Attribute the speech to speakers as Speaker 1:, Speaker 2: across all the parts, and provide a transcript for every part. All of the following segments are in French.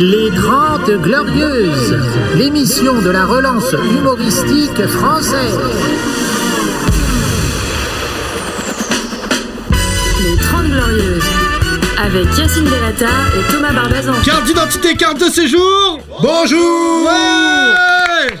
Speaker 1: Les Grandes Glorieuses, l'émission de la relance humoristique française.
Speaker 2: Les 30 Glorieuses, avec Yacine Delata et Thomas Barbazan.
Speaker 3: Carte d'identité, carte de séjour
Speaker 4: Bonjour
Speaker 3: Ouais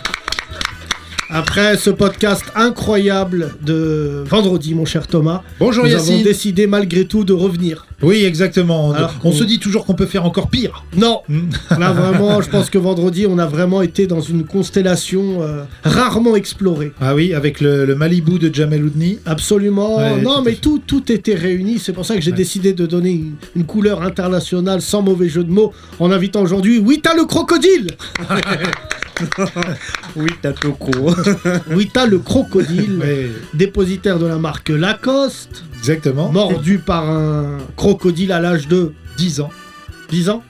Speaker 3: Après ce podcast incroyable de vendredi, mon cher Thomas,
Speaker 4: Bonjour
Speaker 3: nous
Speaker 4: Yacine.
Speaker 3: avons décidé malgré tout de revenir.
Speaker 4: Oui, exactement.
Speaker 3: Alors
Speaker 4: on
Speaker 3: qu'on-
Speaker 4: se dit toujours qu'on peut faire encore pire.
Speaker 3: Non
Speaker 4: Hmm.
Speaker 3: Là, vraiment, je pense que vendredi, on a vraiment été dans une constellation euh, rarement explorée.
Speaker 4: Ah oui, avec le, le Malibu de Jamel Oudni.
Speaker 3: Absolument.
Speaker 4: Ouais, tout
Speaker 3: non,
Speaker 4: à
Speaker 3: mais
Speaker 4: fait.
Speaker 3: tout, tout était réuni. C'est pour ça que j'ai
Speaker 4: Ouais.
Speaker 3: décidé de donner une, une couleur internationale sans mauvais jeu de mots en invitant aujourd'hui Wita le crocodile.
Speaker 4: Oui, Tatoko.
Speaker 3: Wita le crocodile,
Speaker 4: oui,
Speaker 3: dépositaire de la marque Lacoste,
Speaker 4: exactement.
Speaker 3: mordu par un crocodile à l'âge de
Speaker 4: 10 ans.
Speaker 3: 10 ans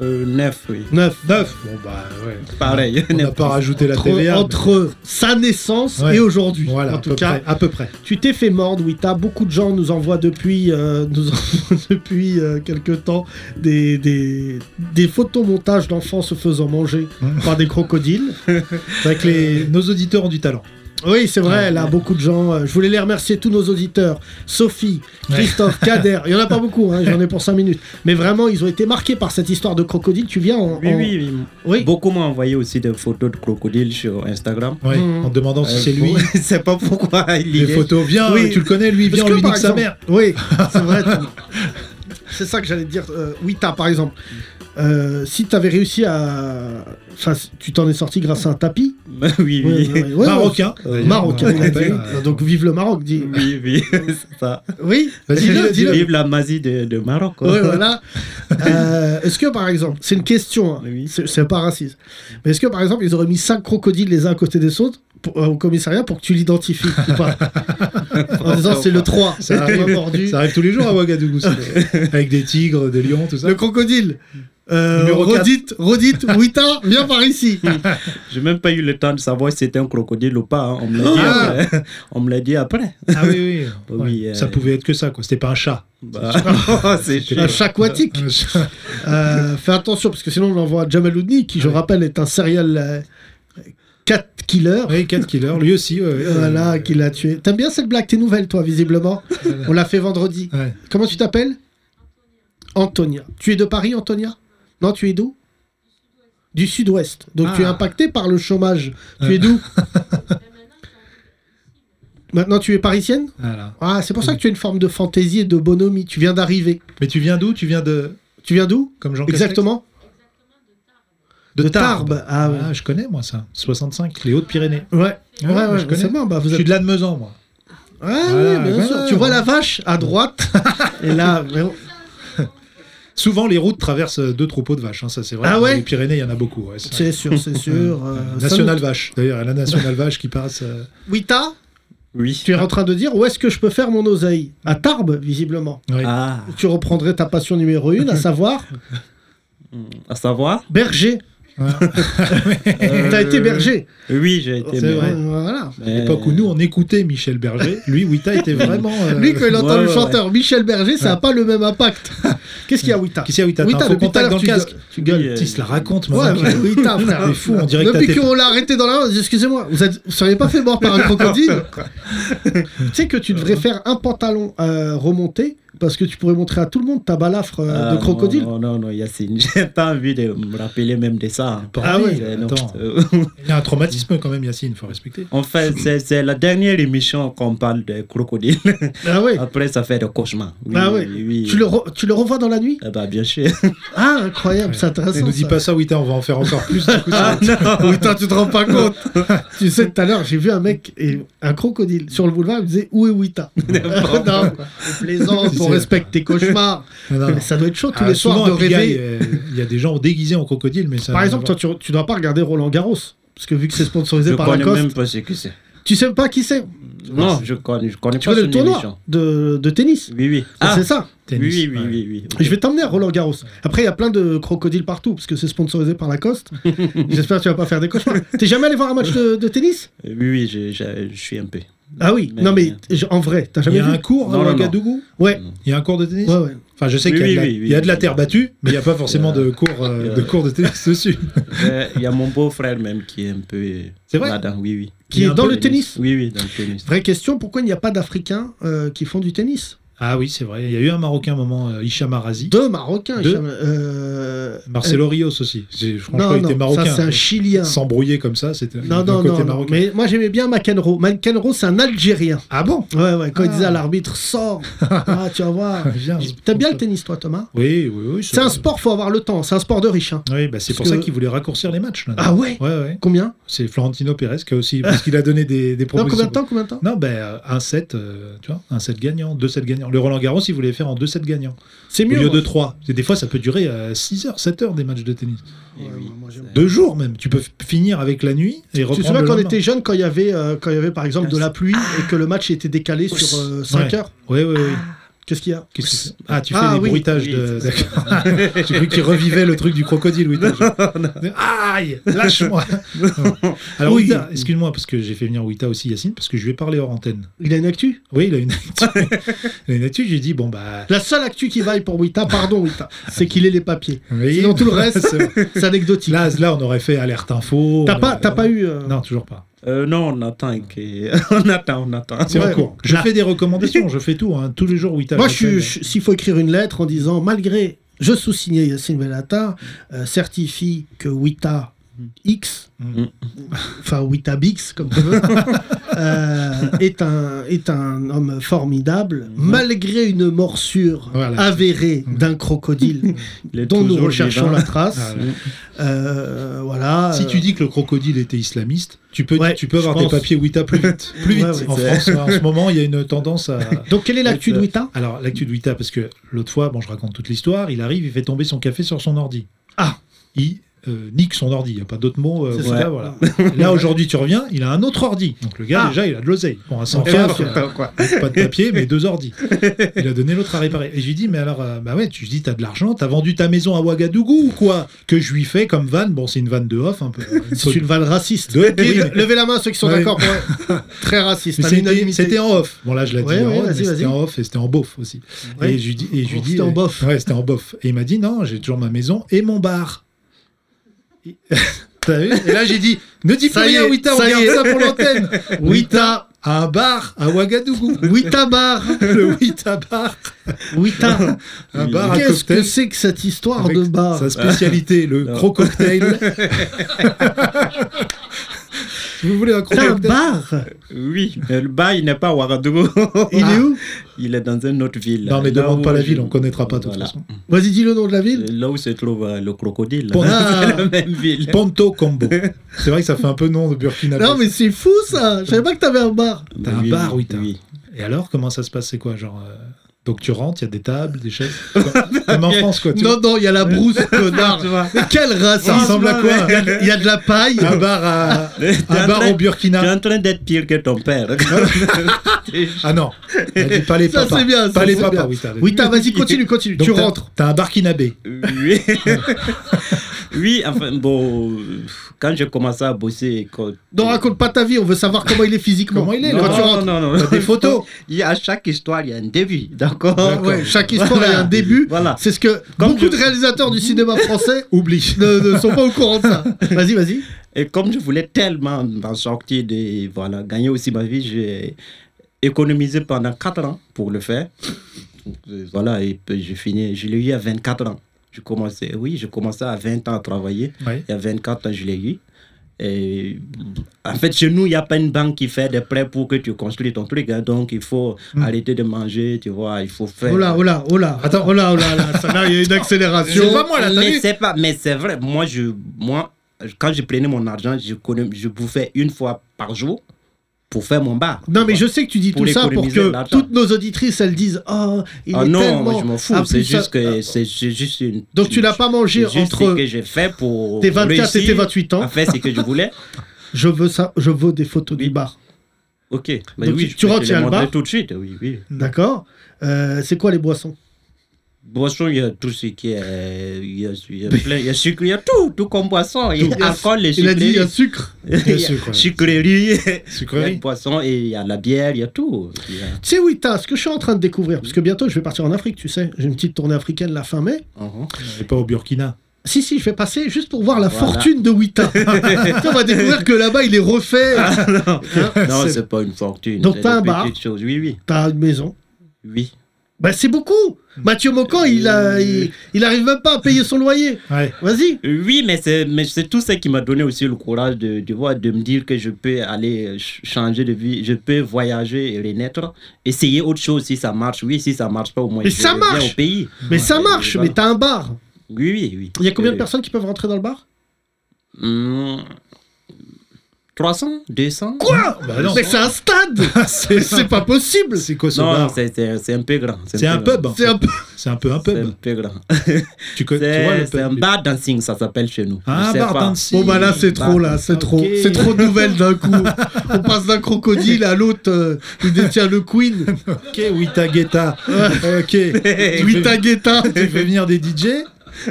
Speaker 5: Euh, 9, oui.
Speaker 3: 9.
Speaker 4: 9. Bon, bah ouais.
Speaker 5: Pareil.
Speaker 4: On n'a pas rajouté la
Speaker 3: Entre,
Speaker 4: TVA. mais-
Speaker 3: entre sa naissance
Speaker 4: Ouais.
Speaker 3: et aujourd'hui.
Speaker 4: Voilà,
Speaker 3: en
Speaker 4: à
Speaker 3: tout
Speaker 4: peu,
Speaker 3: cas,
Speaker 4: près, à peu près.
Speaker 3: tu t'es fait mordre, Wita. Beaucoup de gens nous envoient depuis, euh, nous envoient depuis euh, quelque temps des, des, des photomontages d'enfants se faisant manger par des crocodiles.
Speaker 4: C'est vrai que les, nos auditeurs ont du talent.
Speaker 3: Oui, c'est vrai, là, beaucoup de gens. euh, je voulais les remercier, tous nos auditeurs. Sophie, Christophe, Kader. Il n'y en a pas beaucoup, hein, j'en ai pour 5 minutes. Mais vraiment, ils ont été marqués par cette histoire de crocodile. Tu viens en.
Speaker 5: Oui,
Speaker 3: en-
Speaker 5: oui, oui.
Speaker 3: Oui.
Speaker 5: Beaucoup m'ont envoyé aussi des photos de crocodiles sur Instagram.
Speaker 4: Ouais,
Speaker 3: Mm.
Speaker 4: En demandant si
Speaker 5: Euh,
Speaker 4: c'est lui.
Speaker 5: faut- Je sais pas pourquoi il y
Speaker 4: Les
Speaker 5: est.
Speaker 4: photos, viens,
Speaker 3: Oui.
Speaker 4: tu le connais, lui,
Speaker 3: Parce
Speaker 4: viens,
Speaker 3: que,
Speaker 4: on lui
Speaker 3: par
Speaker 4: nique sa
Speaker 3: exemple-
Speaker 4: mère.
Speaker 3: hein. Oui, c'est vrai. Tom. c'est ça que j'allais te dire. Euh, Wita, par exemple. Euh, si t'avais réussi à. Enfin, si tu t'en es sorti grâce à un tapis.
Speaker 5: oui, oui.
Speaker 3: Ouais, ouais, ouais, ouais.
Speaker 4: Marocain. d'ailleurs,
Speaker 3: Marocain,
Speaker 4: on
Speaker 3: on l'appelle.
Speaker 4: l'appelle, euh,
Speaker 3: Donc vive le Maroc, dis.
Speaker 5: Oui, oui, c'est ça.
Speaker 3: Oui,
Speaker 4: Vas-y,
Speaker 3: dis-le,
Speaker 4: dis-le,
Speaker 3: dis-le.
Speaker 5: Vive la magie de, de Maroc. hein. quoi.
Speaker 3: Ouais, voilà. Euh, est-ce que par exemple, c'est une question, hein,
Speaker 5: Oui.
Speaker 3: c'est, c'est pas raciste, mais est-ce que par exemple ils auraient mis cinq crocodiles les uns à côté des autres pour- euh, au commissariat pour que tu l'identifies ou pas En disant c'est le 3, c'est
Speaker 4: Ça
Speaker 3: le
Speaker 4: arrive,
Speaker 3: mordu.
Speaker 4: ça arrive tous les jours à Ouagadougou. ça. Avec des tigres, des lions, tout ça.
Speaker 3: Le crocodile. Euh,
Speaker 4: Numéro quatre.
Speaker 3: Rodite, Rodite, Wita, viens par ici.
Speaker 5: J'ai même pas eu le temps de savoir si c'était un crocodile ou pas. hein. On me l'a dit
Speaker 3: Ah.
Speaker 5: après. On me l'a dit après.
Speaker 4: Ah oui, oui.
Speaker 5: Oui,
Speaker 4: Ouais.
Speaker 5: euh,
Speaker 4: Ça pouvait être que ça, quoi. C'était pas un chat.
Speaker 5: Bah, c'est
Speaker 3: Un
Speaker 5: sûr.
Speaker 3: chat aquatique.
Speaker 4: Un chat.
Speaker 3: Euh, fais attention parce que sinon on l'envoie à Jamal Oudni qui, je
Speaker 4: Ouais.
Speaker 3: rappelle, est un serial euh, cat killer.
Speaker 4: Oui, Cat Killer, lui aussi. ouais, ouais.
Speaker 3: Voilà, qui l'a tué. T'aimes bien cette blague, t'es nouvelle toi, visiblement.
Speaker 4: Voilà.
Speaker 3: On l'a fait vendredi.
Speaker 4: Ouais.
Speaker 3: Comment tu t'appelles Antonia. Tu es de Paris, Antonia Non, tu es d'où Du sud-ouest. Donc tu es
Speaker 4: Ah. Euh.
Speaker 3: impacté par le chômage. Tu
Speaker 4: Ouais.
Speaker 3: es d'où Maintenant, tu es parisienne
Speaker 4: Voilà.
Speaker 3: Ah, c'est pour ça que tu as une forme de fantaisie et de bonhomie. Tu viens d'arriver.
Speaker 4: Mais tu viens d'où Tu viens de.
Speaker 3: Tu viens d'où
Speaker 4: Comme Jean Castex
Speaker 3: Exactement
Speaker 4: De,
Speaker 3: De
Speaker 4: Tarbes.
Speaker 3: Tarbes. Ah, ouais.
Speaker 4: je connais, moi, ça. 65, les Hautes-Pyrénées.
Speaker 3: Ouais. Ouais, ouais,
Speaker 4: moi, je connais.
Speaker 3: c'est bon, bah, vous
Speaker 4: Je
Speaker 3: êtes-
Speaker 4: suis de l'Admezan, moi.
Speaker 3: Ah
Speaker 4: Voilà,
Speaker 3: oui, bien
Speaker 4: voilà,
Speaker 3: sûr. Tu
Speaker 4: voilà.
Speaker 3: vois la vache à droite et là, vraiment-
Speaker 4: Souvent, les routes traversent euh, deux troupeaux de vaches, hein, ça c'est vrai.
Speaker 3: Ah
Speaker 4: Dans
Speaker 3: ouais
Speaker 4: les Pyrénées, il y en a beaucoup. ouais, c'est vrai.
Speaker 3: c'est sûr, c'est sûr. euh, ça
Speaker 4: National vache. D'ailleurs, il y a la nationale vache qui passe. euh,
Speaker 3: nous- Wita,
Speaker 5: Oui.
Speaker 3: tu es en train de dire où est-ce que je peux faire mon oseille À Tarbes, visiblement.
Speaker 4: oui.
Speaker 5: Ah,
Speaker 3: Tu reprendrais ta passion numéro une, à savoir
Speaker 5: à savoir
Speaker 3: berger. T'as été berger. Euh,
Speaker 5: Oui, j'ai été.
Speaker 4: Euh, C'est
Speaker 5: mais-
Speaker 4: vrai.
Speaker 3: Voilà.
Speaker 4: À l'époque où nous, on écoutait Michel Berger, lui, Wita était vraiment. euh,
Speaker 3: Lui, quand il entend
Speaker 5: Ouais,
Speaker 3: le
Speaker 5: ouais,
Speaker 3: chanteur Michel Berger, ça n'a pas le même impact. Qu'est-ce qu'il y a, Wita
Speaker 4: Qui c'est Wita
Speaker 3: Wita,
Speaker 4: T'as un faux
Speaker 3: depuis tout à
Speaker 4: contact dans
Speaker 3: l'heure,
Speaker 4: le
Speaker 3: tu
Speaker 4: casque.
Speaker 3: gueules. Tu gueules.
Speaker 4: Il se la raconte,
Speaker 3: Ouais,
Speaker 4: maintenant.
Speaker 3: ouais, Wita, frère.
Speaker 4: T'es fou, on dirait que t'as
Speaker 3: Depuis
Speaker 4: été-
Speaker 3: qu'on l'a arrêté dans la rue, on dit, excusez-moi, vous, êtes- vous seriez pas fait mort par un crocodile Tu sais que tu devrais faire un pantalon euh, remonté parce que tu pourrais montrer à tout le monde ta balafre euh,
Speaker 5: Ah,
Speaker 3: de crocodile.
Speaker 5: Non, non, non, Yacine, j'ai pas envie de me rappeler même de ça.
Speaker 4: Pas
Speaker 3: Ah
Speaker 4: envie,
Speaker 5: Euh, non.
Speaker 4: attends.
Speaker 5: Euh,
Speaker 4: Il y a un traumatisme quand même, Yacine, faut respecter.
Speaker 5: En fait, c'est c'est la dernière émission qu'on parle de crocodile.
Speaker 3: Ah ouais.
Speaker 5: Après, ça fait des cauchemars. Oui,
Speaker 3: Ah ouais.
Speaker 5: oui, oui.
Speaker 3: Tu le, re- tu le revois dans la nuit
Speaker 5: Ah bah, bien sûr.
Speaker 3: Ah, incroyable, c'est intéressant.
Speaker 4: Ne nous dis
Speaker 3: ça.
Speaker 4: pas ça, Wita, on va en faire encore plus. du coup, ça-
Speaker 5: Ah non
Speaker 3: Putain, tu te rends pas compte. tu sais, tout à l'heure, j'ai vu un mec, et un crocodile, sur le boulevard, il me disait Où est Wita Non, on plaisante,
Speaker 4: Si,
Speaker 3: on
Speaker 4: c'est-
Speaker 3: respecte tes cauchemars.
Speaker 4: Non, non, non.
Speaker 3: Mais ça doit être chaud tous
Speaker 4: Ah,
Speaker 3: les
Speaker 4: souvent,
Speaker 3: soirs de
Speaker 4: à Pigalle,
Speaker 3: rêver.
Speaker 4: euh, Il y a des gens déguisés en crocodile, mais ça.
Speaker 3: Par
Speaker 4: n'a
Speaker 3: exemple,
Speaker 4: rien
Speaker 3: toi, tu, tu dois pas regarder Roland Garros. Parce que vu que c'est sponsorisé
Speaker 5: Je
Speaker 3: par
Speaker 5: connais
Speaker 3: Lacoste,
Speaker 5: même pas ce que c'est.
Speaker 3: tu sais pas qui c'est.
Speaker 5: Non, je connais, je connais
Speaker 3: Tu
Speaker 5: pas
Speaker 3: connais
Speaker 5: son
Speaker 3: le tournoi
Speaker 5: émission.
Speaker 3: de, de tennis.
Speaker 5: Oui, oui.
Speaker 3: Ah,
Speaker 5: Ah,
Speaker 3: C'est ça.
Speaker 4: à voir. Tennis,
Speaker 5: oui, oui,
Speaker 4: ouais.
Speaker 5: oui, oui, oui.
Speaker 3: Je vais t'emmener à Roland Garros. Après, il y a plein de crocodiles partout parce que c'est sponsorisé par Lacoste. J'espère que tu vas pas faire des cauchemars. T'es jamais allé voir un match de, de tennis
Speaker 5: Oui, oui, je, je- je suis un peu.
Speaker 3: Ah oui.
Speaker 5: Mais-
Speaker 3: non mais j- en vrai, t'as
Speaker 4: Il y
Speaker 3: jamais
Speaker 4: a
Speaker 3: vu
Speaker 4: un cours euh,
Speaker 5: Non,
Speaker 4: à
Speaker 5: non, non.
Speaker 4: Ouagadougou
Speaker 3: Ouais.
Speaker 4: Il y a un cours de tennis
Speaker 3: Ouais, ouais.
Speaker 4: Enfin, je sais
Speaker 5: Oui,
Speaker 4: qu'il y, a
Speaker 5: oui,
Speaker 4: de la-
Speaker 5: oui, oui.
Speaker 4: il y a de la terre battue, mais il n'y a pas forcément de cours euh, de cours de tennis dessus.
Speaker 5: Euh, Il y a mon beau-frère même qui est un peu euh,
Speaker 4: C'est vrai
Speaker 5: là-dedans, oui, oui.
Speaker 3: Qui
Speaker 4: Il y a
Speaker 3: est
Speaker 4: un
Speaker 3: dans
Speaker 4: peu
Speaker 3: le tennis.
Speaker 5: Oui, oui, dans le tennis.
Speaker 3: Vraie question, pourquoi il n'y a pas d'Africains euh, qui font du tennis
Speaker 4: Ah oui, c'est vrai. Il y a eu un Marocain à un moment, euh, Hicham Arazi.
Speaker 3: Deux Marocains.
Speaker 4: Deux.
Speaker 3: Hicham, euh,
Speaker 4: Marcelo Rios aussi. C'est- Je
Speaker 3: euh,
Speaker 4: crois
Speaker 3: Non,
Speaker 4: pas qu'il
Speaker 3: non,
Speaker 4: était
Speaker 3: ça
Speaker 4: marocain.
Speaker 3: c'est un Chilien.
Speaker 4: S'embrouiller comme ça, c'était
Speaker 3: Non,
Speaker 4: d'un
Speaker 3: non,
Speaker 4: côté
Speaker 3: non, non.
Speaker 4: marocain.
Speaker 3: Mais moi j'aimais bien McEnroe. McEnroe, c'est un Algérien.
Speaker 4: Ah bon
Speaker 3: Ouais, ouais, quand il
Speaker 4: Ah.
Speaker 3: disait à l'arbitre, sors, ah, tu vas voir.
Speaker 4: Viens,
Speaker 3: T'aimes bien le tennis, toi, Thomas
Speaker 4: Oui, oui, oui.
Speaker 3: C'est un sport, faut avoir le temps. C'est un sport de riche. hein.
Speaker 4: Oui, bah, c'est pour
Speaker 3: Parce
Speaker 4: ça
Speaker 3: que-
Speaker 4: qu'il voulait raccourcir les matchs. Là.
Speaker 3: Ah ouais
Speaker 4: Ouais, ouais.
Speaker 3: Combien
Speaker 4: C'est Florentino Pérez qui a aussi. Parce qu'il a donné des, des
Speaker 3: Non, combien
Speaker 4: propositions.
Speaker 3: de temps Combien de temps
Speaker 4: Non, ben, euh, un set, euh, tu vois, un set gagnant, deux sets gagnants. Le Roland Garros, il voulait faire en deux sets gagnants.
Speaker 3: C'est
Speaker 4: Au
Speaker 3: mieux.
Speaker 4: lieu
Speaker 3: moi.
Speaker 4: de trois. Et des fois, ça peut durer 6 heures, 7 heures des matchs de tennis.
Speaker 5: Eh
Speaker 3: Ouais,
Speaker 5: oui,
Speaker 3: moi, j'aime
Speaker 5: ça-
Speaker 4: Deux jours même. Tu peux f- finir avec la nuit et
Speaker 3: Tu
Speaker 4: reprendre.
Speaker 3: te souviens
Speaker 4: le
Speaker 3: quand on
Speaker 4: lendemain.
Speaker 3: était jeune, quand il y avait, euh, quand il y avait par exemple de la pluie et que le match était décalé sur 5
Speaker 4: Ouais.
Speaker 3: heures
Speaker 4: Oui, oui, oui.
Speaker 3: Qu'est-ce qu'il y a
Speaker 4: Qu'est-ce que c'est Ah, tu fais
Speaker 3: Ah,
Speaker 4: des
Speaker 3: oui.
Speaker 4: bruitages
Speaker 5: Oui,
Speaker 4: de.
Speaker 5: c'est
Speaker 4: D'accord. J'ai cru qu'il revivait le truc du crocodile, oui. Aïe Lâche-moi Non. Alors,
Speaker 3: Oui.
Speaker 4: Wita, excuse-moi, parce que j'ai fait venir Wita aussi, Yacine, parce que je lui ai parlé hors antenne.
Speaker 3: Il a une actu
Speaker 4: Oui, il a une actu. il a une actu, j'ai dit, bon, bah.
Speaker 3: La seule actu qui vaille pour Wita, pardon Wita, c'est qu'il ait les papiers.
Speaker 4: oui.
Speaker 3: Sinon tout le reste,
Speaker 4: C'est vrai.
Speaker 3: c'est anecdotique.
Speaker 4: là, là, on aurait fait alerte info.
Speaker 3: T'as
Speaker 4: on
Speaker 3: pas,
Speaker 4: aurait-
Speaker 3: t'as pas eu. euh,
Speaker 4: Non, toujours pas.
Speaker 5: Euh, non, on attend, que... on attend, on attend.
Speaker 4: C'est
Speaker 3: Ouais.
Speaker 4: en cours. Je
Speaker 3: Là.
Speaker 4: fais des recommandations, je fais tout, hein, tous les jours, Wita.
Speaker 3: Moi, je
Speaker 4: j'appelle.
Speaker 3: suis- je- s'il faut écrire une lettre en disant, malgré, je sous-signais Yacine Bellata, euh, certifie que Wita X,
Speaker 4: Mm.
Speaker 3: enfin Wita Bix, comme tu veux, euh, est, un, est un homme formidable, Mm. malgré une morsure
Speaker 4: Mm. Voilà. Mm.
Speaker 3: avérée d'un crocodile
Speaker 5: Il est
Speaker 3: dont nous
Speaker 5: toujours
Speaker 3: recherchons
Speaker 5: vivant.
Speaker 3: la trace.
Speaker 4: Ah,
Speaker 3: Euh, voilà.
Speaker 4: Si
Speaker 3: euh,
Speaker 4: tu dis que le crocodile était islamiste, tu peux,
Speaker 3: Ouais,
Speaker 4: tu peux
Speaker 3: je
Speaker 4: avoir
Speaker 3: pense.
Speaker 4: tes papiers Wita plus vite. Plus vite.
Speaker 3: Ouais, ouais,
Speaker 4: en
Speaker 5: c'est-
Speaker 4: France, en ce moment, il y a une tendance à. euh,
Speaker 3: Donc, quelle est l'actu de Wita
Speaker 4: Alors, l'actu de Wita, parce que l'autre fois, bon, je raconte toute l'histoire, il arrive, il fait tomber son café sur son ordi.
Speaker 3: Ah.
Speaker 4: Il euh, nique son ordi, il n'y a pas d'autre mot. euh,
Speaker 5: C'est
Speaker 4: Wita,
Speaker 5: ça.
Speaker 4: voilà. Là, aujourd'hui, tu reviens, il a un autre ordi. Donc, le gars,
Speaker 3: Ah.
Speaker 4: déjà, il a de l'oseille. Bon, un
Speaker 3: Eh ben,
Speaker 4: 115,
Speaker 3: c'est
Speaker 4: euh, pas de papier, mais deux ordi. Il a donné l'autre à réparer. Et je lui dis, mais alors, euh, bah ouais, tu dis, t'as de l'argent, t'as vendu ta maison à Ouagadougou ou quoi Que je lui fais comme vanne. Bon, c'est une vanne de off, un peu. une
Speaker 3: C'est une vanne raciste.
Speaker 4: de-
Speaker 3: Qui- Levez la main ceux qui sont
Speaker 4: Ouais.
Speaker 3: d'accord. pour- Très raciste.
Speaker 4: Mais
Speaker 3: à
Speaker 4: c'était-
Speaker 3: l'unanimité.
Speaker 4: C'était en off. Bon, là, je l'ai
Speaker 3: Ouais,
Speaker 4: dit en
Speaker 3: ouais,
Speaker 4: off, mais
Speaker 3: vas-y, vas-y.
Speaker 4: c'était en off et c'était en bof aussi.
Speaker 3: Ouais. Oh,
Speaker 4: Et je lui dis. et je lui dis-
Speaker 3: C'était en bof.
Speaker 4: Ouais, c'était en bof. Et il m'a dit non, j'ai toujours ma maison et mon bar. Et- T'as vu Et là, j'ai dit ne dis plus
Speaker 3: Ça y
Speaker 4: rien,
Speaker 3: est,
Speaker 4: Wita, on
Speaker 3: ça y
Speaker 4: garde
Speaker 3: est.
Speaker 4: ça pour l'antenne.
Speaker 3: Wita,
Speaker 4: À un bar à Ouagadougou.
Speaker 3: Wita Bar,
Speaker 4: Le Wita Bar.
Speaker 3: Wita.
Speaker 4: Un
Speaker 5: Oui.
Speaker 4: bar à
Speaker 3: Qu'est-ce que
Speaker 4: cocktail.
Speaker 3: c'est que cette histoire de
Speaker 4: avec
Speaker 3: bar
Speaker 4: Sa spécialité, le
Speaker 5: Non.
Speaker 4: crococktail. Si vous voulez un
Speaker 3: C'est un
Speaker 4: crococktail
Speaker 3: bar
Speaker 5: Oui, mais le bas, il n'est pas à Ouagadougou.
Speaker 3: Il est où
Speaker 5: Il est dans une autre ville.
Speaker 4: Ah. Non, mais
Speaker 5: Là
Speaker 4: demande
Speaker 5: où
Speaker 4: pas la
Speaker 5: je-
Speaker 4: ville, on connaîtra pas de toute
Speaker 5: Voilà.
Speaker 4: façon.
Speaker 3: Vas-y, dis le nom de la ville.
Speaker 5: Là où se trouve euh, le crocodile.
Speaker 4: Bon,
Speaker 5: C'est
Speaker 3: ah.
Speaker 5: la même ville.
Speaker 4: Ponto Combo. Eh C'est vrai que ça fait un peu nom de Burkina
Speaker 3: Non,
Speaker 4: Faso.
Speaker 3: mais c'est fou ça Je savais pas que t'avais un bar.
Speaker 4: T'as un
Speaker 5: Oui,
Speaker 4: bar, oui,
Speaker 5: oui,
Speaker 4: t'as-
Speaker 5: oui.
Speaker 4: Et alors, comment ça se passe C'est quoi, genre euh, Donc tu rentres, il y a des tables, des chaises, comme, comme en France, quoi. Tu
Speaker 3: Non, non, il y a la brousse, connard. Mais quelle race
Speaker 4: Ça ressemble à quoi
Speaker 3: Il y a- il y a de la paille.
Speaker 4: vois un bar, à-
Speaker 5: T'es en
Speaker 4: un bar
Speaker 5: train-
Speaker 4: au
Speaker 5: T'es
Speaker 4: Burkina.
Speaker 5: en train d'être pire que ton père.
Speaker 4: Ah non, elle dit pas les
Speaker 3: Ça,
Speaker 4: papas.
Speaker 3: c'est bien, ça,
Speaker 4: Pas les
Speaker 3: c'est
Speaker 4: papas,
Speaker 3: bien.
Speaker 4: oui. t'as-
Speaker 3: Wita, vas-y, continue, continue.
Speaker 4: Donc,
Speaker 3: tu
Speaker 4: t'as-
Speaker 3: rentres.
Speaker 4: T'as un Burkinabé.
Speaker 5: Oui. oui, enfin, bon, euh, quand j'ai commencé à bosser. Quand...
Speaker 3: Non, raconte pas ta vie, on veut savoir comment il est physiquement.
Speaker 4: Comment il est,
Speaker 5: non,
Speaker 4: là
Speaker 3: quand tu
Speaker 5: non,
Speaker 3: rentres
Speaker 5: non, non,
Speaker 4: T'as des photos
Speaker 5: Il y a, à chaque histoire, il y a un début, d'accord
Speaker 3: Ah Ouais, Chaque histoire
Speaker 5: Voilà.
Speaker 3: a un début.
Speaker 5: Voilà.
Speaker 3: C'est ce que
Speaker 5: Comme
Speaker 3: beaucoup
Speaker 5: je-
Speaker 3: de réalisateurs du cinéma français
Speaker 4: Oublie.
Speaker 3: ne, ne sont pas au courant de ça. Vas-y, vas-y.
Speaker 5: Et comme je voulais tellement m'en sortir, de, voilà, gagner aussi ma vie, j'ai économisé pendant 4 ans pour le faire. Euh, Voilà, et puis j'ai fini, je l'ai eu à 24 ans. Je commençais, oui, je commençais à 20 ans à travailler.
Speaker 4: Ouais.
Speaker 5: Et à 24 ans, je l'ai eu. Et en fait, chez nous, il n'y a pas une banque qui fait des prêts pour que tu construis ton truc. hein. Donc, il faut arrêter de manger, tu vois, il faut faire.
Speaker 3: Oh là, oh là, oh là. Attends, oh là, oh là, là. Ça, là, il y a une accélération.
Speaker 4: C'est pas moi, là, t'as
Speaker 5: mais
Speaker 4: vu
Speaker 5: c'est pas, mais c'est vrai. Moi, je, moi, quand je prenais mon argent, je, connais, je bouffais une fois par jour pour faire mon bar.
Speaker 3: Non, mais
Speaker 5: Voilà.
Speaker 3: je sais que tu dis
Speaker 5: Pour
Speaker 3: tout ça pour
Speaker 5: économiser
Speaker 3: que
Speaker 5: l'argent.
Speaker 3: toutes nos auditrices, elles disent Oh, il
Speaker 5: Ah
Speaker 3: est
Speaker 5: non,
Speaker 3: tellement.
Speaker 5: moi, je m'en fous.
Speaker 3: Ah,
Speaker 5: C'est
Speaker 3: plus ça-
Speaker 5: juste que c'est c'est juste une.
Speaker 3: Donc tu l'as pas mangé
Speaker 5: c'est juste ce
Speaker 3: entre
Speaker 5: que j'ai fait pour.
Speaker 3: tes 24 et
Speaker 5: réussir
Speaker 3: tes 28
Speaker 5: À
Speaker 3: ans.
Speaker 5: faire ce que je voulais.
Speaker 3: Je veux ça, je veux des photos du
Speaker 5: Ah. Oui.
Speaker 3: bar.
Speaker 5: Ok. Bah
Speaker 3: Donc,
Speaker 5: oui,
Speaker 3: tu-
Speaker 5: je
Speaker 3: tu
Speaker 5: peux te
Speaker 3: rentres, il y a
Speaker 5: les
Speaker 3: le bar
Speaker 5: montrer tout de suite. Oui, oui.
Speaker 3: D'accord Euh, C'est quoi les boissons
Speaker 5: Boisson, il y a tout ce qui est. Il y a, il y a plein- il y a sucre, il y a tout, tout comme boisson. Il y a alcool, les
Speaker 3: Il a dit il y a
Speaker 5: sucreries.
Speaker 3: sucre.
Speaker 4: Bien sûr, ouais.
Speaker 5: Sucrerie, il y a
Speaker 4: Sucrerie.
Speaker 5: le poisson et il y a la bière, il y a tout. Il y a-
Speaker 3: Tu sais, Wita, ce que je suis en train de découvrir, parce que bientôt je vais partir en Afrique, tu sais. J'ai une petite tournée africaine la fin mai.
Speaker 5: Mhm.
Speaker 4: Et pas au Burkina.
Speaker 3: Si, si, je vais passer juste pour voir la
Speaker 5: Voilà.
Speaker 3: fortune de Wita. Tu sais, on va découvrir que là-bas, il est refait.
Speaker 5: Ah. Non,
Speaker 3: C'est-
Speaker 5: c'est pas une fortune.
Speaker 3: Donc,
Speaker 5: c'est
Speaker 3: t'as
Speaker 5: des
Speaker 3: un bar.
Speaker 5: petites choses. Oui, oui,
Speaker 3: T'as une maison.
Speaker 5: oui.
Speaker 3: Bah, c'est beaucoup. Mathieu Mocan, il, a, il, il arrive même pas à payer son loyer.
Speaker 4: Ouais.
Speaker 3: Vas-y.
Speaker 5: Oui, mais c'est, mais c'est tout ça qui m'a donné aussi le courage de, de, voir, de me dire que je peux aller euh, ch- changer de vie, je peux voyager et renaître, essayer autre chose si ça marche. Oui, si ça marche pas, au moins
Speaker 3: Mais
Speaker 5: je
Speaker 3: ça
Speaker 5: reviens
Speaker 3: marche
Speaker 5: au pays.
Speaker 3: Mais ça
Speaker 5: et
Speaker 3: marche,
Speaker 5: voilà.
Speaker 3: mais t'as un bar.
Speaker 5: Oui, oui, oui.
Speaker 3: Il y a combien de
Speaker 5: Euh,
Speaker 3: personnes qui peuvent rentrer dans le bar
Speaker 5: hmm, 300 200
Speaker 3: Quoi
Speaker 4: Bah non.
Speaker 3: Mais c'est un stade
Speaker 4: C'est
Speaker 3: C'est pas possible
Speaker 4: c'est quoi ce
Speaker 5: Non,
Speaker 4: bar
Speaker 5: c'est, c'est, c'est un peu grand.
Speaker 4: C'est un
Speaker 5: peu
Speaker 4: pub.
Speaker 5: grand.
Speaker 4: en
Speaker 3: C'est
Speaker 4: fait.
Speaker 3: un peu...
Speaker 4: C'est un peu un
Speaker 5: C'est un
Speaker 4: pub.
Speaker 5: peu grand.
Speaker 4: Tu, co- tu
Speaker 5: C'est,
Speaker 4: vois le
Speaker 5: c'est un
Speaker 4: pub.
Speaker 5: bar dancing, ça s'appelle chez nous.
Speaker 4: Ah,
Speaker 5: Je sais
Speaker 4: bar
Speaker 5: pas.
Speaker 4: dancing.
Speaker 3: Bon bah là c'est
Speaker 5: Bah,
Speaker 3: trop là, c'est trop,
Speaker 4: ok.
Speaker 3: c'est trop de nouvelles d'un coup. On passe d'un crocodile à l'autre, euh, il détient le Queen,
Speaker 4: Ok, Wita Guetta. Ok.
Speaker 3: Wita Guetta.
Speaker 4: Tu fais venir des DJ,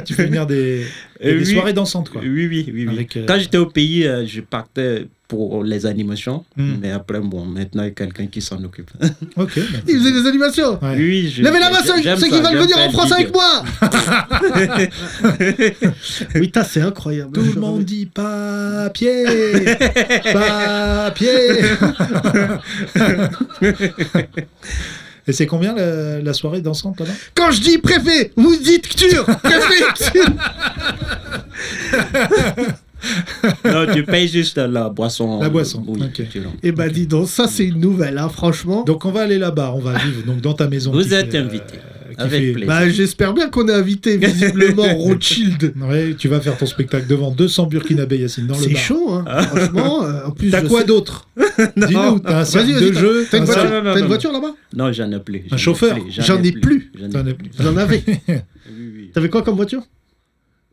Speaker 4: tu fais venir des, des
Speaker 5: oui.
Speaker 4: soirées dansantes, quoi.
Speaker 5: Oui, oui, oui. oui.
Speaker 4: Avec, euh,
Speaker 5: Quand j'étais au pays, euh, je partais pour les animations.
Speaker 4: Hmm.
Speaker 5: Mais après, bon, maintenant, il y a quelqu'un qui s'en occupe.
Speaker 4: Ok. bah,
Speaker 3: Il faisait des animations.
Speaker 4: Ouais.
Speaker 5: Oui, je.
Speaker 3: Levez la main ceux,
Speaker 5: j'aime
Speaker 3: ceux qui veulent
Speaker 5: ça, j'aime
Speaker 3: venir
Speaker 5: faire
Speaker 3: en
Speaker 5: le
Speaker 3: France
Speaker 5: DJ.
Speaker 3: avec moi Wita c'est incroyable.
Speaker 4: Tout le monde dit papier Papier Et c'est combien la, la soirée dansante là-bas
Speaker 3: Quand je dis préfet, vous dites cture Préfecture
Speaker 5: Non, tu payes juste la boisson.
Speaker 4: La boisson,
Speaker 5: Oui,
Speaker 4: ok.
Speaker 5: tu l'as.
Speaker 3: Eh ben dis donc, ça c'est une nouvelle, hein, franchement.
Speaker 4: Donc on va aller là-bas, on va vivre donc dans ta maison.
Speaker 5: Vous
Speaker 4: qui
Speaker 5: êtes
Speaker 4: fait, euh,
Speaker 5: invité,
Speaker 4: qui
Speaker 5: avec
Speaker 4: fait-
Speaker 5: plaisir.
Speaker 3: Bah j'espère bien qu'on est invité visiblement Rothschild.
Speaker 4: Ouais, tu vas faire ton spectacle devant 200 Burkinabés Yacine dans le
Speaker 3: C'est
Speaker 4: bar.
Speaker 3: chaud, hein, franchement. euh, en plus,
Speaker 4: T'as
Speaker 3: je
Speaker 4: quoi
Speaker 3: sais-
Speaker 4: d'autre Dis-nous, t'as un cercle
Speaker 3: Vas-y,
Speaker 4: de
Speaker 3: vas-y,
Speaker 4: jeu,
Speaker 3: T'as une
Speaker 4: un
Speaker 3: voiture,
Speaker 4: cercle-
Speaker 5: non, non,
Speaker 3: t'as une
Speaker 5: non.
Speaker 3: voiture là-bas
Speaker 5: Non, j'en ai plus. j'en ai
Speaker 4: chauffeur
Speaker 5: plus,
Speaker 3: J'en ai plus.
Speaker 5: J'en ai plus.
Speaker 3: J'en avais.
Speaker 5: Oui,
Speaker 3: T'avais quoi comme voiture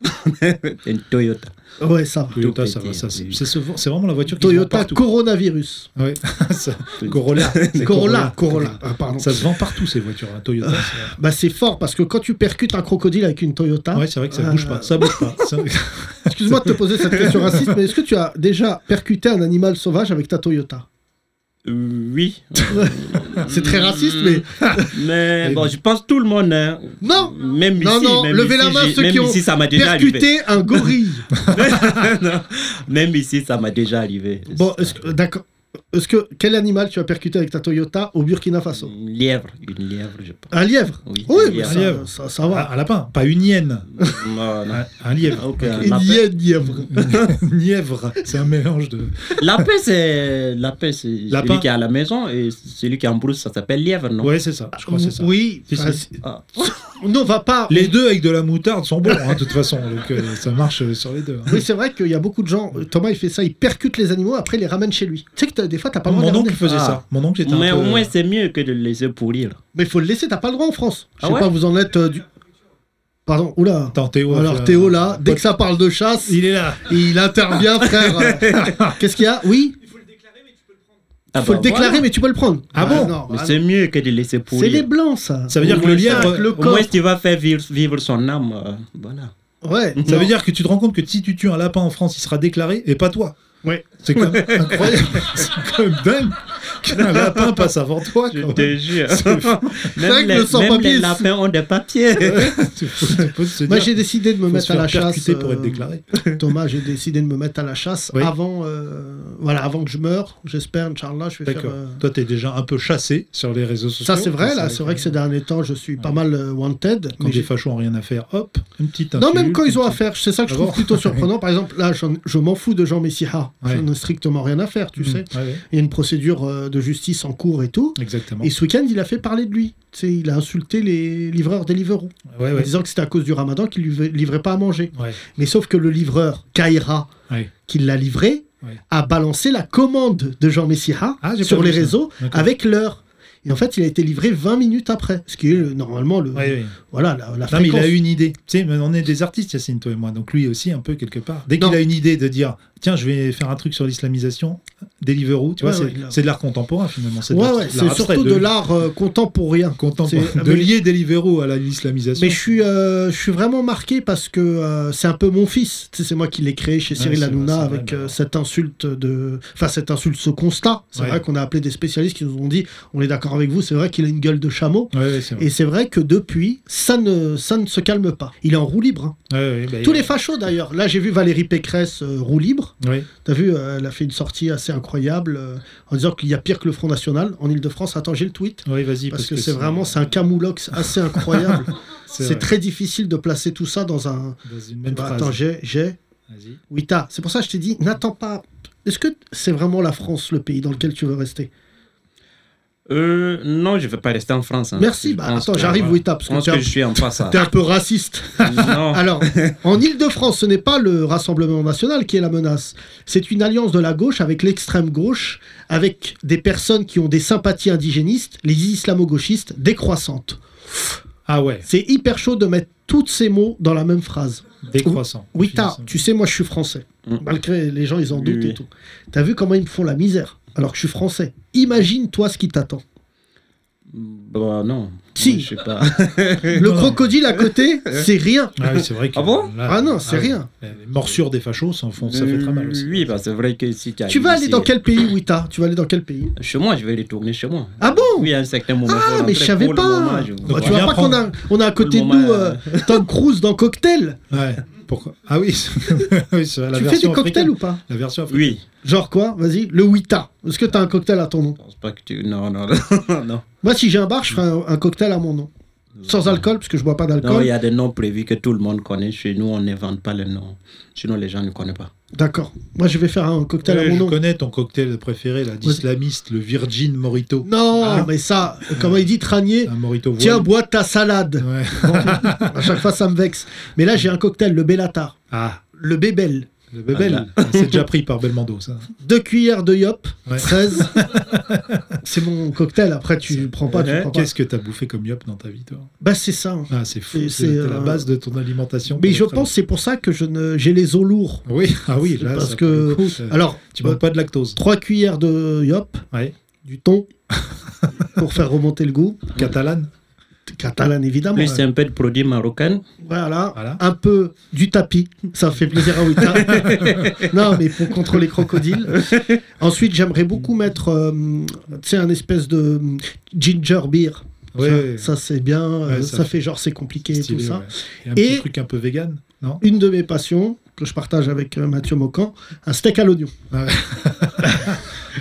Speaker 5: oui. Une Toyota.
Speaker 3: Ouais, ça va.
Speaker 4: Toyota, ça
Speaker 5: pété,
Speaker 4: va, ça, c'est
Speaker 5: oui.
Speaker 4: c'est souvent- c'est vraiment la voiture qui se vend
Speaker 3: Toyota
Speaker 4: partout.
Speaker 3: Coronavirus.
Speaker 4: Ouais, ça- Corolla. c'est
Speaker 3: Corolla, Corolla. Ah, pardon.
Speaker 4: Ça se vend partout ces voitures, hein, Toyota. c'est-
Speaker 3: Bah c'est fort parce que quand tu percutes un crocodile avec une Toyota,
Speaker 4: Ouais, c'est vrai que ça
Speaker 3: Euh,
Speaker 4: bouge pas, ça bouge pas. Ça-
Speaker 3: excuse-moi de te poser cette question raciste, mais est-ce que tu as déjà percuté un animal sauvage avec ta Toyota
Speaker 5: Euh, Oui. Hmm.
Speaker 3: C'est très raciste, mais
Speaker 5: Mm, Mais bon, je pense tout le monde. hein.
Speaker 3: non.
Speaker 5: Même
Speaker 3: Non,
Speaker 5: ici.
Speaker 3: non,
Speaker 5: même
Speaker 3: levez
Speaker 5: ici,
Speaker 3: la main
Speaker 5: j'ai-
Speaker 3: ceux
Speaker 5: même
Speaker 3: qui ont
Speaker 5: ici, ça m'a déjà arrivé.
Speaker 3: Percuter un gorille.
Speaker 5: Non, Même ici, ça m'a déjà arrivé.
Speaker 3: Bon, est-ce que- d'accord. Est-ce que quel animal tu as percuté avec ta Toyota au Burkina Faso
Speaker 5: Une lièvre. Une lièvre, je pense.
Speaker 3: Un lièvre.
Speaker 5: Oui,
Speaker 3: Oui,
Speaker 5: un
Speaker 3: mais
Speaker 5: lièvre.
Speaker 3: ça-
Speaker 4: Un lièvre.
Speaker 3: Ça, ça va.
Speaker 4: Ah, un lapin, pas une hyène.
Speaker 5: Non, non.
Speaker 4: Un, un lièvre. Ok.
Speaker 5: Ok, un
Speaker 3: Il y
Speaker 5: lapin.
Speaker 3: a une lièvre.
Speaker 4: Une lièvre, c'est un mélange de.
Speaker 5: Lapin, c'est lapin, c'est
Speaker 4: Lapin.
Speaker 5: celui qui est à la maison et celui qui est en brousse, ça s'appelle lièvre, non
Speaker 4: Ouais, c'est ça. Je crois que c'est ça.
Speaker 3: Oui.
Speaker 4: Si,
Speaker 3: enfin,
Speaker 4: si.
Speaker 3: c'est-
Speaker 5: Ah.
Speaker 3: Non, on va pas.
Speaker 4: Les deux avec de la moutarde sont bons, hein, de toute façon. Donc euh, ça marche euh, sur les deux. hein.
Speaker 3: Oui, c'est vrai qu'il y a beaucoup de gens. euh, Thomas, il fait ça, il percute les animaux, après il les ramène chez lui. Tu sais que t'as- des fois, t'as pas le droit
Speaker 4: Mon
Speaker 3: de les
Speaker 4: oncle
Speaker 3: ramener.
Speaker 4: faisait
Speaker 5: Ah.
Speaker 4: ça. Mon oncle était un
Speaker 5: Mais
Speaker 4: peu-
Speaker 5: au moins, c'est mieux que de le laisser pourrir.
Speaker 3: Mais faut le laisser, t'as pas le droit en France. Je
Speaker 5: Ah
Speaker 3: sais
Speaker 5: ouais
Speaker 3: pas, vous en êtes euh, du. Pardon, oula.
Speaker 4: Attends, Théo.
Speaker 3: Alors
Speaker 4: euh,
Speaker 3: Théo, là, dès que ça parle de chasse, il,
Speaker 4: Il est là.
Speaker 3: intervient, frère. Euh, Qu'est-ce qu'il y a Oui
Speaker 5: Ah
Speaker 3: Faut
Speaker 5: bah
Speaker 3: le déclarer,
Speaker 5: voilà.
Speaker 3: mais tu peux le prendre.
Speaker 4: Ah bon
Speaker 3: non,
Speaker 5: Mais
Speaker 3: ah
Speaker 5: c'est mieux que de laisser
Speaker 3: non. C'est les
Speaker 5: pourrir.
Speaker 3: blancs, ça.
Speaker 4: Ça veut dire
Speaker 5: Au
Speaker 4: que le
Speaker 5: moins, ça-
Speaker 4: lièvre.
Speaker 3: le
Speaker 5: Au moins,
Speaker 3: corps.
Speaker 5: tu vas faire vivre, vivre son âme. euh, voilà.
Speaker 3: Ouais.
Speaker 4: Ça
Speaker 3: non.
Speaker 4: veut dire que tu te rends compte que si tu tues un lapin en France, il sera déclaré et pas toi.
Speaker 3: Ouais.
Speaker 4: C'est quand même incroyable. c'est quand même dingue qu'un lapin passe avant toi.
Speaker 5: Je
Speaker 4: quand même.
Speaker 5: te jure.
Speaker 3: vrai
Speaker 5: même
Speaker 3: que
Speaker 5: les,
Speaker 3: le sans-papier,
Speaker 5: même les
Speaker 3: c'est-
Speaker 5: lapins ont des papiers.
Speaker 4: Tu peux- tu peux se
Speaker 3: Moi,
Speaker 4: dire,
Speaker 3: j'ai décidé de me
Speaker 4: faut
Speaker 3: mettre
Speaker 4: se
Speaker 3: à la
Speaker 4: faire
Speaker 3: chasse.
Speaker 4: percuter pour être
Speaker 3: euh,
Speaker 4: déclaré.
Speaker 3: Thomas, j'ai décidé de me mettre à la chasse
Speaker 4: Oui.
Speaker 3: avant, euh, voilà, avant que je meure. J'espère, Inch'Allah, je vais faire.
Speaker 4: D'accord.
Speaker 3: euh,
Speaker 4: Toi, t'es déjà un peu chassé sur les réseaux sociaux.
Speaker 3: Ça, c'est vrai, là. C'est vrai que ces derniers temps, je suis pas mal euh, wanted.
Speaker 4: Quand
Speaker 3: mais
Speaker 4: des
Speaker 3: j'ai-
Speaker 4: fachos ont rien à faire, hop, une petite
Speaker 3: Non,
Speaker 4: insulte,
Speaker 3: même quand
Speaker 4: une
Speaker 3: ils ont
Speaker 4: petite-
Speaker 3: affaire, c'est ça que je
Speaker 4: Ah
Speaker 3: trouve
Speaker 4: bon
Speaker 3: plutôt surprenant. Par exemple, là, j'en- je m'en fous de Jean Messiha.
Speaker 4: Ouais.
Speaker 3: J'en ai strictement rien à faire, tu
Speaker 4: Mm,
Speaker 3: sais.
Speaker 4: ouais, ouais,
Speaker 3: Il y a une procédure euh, de justice en cours et tout.
Speaker 4: Exactement.
Speaker 3: Et ce week-end, il a fait parler de lui. Tu sais, il a insulté les livreurs Deliveroo,
Speaker 4: Ouais,
Speaker 3: en
Speaker 4: ouais.
Speaker 3: disant que c'était à cause du ramadan qu'il lui livrait pas à manger.
Speaker 4: Ouais.
Speaker 3: Mais sauf que le livreur, Kaira,
Speaker 4: Ouais.
Speaker 3: qui l'a livré,
Speaker 4: Ouais.
Speaker 3: a balancé la commande de Jean Messiha
Speaker 4: Ah, j'ai
Speaker 3: sur
Speaker 4: pas
Speaker 3: les
Speaker 4: vu ça.
Speaker 3: réseaux
Speaker 4: D'accord.
Speaker 3: avec l'heure. Et en fait, il a été livré 20 minutes après, ce qui est euh, normalement le,
Speaker 4: Ouais, ouais.
Speaker 3: voilà, la, la
Speaker 4: Non, mais il
Speaker 3: fréquence.
Speaker 4: a eu une idée. Tu sais, mais on est des artistes, Yacine, toi et moi. Donc lui aussi, un peu quelque part. Dès
Speaker 3: Non.
Speaker 4: qu'il a une idée de dire tiens, je vais faire un truc sur l'islamisation, Deliveroo, tu
Speaker 3: Ouais,
Speaker 4: vois,
Speaker 3: ouais,
Speaker 4: c'est-
Speaker 3: là.
Speaker 4: c'est de l'art contemporain finalement. C'est de
Speaker 3: Ouais,
Speaker 4: l'art-
Speaker 3: ouais,
Speaker 4: de l'art
Speaker 3: c'est
Speaker 4: abstrait,
Speaker 3: surtout
Speaker 4: de-
Speaker 3: de l'art euh, contemporain.
Speaker 4: contemporain.
Speaker 3: c'est-
Speaker 4: De
Speaker 3: mais-
Speaker 4: lier Deliveroo à la- l'islamisation.
Speaker 3: Mais je suis, euh, je suis vraiment marqué parce que euh, c'est un peu mon fils. Tu sais, c'est moi qui l'ai créé chez
Speaker 4: Ouais,
Speaker 3: Cyril
Speaker 4: c'est
Speaker 3: Hanouna
Speaker 4: vrai, c'est
Speaker 3: avec
Speaker 4: vrai,
Speaker 3: euh,
Speaker 4: mais-
Speaker 3: cette insulte de, enfin cette insulte, ce constat. C'est
Speaker 4: Ouais.
Speaker 3: vrai qu'on a appelé des spécialistes qui nous ont dit, on est d'accord avec vous, c'est vrai qu'il a une gueule de chameau.
Speaker 4: Ouais, ouais, c'est vrai.
Speaker 3: Et c'est vrai que depuis, ça ne, ça ne se calme pas. Il est en roue libre. hein.
Speaker 4: Ouais, ouais, bah,
Speaker 3: Tous les fachos d'ailleurs. Là, j'ai vu Valérie Pécresse euh, roue libre.
Speaker 4: ouais.
Speaker 3: T'as vu, euh, elle a fait une sortie assez incroyable euh, en disant qu'il y a pire que le Front National en Ile-de-France. Attends, j'ai le tweet.
Speaker 4: Ouais, vas-y.
Speaker 3: Parce, que, c'est vraiment, c'est un camoulox assez incroyable. C'est très difficile de placer tout ça dans un.
Speaker 4: Dans une même
Speaker 3: Bah,
Speaker 4: phrase.
Speaker 3: attends, j'ai, j'ai.
Speaker 4: Vas-y.
Speaker 3: Oui, t'as. C'est pour ça que je t'ai dit, n'attends pas. Est-ce que c'est vraiment la France, le pays dans lequel tu veux rester
Speaker 5: Euh, non, je ne vais pas rester en France. hein.
Speaker 3: Merci.
Speaker 5: Je
Speaker 3: Bah,
Speaker 5: pense
Speaker 3: attends,
Speaker 5: que-
Speaker 3: j'arrive,
Speaker 5: voilà.
Speaker 3: Wita, parce
Speaker 5: Je
Speaker 3: que
Speaker 5: pense
Speaker 3: t'es
Speaker 5: que
Speaker 3: un,
Speaker 5: je suis en face. à-
Speaker 3: t'es un peu raciste.
Speaker 5: non.
Speaker 3: Alors, en Ile-de-France, ce n'est pas le Rassemblement national qui est la menace. C'est une alliance de la gauche avec l'extrême gauche, avec des personnes qui ont des sympathies indigénistes, les islamo-gauchistes décroissantes.
Speaker 4: Ah ouais,
Speaker 3: C'est hyper chaud de mettre tous ces mots dans la même phrase.
Speaker 4: décroissant.
Speaker 3: Oui, t'as,
Speaker 4: Finissons.
Speaker 3: tu sais, moi je suis français.
Speaker 5: Mm.
Speaker 3: Malgré les gens, ils en
Speaker 5: Oui,
Speaker 3: doutent et
Speaker 5: oui.
Speaker 3: tout. T'as vu comment ils me font la misère alors que je suis français. Imagine-toi ce qui t'attend.
Speaker 5: Bah, non.
Speaker 3: Si.
Speaker 5: Moi, je sais pas.
Speaker 3: Le
Speaker 4: Eh, non.
Speaker 3: crocodile à côté, c'est rien.
Speaker 4: Ah oui, c'est vrai que.
Speaker 5: Ah bon
Speaker 4: là,
Speaker 3: Ah non, c'est
Speaker 4: oui.
Speaker 3: rien.
Speaker 4: Les morsures des fachos, ça, en font- ça fait très mal aussi.
Speaker 5: Oui, bah, c'est vrai que si tu
Speaker 3: Tu vas aller
Speaker 5: ici-
Speaker 3: dans quel pays, Wita Tu vas aller dans quel pays
Speaker 5: Chez moi, je vais retourner chez moi.
Speaker 3: Ah bon
Speaker 5: Oui, à un certain moment. je vais
Speaker 3: Ah, mais
Speaker 5: rentrer.
Speaker 3: je savais
Speaker 5: Pour le moment,
Speaker 3: pas.
Speaker 5: je-
Speaker 3: Bah,
Speaker 4: Voilà.
Speaker 3: tu vois
Speaker 4: Viens
Speaker 3: pas qu'on a, on a à côté de
Speaker 5: moment,
Speaker 3: nous
Speaker 5: euh,
Speaker 3: euh, Tom Cruise dans Cocktail.
Speaker 4: Ouais. Pourquoi Ah oui, oui, c'est la
Speaker 3: tu fais des
Speaker 4: version
Speaker 3: cocktails
Speaker 4: africaine.
Speaker 3: ou pas
Speaker 4: La version africaine.
Speaker 5: Oui.
Speaker 3: Genre quoi Vas-y, le Wita. Est-ce que t'as un cocktail à ton nom
Speaker 5: Je pense pas que tu. Non, non, non. non.
Speaker 3: Moi, si j'ai un bar, je ferai un, un cocktail à mon nom. Sans alcool, parce que je bois pas
Speaker 5: Non, il y
Speaker 3: d'alcool.
Speaker 5: a des noms prévus que tout le monde connaît. Chez nous, on n'invente pas les noms. Sinon, les gens ne connaissent pas.
Speaker 3: D'accord. Moi, je vais faire un cocktail
Speaker 4: Ouais,
Speaker 3: à mon
Speaker 4: je
Speaker 3: nom.
Speaker 4: connais ton cocktail préféré, là, d'islamiste, le Virgin Morito.
Speaker 3: Non,
Speaker 4: Ah.
Speaker 3: mais ça, comment il dit Tranier
Speaker 4: Un Morito
Speaker 3: Tiens,
Speaker 4: voilé.
Speaker 3: bois ta salade.
Speaker 4: Ouais.
Speaker 3: À chaque fois, ça me vexe. Mais là, j'ai un cocktail, le Bellatar,
Speaker 4: Ah,
Speaker 3: le Bébel,
Speaker 4: le bébel. c'est déjà pris par Belmondo, ça.
Speaker 3: deux cuillères de yop,
Speaker 4: Ouais.
Speaker 3: 13. c'est mon cocktail. Après, tu prends pas, tu
Speaker 4: Ouais.
Speaker 3: prends pas.
Speaker 4: Qu'est-ce que t'as bouffé comme yop dans ta vie, toi
Speaker 3: Bah, c'est ça. hein.
Speaker 4: Ah, c'est fou.
Speaker 3: Et
Speaker 4: C'est
Speaker 3: c'est,
Speaker 4: la
Speaker 3: euh,
Speaker 4: base de ton alimentation.
Speaker 3: Mais
Speaker 4: pour
Speaker 3: je
Speaker 4: être
Speaker 3: pense que c'est pour ça que je ne... j'ai les os lourds.
Speaker 4: allemand. Oui, ah oui, là,
Speaker 3: Parce
Speaker 4: ça,
Speaker 3: que-
Speaker 4: pour le coup, ça-
Speaker 3: Alors,
Speaker 4: Euh,
Speaker 3: euh, bah,
Speaker 4: tu manques pas de lactose.
Speaker 3: trois cuillères de yop,
Speaker 4: Ouais.
Speaker 3: du thon, pour faire remonter le goût.
Speaker 4: Catalane.
Speaker 3: Catalane, évidemment.
Speaker 5: Plus c'est un peu de produits marocains.
Speaker 3: Voilà.
Speaker 4: Voilà.
Speaker 3: un peu du tapis, ça fait plaisir à Wita. non, mais pour contre les crocodiles. Ensuite, j'aimerais beaucoup mettre, euh, tu sais, un espèce de euh, ginger beer.
Speaker 4: Ouais,
Speaker 3: ça,
Speaker 4: ouais.
Speaker 3: ça, c'est bien, euh,
Speaker 4: Ouais, ça
Speaker 3: ça,
Speaker 4: fait-
Speaker 3: fait genre c'est compliqué et
Speaker 4: Ah, Stylé,
Speaker 3: tout ça.
Speaker 4: ouais. Et un
Speaker 3: Et-
Speaker 4: petit truc un peu vegan, non
Speaker 3: Une de mes passions que je partage avec euh, Mathieu Mocan, un steak à l'oignon.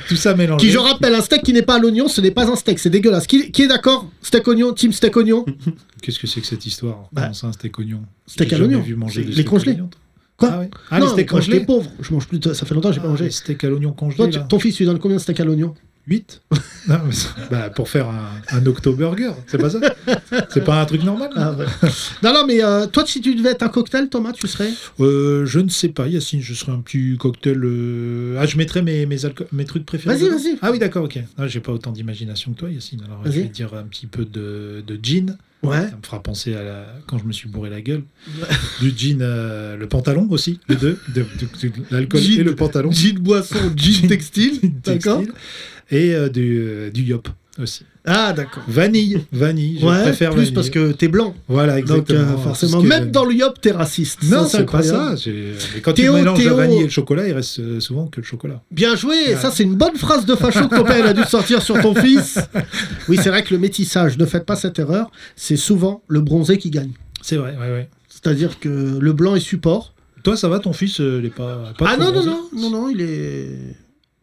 Speaker 4: Tout ça mélangé.
Speaker 3: Qui, je rappelle, un steak qui n'est pas à l'oignon, ce n'est pas un steak, c'est dégueulasse. Qui, qui est d'accord Steak oignon, team steak oignon
Speaker 4: Ah Qu'est-ce que c'est que cette histoire
Speaker 3: Bah,
Speaker 4: Comment ça, un steak oignon
Speaker 3: steak
Speaker 4: J'ai
Speaker 3: à
Speaker 4: jamais
Speaker 3: l'oignon.
Speaker 4: vu manger
Speaker 3: C'est-
Speaker 4: des
Speaker 3: les
Speaker 4: steaks
Speaker 3: congelés.
Speaker 4: oignons.
Speaker 3: Quoi
Speaker 4: Ah, ouais. Ah,
Speaker 3: non,
Speaker 4: les steaks
Speaker 3: moi, j'étais
Speaker 4: congelés
Speaker 3: pauvre, je mange plus, de- ça fait longtemps que j'ai pas
Speaker 4: Ah,
Speaker 3: mangé.
Speaker 4: les steaks à l'oignon
Speaker 3: Toi,
Speaker 4: congelé,
Speaker 3: tu-
Speaker 4: là.
Speaker 3: ton fils, tu lui donnes combien de steak à l'oignon
Speaker 4: 8 non, mais c'est- bah, Pour faire un, un octoburger, c'est pas ça C'est pas un truc normal
Speaker 3: Ah,
Speaker 4: là
Speaker 3: ouais. non, non, mais euh, toi, si tu devais être un cocktail, Thomas, tu serais
Speaker 4: Euh, Je ne sais pas, Yacine, je serais un petit cocktail... euh, Ah, je mettrais mes, mes, alco- mes trucs préférés.
Speaker 3: Vas-y,
Speaker 4: dedans.
Speaker 3: vas-y.
Speaker 4: Ah oui, d'accord, ok. Ah, J'ai pas autant d'imagination que toi, Yacine. Alors, je
Speaker 3: Vas-y.
Speaker 4: vais dire un petit peu de, de gin.
Speaker 3: Ouais.
Speaker 4: Ça me fera penser à la... quand je me suis bourré la gueule. Du jean, euh, le pantalon aussi, les deux. De, de- de- de l'alcool
Speaker 3: Jean-
Speaker 4: et le pantalon.
Speaker 3: Jean boisson, jean textile. D'accord.
Speaker 4: Textile. Et euh, du, euh, du yop aussi.
Speaker 3: Ah, d'accord.
Speaker 4: Vanille, vanille. Je
Speaker 3: Ouais, plus
Speaker 4: préfère vanille.
Speaker 3: parce que t'es blanc.
Speaker 4: Voilà,
Speaker 3: Donc,
Speaker 4: exactement.
Speaker 3: euh, forcément,
Speaker 4: Tout ce que
Speaker 3: même
Speaker 4: je-
Speaker 3: dans le yop, t'es raciste.
Speaker 4: Non,
Speaker 3: Ça,
Speaker 4: c'est pas
Speaker 3: incroyable.
Speaker 4: ça. j'ai- Mais quand
Speaker 3: Théo,
Speaker 4: tu mélanges
Speaker 3: Théo.
Speaker 4: la vanille et le chocolat, il reste euh, souvent que le chocolat.
Speaker 3: Bien joué.
Speaker 4: Ouais.
Speaker 3: Ça, c'est une bonne phrase de facho que ton père il a dû sortir sur ton fils. Oui, c'est vrai que le métissage, ne faites pas cette erreur, c'est souvent le bronzé qui gagne.
Speaker 4: C'est vrai, ouais, ouais.
Speaker 3: C'est-à-dire que le blanc est support.
Speaker 4: Toi, ça va, ton fils, euh, il est pas. pas
Speaker 3: ah
Speaker 4: trop
Speaker 3: non, non,
Speaker 4: bronzé Mmh.
Speaker 3: non, non, non, il est.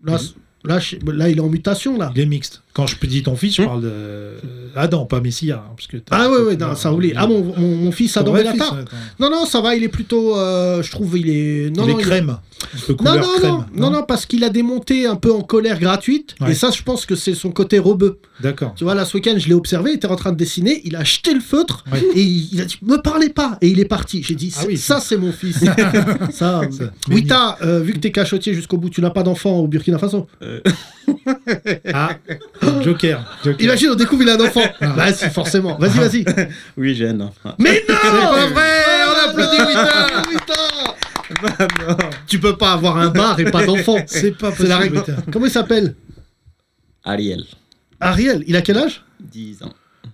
Speaker 3: Là, c- là, je- là, il est en mutation, là.
Speaker 4: Il est mixte. Quand je dis ton fils, je
Speaker 5: Hmm.
Speaker 4: parle de euh, Adam, pas Messia. hein, parce que t'as-
Speaker 3: Ah ouais, ouais,
Speaker 4: t'as-
Speaker 3: non, ça oublie. Ah, mon, mon, mon fils
Speaker 4: Ton
Speaker 3: adore
Speaker 4: vrai
Speaker 3: la
Speaker 4: fils,
Speaker 3: tarte.
Speaker 4: ouais, ton-
Speaker 3: Non, non, ça va, il est plutôt. euh, je trouve, il est. Non,
Speaker 4: il
Speaker 3: non,
Speaker 4: est
Speaker 3: il-
Speaker 4: crème. Un peu
Speaker 3: Non,
Speaker 4: couleur
Speaker 3: non,
Speaker 4: crème.
Speaker 3: non, non, non, parce qu'il a des montées un peu en colère gratuite.
Speaker 4: Ouais.
Speaker 3: Et ça, je pense que c'est son côté rebeu.
Speaker 4: D'accord.
Speaker 3: Tu vois, là, ce week-end, je l'ai observé, il était en train de dessiner, il a acheté le feutre
Speaker 4: Ouais.
Speaker 3: et il, il a dit Me parlez pas Et il est parti. J'ai dit
Speaker 4: Ah
Speaker 3: C'est-
Speaker 4: oui,
Speaker 3: Ça, c'est mon fils. ça, euh,
Speaker 4: mignon.
Speaker 3: Wita, euh, vu que t'es cachotier jusqu'au bout, tu n'as pas d'enfant au Burkina Faso.
Speaker 4: Ah, Joker. Joker.
Speaker 3: Imagine, on découvre il a un enfant.
Speaker 4: Ah.
Speaker 3: bah, si, forcément. Vas-y, vas-y.
Speaker 5: Oui, j'ai un enfant.
Speaker 3: Mais non C'est pas
Speaker 4: vrai, on applaudit
Speaker 3: Wita Tu peux pas avoir un bar et pas d'enfant.
Speaker 4: Bah, C'est pas
Speaker 3: C'est la
Speaker 4: possible,
Speaker 3: règle.
Speaker 4: putain.
Speaker 3: Comment il s'appelle
Speaker 5: Ariel,
Speaker 3: Ariel, il a quel âge
Speaker 5: 10 ans.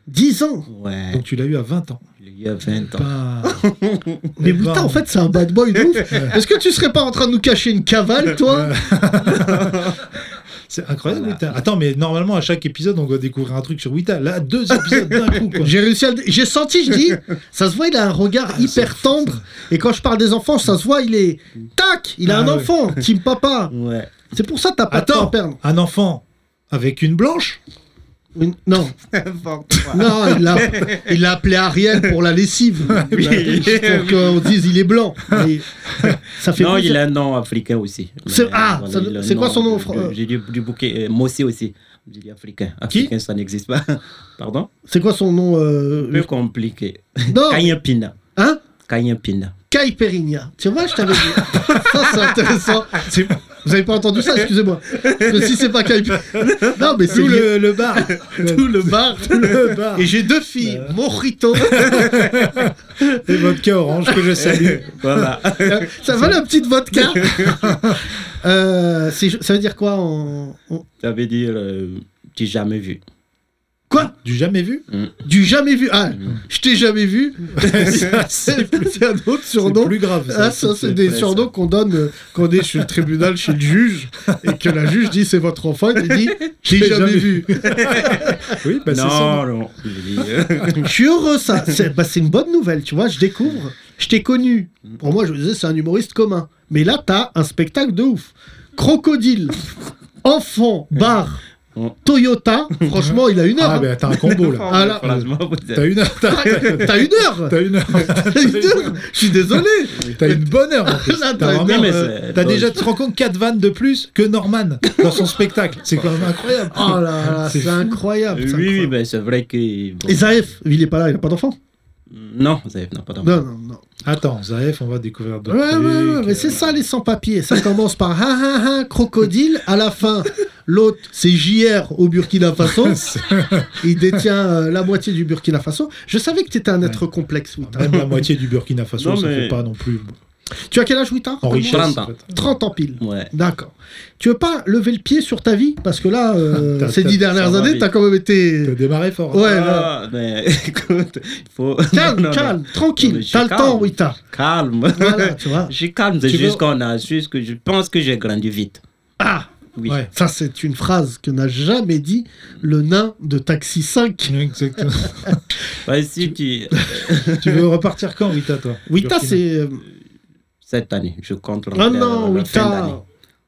Speaker 3: 10 ans.
Speaker 5: Ouais,
Speaker 4: Donc tu l'as eu à 20 ans.
Speaker 3: Oh.
Speaker 5: je l'ai eu à 20 ans.
Speaker 4: Pas-
Speaker 3: Mais
Speaker 4: Eh ben,
Speaker 3: putain, en fait, c'est un bad boy de ouf. Est-ce que tu serais pas en train de nous cacher une cavale, toi
Speaker 4: C'est incroyable,
Speaker 5: Voilà.
Speaker 4: Wita. Attends, mais normalement, à chaque épisode, on doit découvrir un truc sur Wita. Là, deux épisodes d'un coup, quoi.
Speaker 3: J'ai réussi à le- J'ai senti, je dis, ça se voit, il a un regard hyper tendre. Et quand je parle des enfants, ça se voit, il est. Tac Il a
Speaker 4: Ah
Speaker 3: un
Speaker 4: ouais.
Speaker 3: enfant, Team Papa.
Speaker 5: Ouais,
Speaker 3: C'est pour ça que t'as pas de temps à
Speaker 4: Attends,
Speaker 3: perdre.
Speaker 4: un enfant avec une blanche
Speaker 3: Une- Non, non, il l'a il l'a appelé Ariel pour la lessive.
Speaker 5: Oui.
Speaker 3: pour qu'on se dise, il est blanc. Mais ça fait
Speaker 5: Non,
Speaker 3: plaisir.
Speaker 5: il a un nom africain aussi.
Speaker 3: C'est-
Speaker 5: Mais,
Speaker 3: ah, ça-
Speaker 5: il a un
Speaker 3: c'est quoi son nom,
Speaker 5: de-
Speaker 3: Fran-
Speaker 5: de- J'ai dit du bouquet, euh, Mossé aussi. J'ai dit africain. Africain, ça n'existe pas. Pardon
Speaker 3: C'est quoi son nom euh,
Speaker 5: Plus compliqué.
Speaker 3: Non,
Speaker 5: Kanyapina.
Speaker 3: hein
Speaker 5: Kanyapina.
Speaker 3: Kai Perigna. Tu vois, je t'avais dit. ça, c'est intéressant. C'est- Vous avez pas entendu ça, excusez-moi. Parce que si c'est pas Kai Perigna- Non, mais c'est
Speaker 4: Tout
Speaker 3: le...
Speaker 4: le, le bar.
Speaker 3: tout le bar.
Speaker 4: le bar.
Speaker 3: Et j'ai deux filles, Morito.
Speaker 4: Et vodka orange que je salue.
Speaker 5: Voilà.
Speaker 3: Euh, ça va la petite vodka Euh, c'est- Ça veut dire quoi en... en-
Speaker 5: Ça veut dire, euh, tu jamais vu.
Speaker 3: Quoi
Speaker 4: Du jamais vu
Speaker 3: Du jamais vu. Ah, je t'ai jamais vu.
Speaker 4: Ça,
Speaker 3: c'est c'est un autre
Speaker 4: C'est
Speaker 3: surnom.
Speaker 4: plus grave.
Speaker 3: Ah, ça, c'est des
Speaker 5: vrai,
Speaker 3: surnoms qu'on donne euh, quand on est chez le tribunal, chez le juge, et que la juge dit c'est votre enfant, et il dit j'ai
Speaker 4: J'ai
Speaker 3: jamais
Speaker 4: jamais
Speaker 3: vu.
Speaker 4: Oui,
Speaker 3: Ben,
Speaker 4: bah, c'est ça.
Speaker 5: non, non. Je dis, euh,
Speaker 3: Je suis heureux, ça. C'est bah, c'est une bonne nouvelle, tu vois. Je découvre, je t'ai connu. Pour moi, je me disais c'est un humoriste commun. Mais là, t'as un spectacle de ouf. Crocodile, enfant, bar, Toyota. Franchement, il a une heure.
Speaker 4: Ah,
Speaker 3: hein.
Speaker 4: bah, t'as un combo, là.
Speaker 3: Ah, là.
Speaker 5: franchement, vous
Speaker 4: T'as
Speaker 5: êtes-
Speaker 4: une heure. T'as
Speaker 3: T'as une heure.
Speaker 4: t'as une heure.
Speaker 3: T'as une heure. Je suis désolé.
Speaker 4: T'as une bonne heure. en plus.
Speaker 3: Là, t'as
Speaker 4: T'as
Speaker 3: une
Speaker 4: vraiment,
Speaker 5: heure, mais
Speaker 4: euh,
Speaker 5: c'est-
Speaker 4: t'as
Speaker 5: bon,
Speaker 4: déjà,
Speaker 5: je-
Speaker 4: tu te rends compte, 4 vannes de plus que Norman dans son spectacle. C'est quand même incroyable.
Speaker 3: Oh là là, c'est
Speaker 4: fou.
Speaker 3: incroyable.
Speaker 5: Oui,
Speaker 3: c'est
Speaker 5: oui,
Speaker 3: incroyable.
Speaker 5: ben, c'est vrai que. bon.
Speaker 3: Et Zaef, il est pas là, il a pas d'enfant
Speaker 5: Non, Zaïf n'a pas d'enfant.
Speaker 3: Non, non, non.
Speaker 4: Attends, Zaef, on va découvrir
Speaker 3: Ouais,
Speaker 4: d'autres
Speaker 3: ouais,
Speaker 4: trucs.
Speaker 3: ouais, mais
Speaker 5: euh.
Speaker 3: c'est ça les sans-papiers. Ça commence par ha ha ha, crocodile. À la fin, l'autre, c'est JR au Burkina Faso. Il détient euh, la moitié du Burkina Faso. Je savais que t'étais un être complexe, Wita.
Speaker 4: Même la moitié du Burkina Faso,
Speaker 5: Non,
Speaker 4: ça
Speaker 5: mais-
Speaker 4: fait pas non plus
Speaker 3: Tu as quel âge, Wita
Speaker 4: en richesse.
Speaker 5: 30
Speaker 4: en
Speaker 5: ans.
Speaker 4: fait.
Speaker 3: 30 ans pile.
Speaker 5: Ouais.
Speaker 3: D'accord. Tu veux pas lever le pied sur ta vie Parce que là, euh,
Speaker 4: T'as-
Speaker 3: ces
Speaker 4: t'as-
Speaker 3: dix
Speaker 5: ça
Speaker 3: dernières
Speaker 5: va
Speaker 3: années,
Speaker 5: vite.
Speaker 3: t'as quand même été.
Speaker 4: T'as démarré fort. hein.
Speaker 3: Ouais,
Speaker 5: Ah, mais écoute, il faut.
Speaker 3: Calme,
Speaker 5: Non, non.
Speaker 3: calme,
Speaker 5: Non,
Speaker 3: tranquille.
Speaker 5: mais je suis
Speaker 3: T'as le temps,
Speaker 5: calme.
Speaker 3: Wita.
Speaker 5: Calme.
Speaker 3: Voilà, tu vois.
Speaker 5: Je suis calme, c'est
Speaker 4: Tu
Speaker 5: juste
Speaker 4: veux-
Speaker 5: qu'on a juste que je pense que j'ai grandi vite.
Speaker 3: Ah
Speaker 5: Oui.
Speaker 4: Ouais.
Speaker 3: Ça, c'est une phrase que n'a jamais dit le nain de Taxi 5.
Speaker 4: Exactement.
Speaker 5: Ouais, Bah, si tu...
Speaker 4: tu veux repartir quand, Wita, toi
Speaker 3: Wita,
Speaker 4: Burkina.
Speaker 3: c'est. euh,
Speaker 5: Cette année, je compte
Speaker 3: Ah
Speaker 5: rentrer
Speaker 3: non,
Speaker 5: à la fin d'année.
Speaker 3: Wita.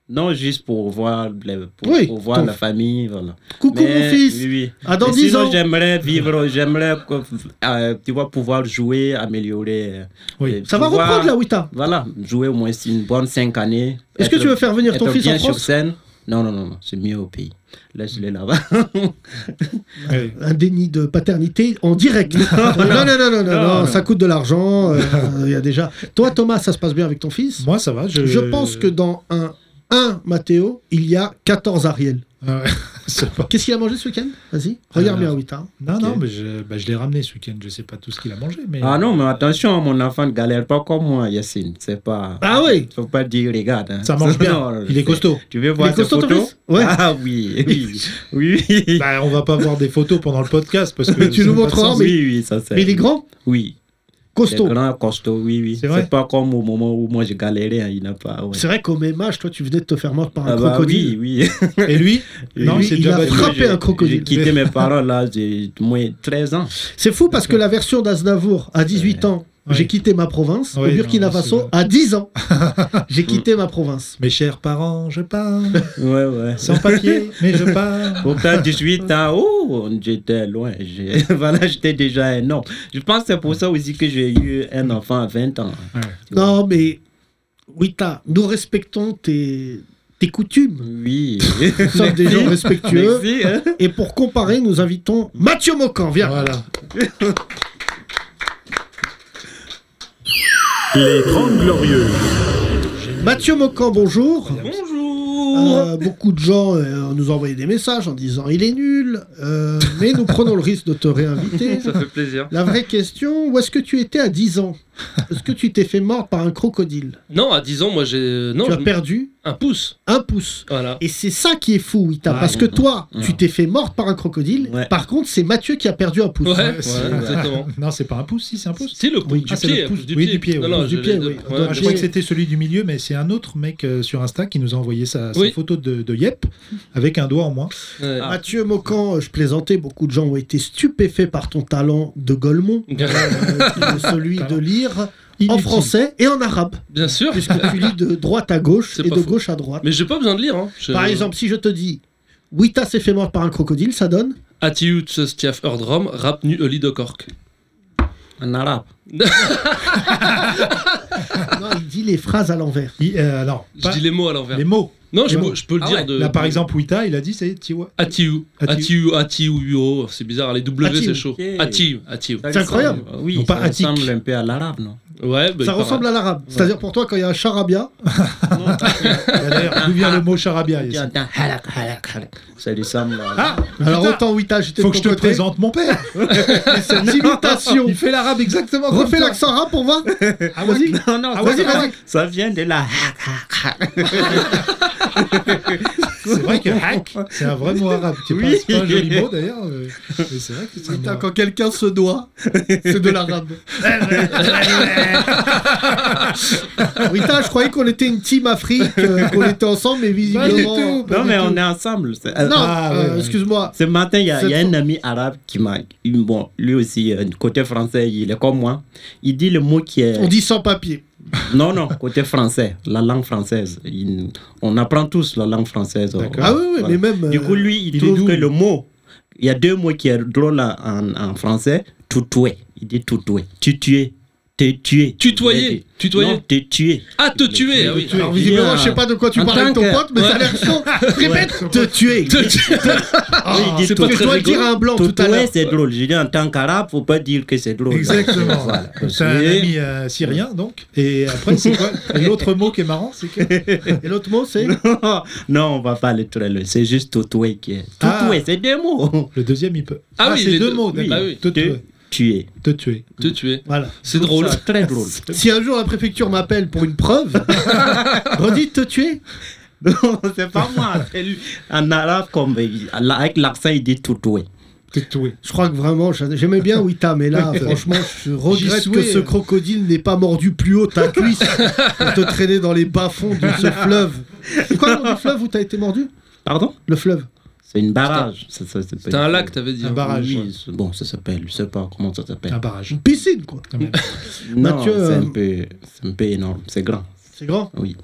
Speaker 5: Non, juste pour voir, les- pour,
Speaker 3: Oui,
Speaker 5: pour voir
Speaker 3: ton-
Speaker 5: la famille, voilà.
Speaker 3: Coucou
Speaker 5: Mais-
Speaker 3: mon fils.
Speaker 5: Oui, oui.
Speaker 3: Ah, dans
Speaker 5: Mais
Speaker 3: 10
Speaker 5: sinon,
Speaker 3: ans.
Speaker 5: j'aimerais vivre, j'aimerais, que- euh, tu vois, pouvoir jouer, améliorer. euh,
Speaker 4: Oui.
Speaker 5: et
Speaker 3: Ça va
Speaker 5: pouvoir-
Speaker 3: reprendre là, Wita.
Speaker 5: Voilà, jouer au moins une bonne cinq années.
Speaker 3: Est-ce que
Speaker 5: être-
Speaker 3: tu veux faire venir ton
Speaker 5: être
Speaker 3: fils
Speaker 5: bien
Speaker 3: en
Speaker 5: sur
Speaker 3: France Mm.
Speaker 5: scène Non, non, non, non, c'est mieux au pays. Laisse-le là-bas.
Speaker 4: Ouais.
Speaker 3: Un déni de paternité en direct. non, non, non, non, non, non,
Speaker 5: non.
Speaker 3: ça coûte de l'argent. euh, Il y a déjà. Toi, Thomas, ça se passe bien avec ton fils
Speaker 4: Moi, ça va. Je,
Speaker 3: Je pense que dans un 1 Mathéo, il y a 14 Ariel.
Speaker 4: Ah ouais, c'est pas-
Speaker 3: Qu'est-ce qu'il a mangé ce week-end Vas-y, regarde
Speaker 4: Alors.
Speaker 3: bien, Wita.
Speaker 4: Non, non,
Speaker 5: Ok.
Speaker 4: mais je, bah, je l'ai ramené ce week-end. Je sais pas tout ce qu'il a mangé. Mais...
Speaker 5: Ah non, mais attention, mon enfant ne galère pas comme moi, Yacine. C'est pas.
Speaker 3: Ah oui
Speaker 5: Faut pas dire, regarde. hein.
Speaker 4: Ça mange bien.
Speaker 5: Non,
Speaker 4: Il est
Speaker 5: c'est-
Speaker 4: costaud.
Speaker 5: Tu veux voir
Speaker 3: Il est
Speaker 5: ses
Speaker 3: costaud, ton
Speaker 5: photos
Speaker 3: fils Ouais.
Speaker 5: Ah oui, oui, oui. Oui,
Speaker 4: Bah, on va pas voir des photos pendant le podcast parce que.
Speaker 3: Tu
Speaker 4: ça
Speaker 3: nous
Speaker 4: n'a pas de
Speaker 3: montreras,
Speaker 4: sens.
Speaker 3: mais-
Speaker 5: oui, ça c'est.
Speaker 3: Mais il est grand
Speaker 5: Oui. Il est
Speaker 3: Costaud.
Speaker 5: grand, costaud, oui, oui.
Speaker 4: C'est vrai
Speaker 5: C'est pas comme au moment où moi j'ai galéré, hein, il n'a pas. ouais.
Speaker 3: C'est vrai qu'au même âge, toi, tu venais de te faire mordre par un
Speaker 5: Ah bah
Speaker 3: crocodile.
Speaker 5: oui, oui.
Speaker 4: Et lui
Speaker 5: Et
Speaker 4: Non,
Speaker 5: lui,
Speaker 4: c'est
Speaker 3: il
Speaker 4: déjà
Speaker 3: a
Speaker 4: battu.
Speaker 3: frappé.
Speaker 5: Moi, j'ai-
Speaker 3: un crocodile.
Speaker 5: J'ai quitté mes parents là, j'ai moins 13 ans.
Speaker 3: C'est fou parce que la version d'Aznavour à 18 ans,
Speaker 4: Ouais.
Speaker 3: j'ai quitté ma province.
Speaker 4: Ouais,
Speaker 3: au Burkina
Speaker 4: non, c'est
Speaker 3: Faso,
Speaker 4: vrai.
Speaker 3: à 10 ans, j'ai quitté ma province.
Speaker 4: Mes chers parents, je pars.
Speaker 5: Ouais, ouais.
Speaker 4: Sans papier, mais je pars.
Speaker 5: Pourtant, 18 ans, oh, j'étais loin. j'ai- voilà, j'étais déjà un homme. Je pense que c'est pour ça aussi que j'ai eu un enfant à 20 ans.
Speaker 4: Ouais.
Speaker 5: Tu vois.
Speaker 3: Non, mais Wita, nous respectons tes, tes coutumes.
Speaker 5: Oui.
Speaker 3: Nous sommes des gens respectueux.
Speaker 5: Merci, hein.
Speaker 3: Et pour comparer, nous invitons Mathieu Mocan. Viens.
Speaker 4: Voilà.
Speaker 1: Les 30 Glorieuses.
Speaker 3: Mathieu Mocan, bonjour.
Speaker 5: Bonjour.
Speaker 3: Euh, beaucoup de gens euh, nous ont envoyé des messages en disant il est nul, euh, mais nous prenons le risque de te réinviter.
Speaker 6: Ça fait plaisir.
Speaker 3: La vraie question, où est-ce que tu étais à 10 ans Est-ce que tu t'es fait mordre par un crocodile
Speaker 6: Non, à 10 ans, moi j'ai. Non,
Speaker 3: Tu as
Speaker 6: je-
Speaker 3: perdu
Speaker 6: un pouce.
Speaker 3: un pouce.
Speaker 6: Voilà.
Speaker 3: Et c'est ça qui est fou, Ita,
Speaker 4: Ouais.
Speaker 3: parce que toi,
Speaker 5: Ouais.
Speaker 3: tu t'es fait mordre par un crocodile.
Speaker 5: Ouais.
Speaker 3: Par contre, c'est Mathieu qui a perdu un pouce.
Speaker 6: Ouais, ouais,
Speaker 4: c'est-
Speaker 6: exactement.
Speaker 4: Non, c'est pas un pouce, si, c'est un pouce.
Speaker 6: Si, le pouce
Speaker 4: Oui,
Speaker 6: du
Speaker 4: ah, c'est le
Speaker 6: pied.
Speaker 4: pouce- oui, du pied,
Speaker 6: Non,
Speaker 4: oui,
Speaker 6: non,
Speaker 3: pouce du
Speaker 6: je-
Speaker 3: pied, oui.
Speaker 6: le- ouais,
Speaker 4: Ah, je
Speaker 6: le
Speaker 4: crois que
Speaker 6: pied.
Speaker 4: c'était celui du milieu, mais c'est un autre mec euh, sur Insta qui nous a envoyé sa, sa
Speaker 6: Oui.
Speaker 4: photo de, de Yep avec un doigt en moins.
Speaker 6: Ouais.
Speaker 5: Ah.
Speaker 3: Mathieu Mocan, euh, je plaisantais, beaucoup de gens ont été stupéfaits par ton talent de Golemont, euh, celui de lire en
Speaker 4: Inutile.
Speaker 3: français et en arabe,
Speaker 6: Bien sûr.
Speaker 3: puisque tu lis de droite à gauche
Speaker 6: C'est
Speaker 3: et
Speaker 6: pas
Speaker 3: de
Speaker 6: faux.
Speaker 3: gauche à droite.
Speaker 6: Mais j'ai pas besoin de lire. Hein. Je-
Speaker 3: Par exemple, si je te dis Wita s'est fait mordre par un crocodile, ça donne
Speaker 6: Atiut Stiaf Erdrom, rap nu Oli de Cork.
Speaker 5: En arabe.
Speaker 3: Non, il dit les phrases à l'envers.
Speaker 4: Il- euh, alors,
Speaker 6: Je
Speaker 4: pas-
Speaker 6: dis les mots à l'envers.
Speaker 4: les mots.
Speaker 6: Non, je,
Speaker 4: les mots.
Speaker 6: je peux le
Speaker 5: Ah
Speaker 6: dire
Speaker 5: ouais,
Speaker 6: de.
Speaker 4: Là, par exemple, Wita, il a dit c'est Tiwa.
Speaker 6: Atiu.
Speaker 4: Atiu.
Speaker 6: Atiu, Atiu, Uo. C'est bizarre, les W
Speaker 3: Atiu.
Speaker 6: c'est chaud.
Speaker 5: Ok.
Speaker 6: Atiu, Atiu.
Speaker 3: C'est incroyable.
Speaker 5: Oui,
Speaker 4: Non, pas
Speaker 5: ça
Speaker 4: attique.
Speaker 5: ressemble un peu à l'arabe, non
Speaker 6: Ouais, bah,
Speaker 3: ça
Speaker 6: il paraît.
Speaker 3: ressemble à l'arabe. C'est-à-dire pour toi, quand il y a un charabia,
Speaker 4: Bah, D'ailleurs, d'où vient le mot charabia ici
Speaker 5: Ça ressemble à...
Speaker 4: Ah
Speaker 3: alors
Speaker 4: putain,
Speaker 3: autant Wita, j'étais
Speaker 4: Faut
Speaker 3: de
Speaker 4: que je
Speaker 3: ton
Speaker 4: te
Speaker 3: côté,
Speaker 4: présente mon père
Speaker 3: mais c'est une imitation.
Speaker 4: Il fait l'arabe exactement comme
Speaker 3: Refais
Speaker 4: toi.
Speaker 3: l'accent arabe, on va
Speaker 4: Ah, vas-y
Speaker 5: Non, non,
Speaker 4: Ah,
Speaker 5: ça-
Speaker 4: vas-y,
Speaker 3: vas-y.
Speaker 5: Ça vient de là.
Speaker 4: C'est vrai que hack, c'est un vrai mot arabe. qui est pas-
Speaker 5: Oui.
Speaker 4: C'est pas, un joli mot d'ailleurs. Mais, mais c'est vrai que c'est un mot
Speaker 3: Putain,
Speaker 4: arabe.
Speaker 3: quand quelqu'un se doit, c'est de l'arabe. Rita, je croyais qu'on était une team Afrique, euh, qu'on était ensemble, mais visiblement.
Speaker 4: Pas du tout.
Speaker 5: Non, mais on est ensemble. C'est-
Speaker 3: Non,
Speaker 4: Ah,
Speaker 3: euh,
Speaker 4: ouais, ouais.
Speaker 3: excuse-moi.
Speaker 5: Ce matin, il y, a il y a
Speaker 3: Cette-
Speaker 5: un ami arabe qui m'a. il- Bon, lui aussi, euh, côté français, il est comme moi. Il dit le mot qui est.
Speaker 3: On dit sans papier.
Speaker 5: Non, non, côté français, la langue française. Il- On apprend tous la langue française.
Speaker 4: D'accord.
Speaker 3: Ah oui, oui,
Speaker 5: Voilà.
Speaker 3: mais même.
Speaker 5: Du
Speaker 3: euh,
Speaker 5: coup, lui, il,
Speaker 4: il est
Speaker 5: trouve
Speaker 4: doux.
Speaker 5: que le mot. Il y a deux mots qui est drôle en, en- en français. Tutoué. Il dit tutoué. Tutué. T'es tué.
Speaker 6: Tutoyer.
Speaker 5: Il a dit.
Speaker 6: Tutoyer.
Speaker 5: Non, t'es tué.
Speaker 6: Ah, te tuer, ah oui.
Speaker 3: Alors, euh, visiblement,
Speaker 5: il y a-
Speaker 3: je sais pas de quoi tu
Speaker 5: en
Speaker 3: parles avec
Speaker 5: tant
Speaker 3: ton
Speaker 5: que-
Speaker 3: pote, mais ça a l'air chaud. Répète, te tuer.
Speaker 6: Te tuer.
Speaker 3: Ah,
Speaker 5: Oui, il dit
Speaker 6: c'est
Speaker 3: c'est
Speaker 6: pas
Speaker 3: pas
Speaker 5: tutoué.
Speaker 6: très
Speaker 3: toi
Speaker 6: rigolo.
Speaker 3: dire à un blanc tout à
Speaker 5: Tutoué,
Speaker 3: l'heure.
Speaker 5: c'est drôle. Je dis en tant qu'arabe, faut pas dire que c'est drôle.
Speaker 4: Exactement.
Speaker 5: Voilà.
Speaker 4: C'est un
Speaker 5: Et-
Speaker 4: ami euh, syrien, donc. Et après, c'est quoi Et L'autre mot qui est marrant, c'est que.
Speaker 3: Et l'autre mot, c'est.
Speaker 5: non, on va pas aller très loin. C'est juste Totoué qui est.
Speaker 4: Ah.
Speaker 5: Totoué, c'est deux mots.
Speaker 4: Le deuxième, il peut.
Speaker 6: Ah oui,
Speaker 4: c'est
Speaker 6: les
Speaker 4: deux
Speaker 6: deux-
Speaker 4: mots,
Speaker 6: oui,
Speaker 4: d'accord.
Speaker 6: bah oui.
Speaker 4: Te tuer.
Speaker 5: Te tuer.
Speaker 4: Te tuer.
Speaker 6: Te tuer.
Speaker 3: Voilà.
Speaker 6: C'est drôle.
Speaker 5: Ça, Très drôle.
Speaker 3: Si un jour la préfecture m'appelle pour une preuve, redis te tuer.
Speaker 5: Non, c'est pas moi. c'est lui. En arabe, comme, il- avec l'accent, il dit Totoué.
Speaker 4: Te tuer.
Speaker 3: Je crois que vraiment, j'a- j'aimais bien Wita, mais là, franchement, je regrette
Speaker 4: J'y
Speaker 3: que
Speaker 4: souhait,
Speaker 3: ce
Speaker 4: euh.
Speaker 3: crocodile n'ait pas mordu plus haut ta cuisse pour te traîner dans les bas-fonds de ce fleuve. C'est quoi le nom du fleuve où t'as été mordu
Speaker 5: Pardon
Speaker 3: Le fleuve.
Speaker 5: C'est une barrage. Ça, ça s'appelle.
Speaker 6: C'était un lac, t'avais dit. hein.
Speaker 4: Un barrage.
Speaker 5: Oui,
Speaker 4: ouais. Ah.
Speaker 5: c'est- bon, ça s'appelle. Je sais pas comment ça s'appelle.
Speaker 4: Un barrage.
Speaker 3: Une piscine, quoi.
Speaker 6: Ah
Speaker 5: Non,
Speaker 3: Mathieu,
Speaker 5: c'est
Speaker 3: euh,
Speaker 5: un, peu- c'est un peu énorme. C'est grand.
Speaker 3: C'est grand.
Speaker 5: Oui.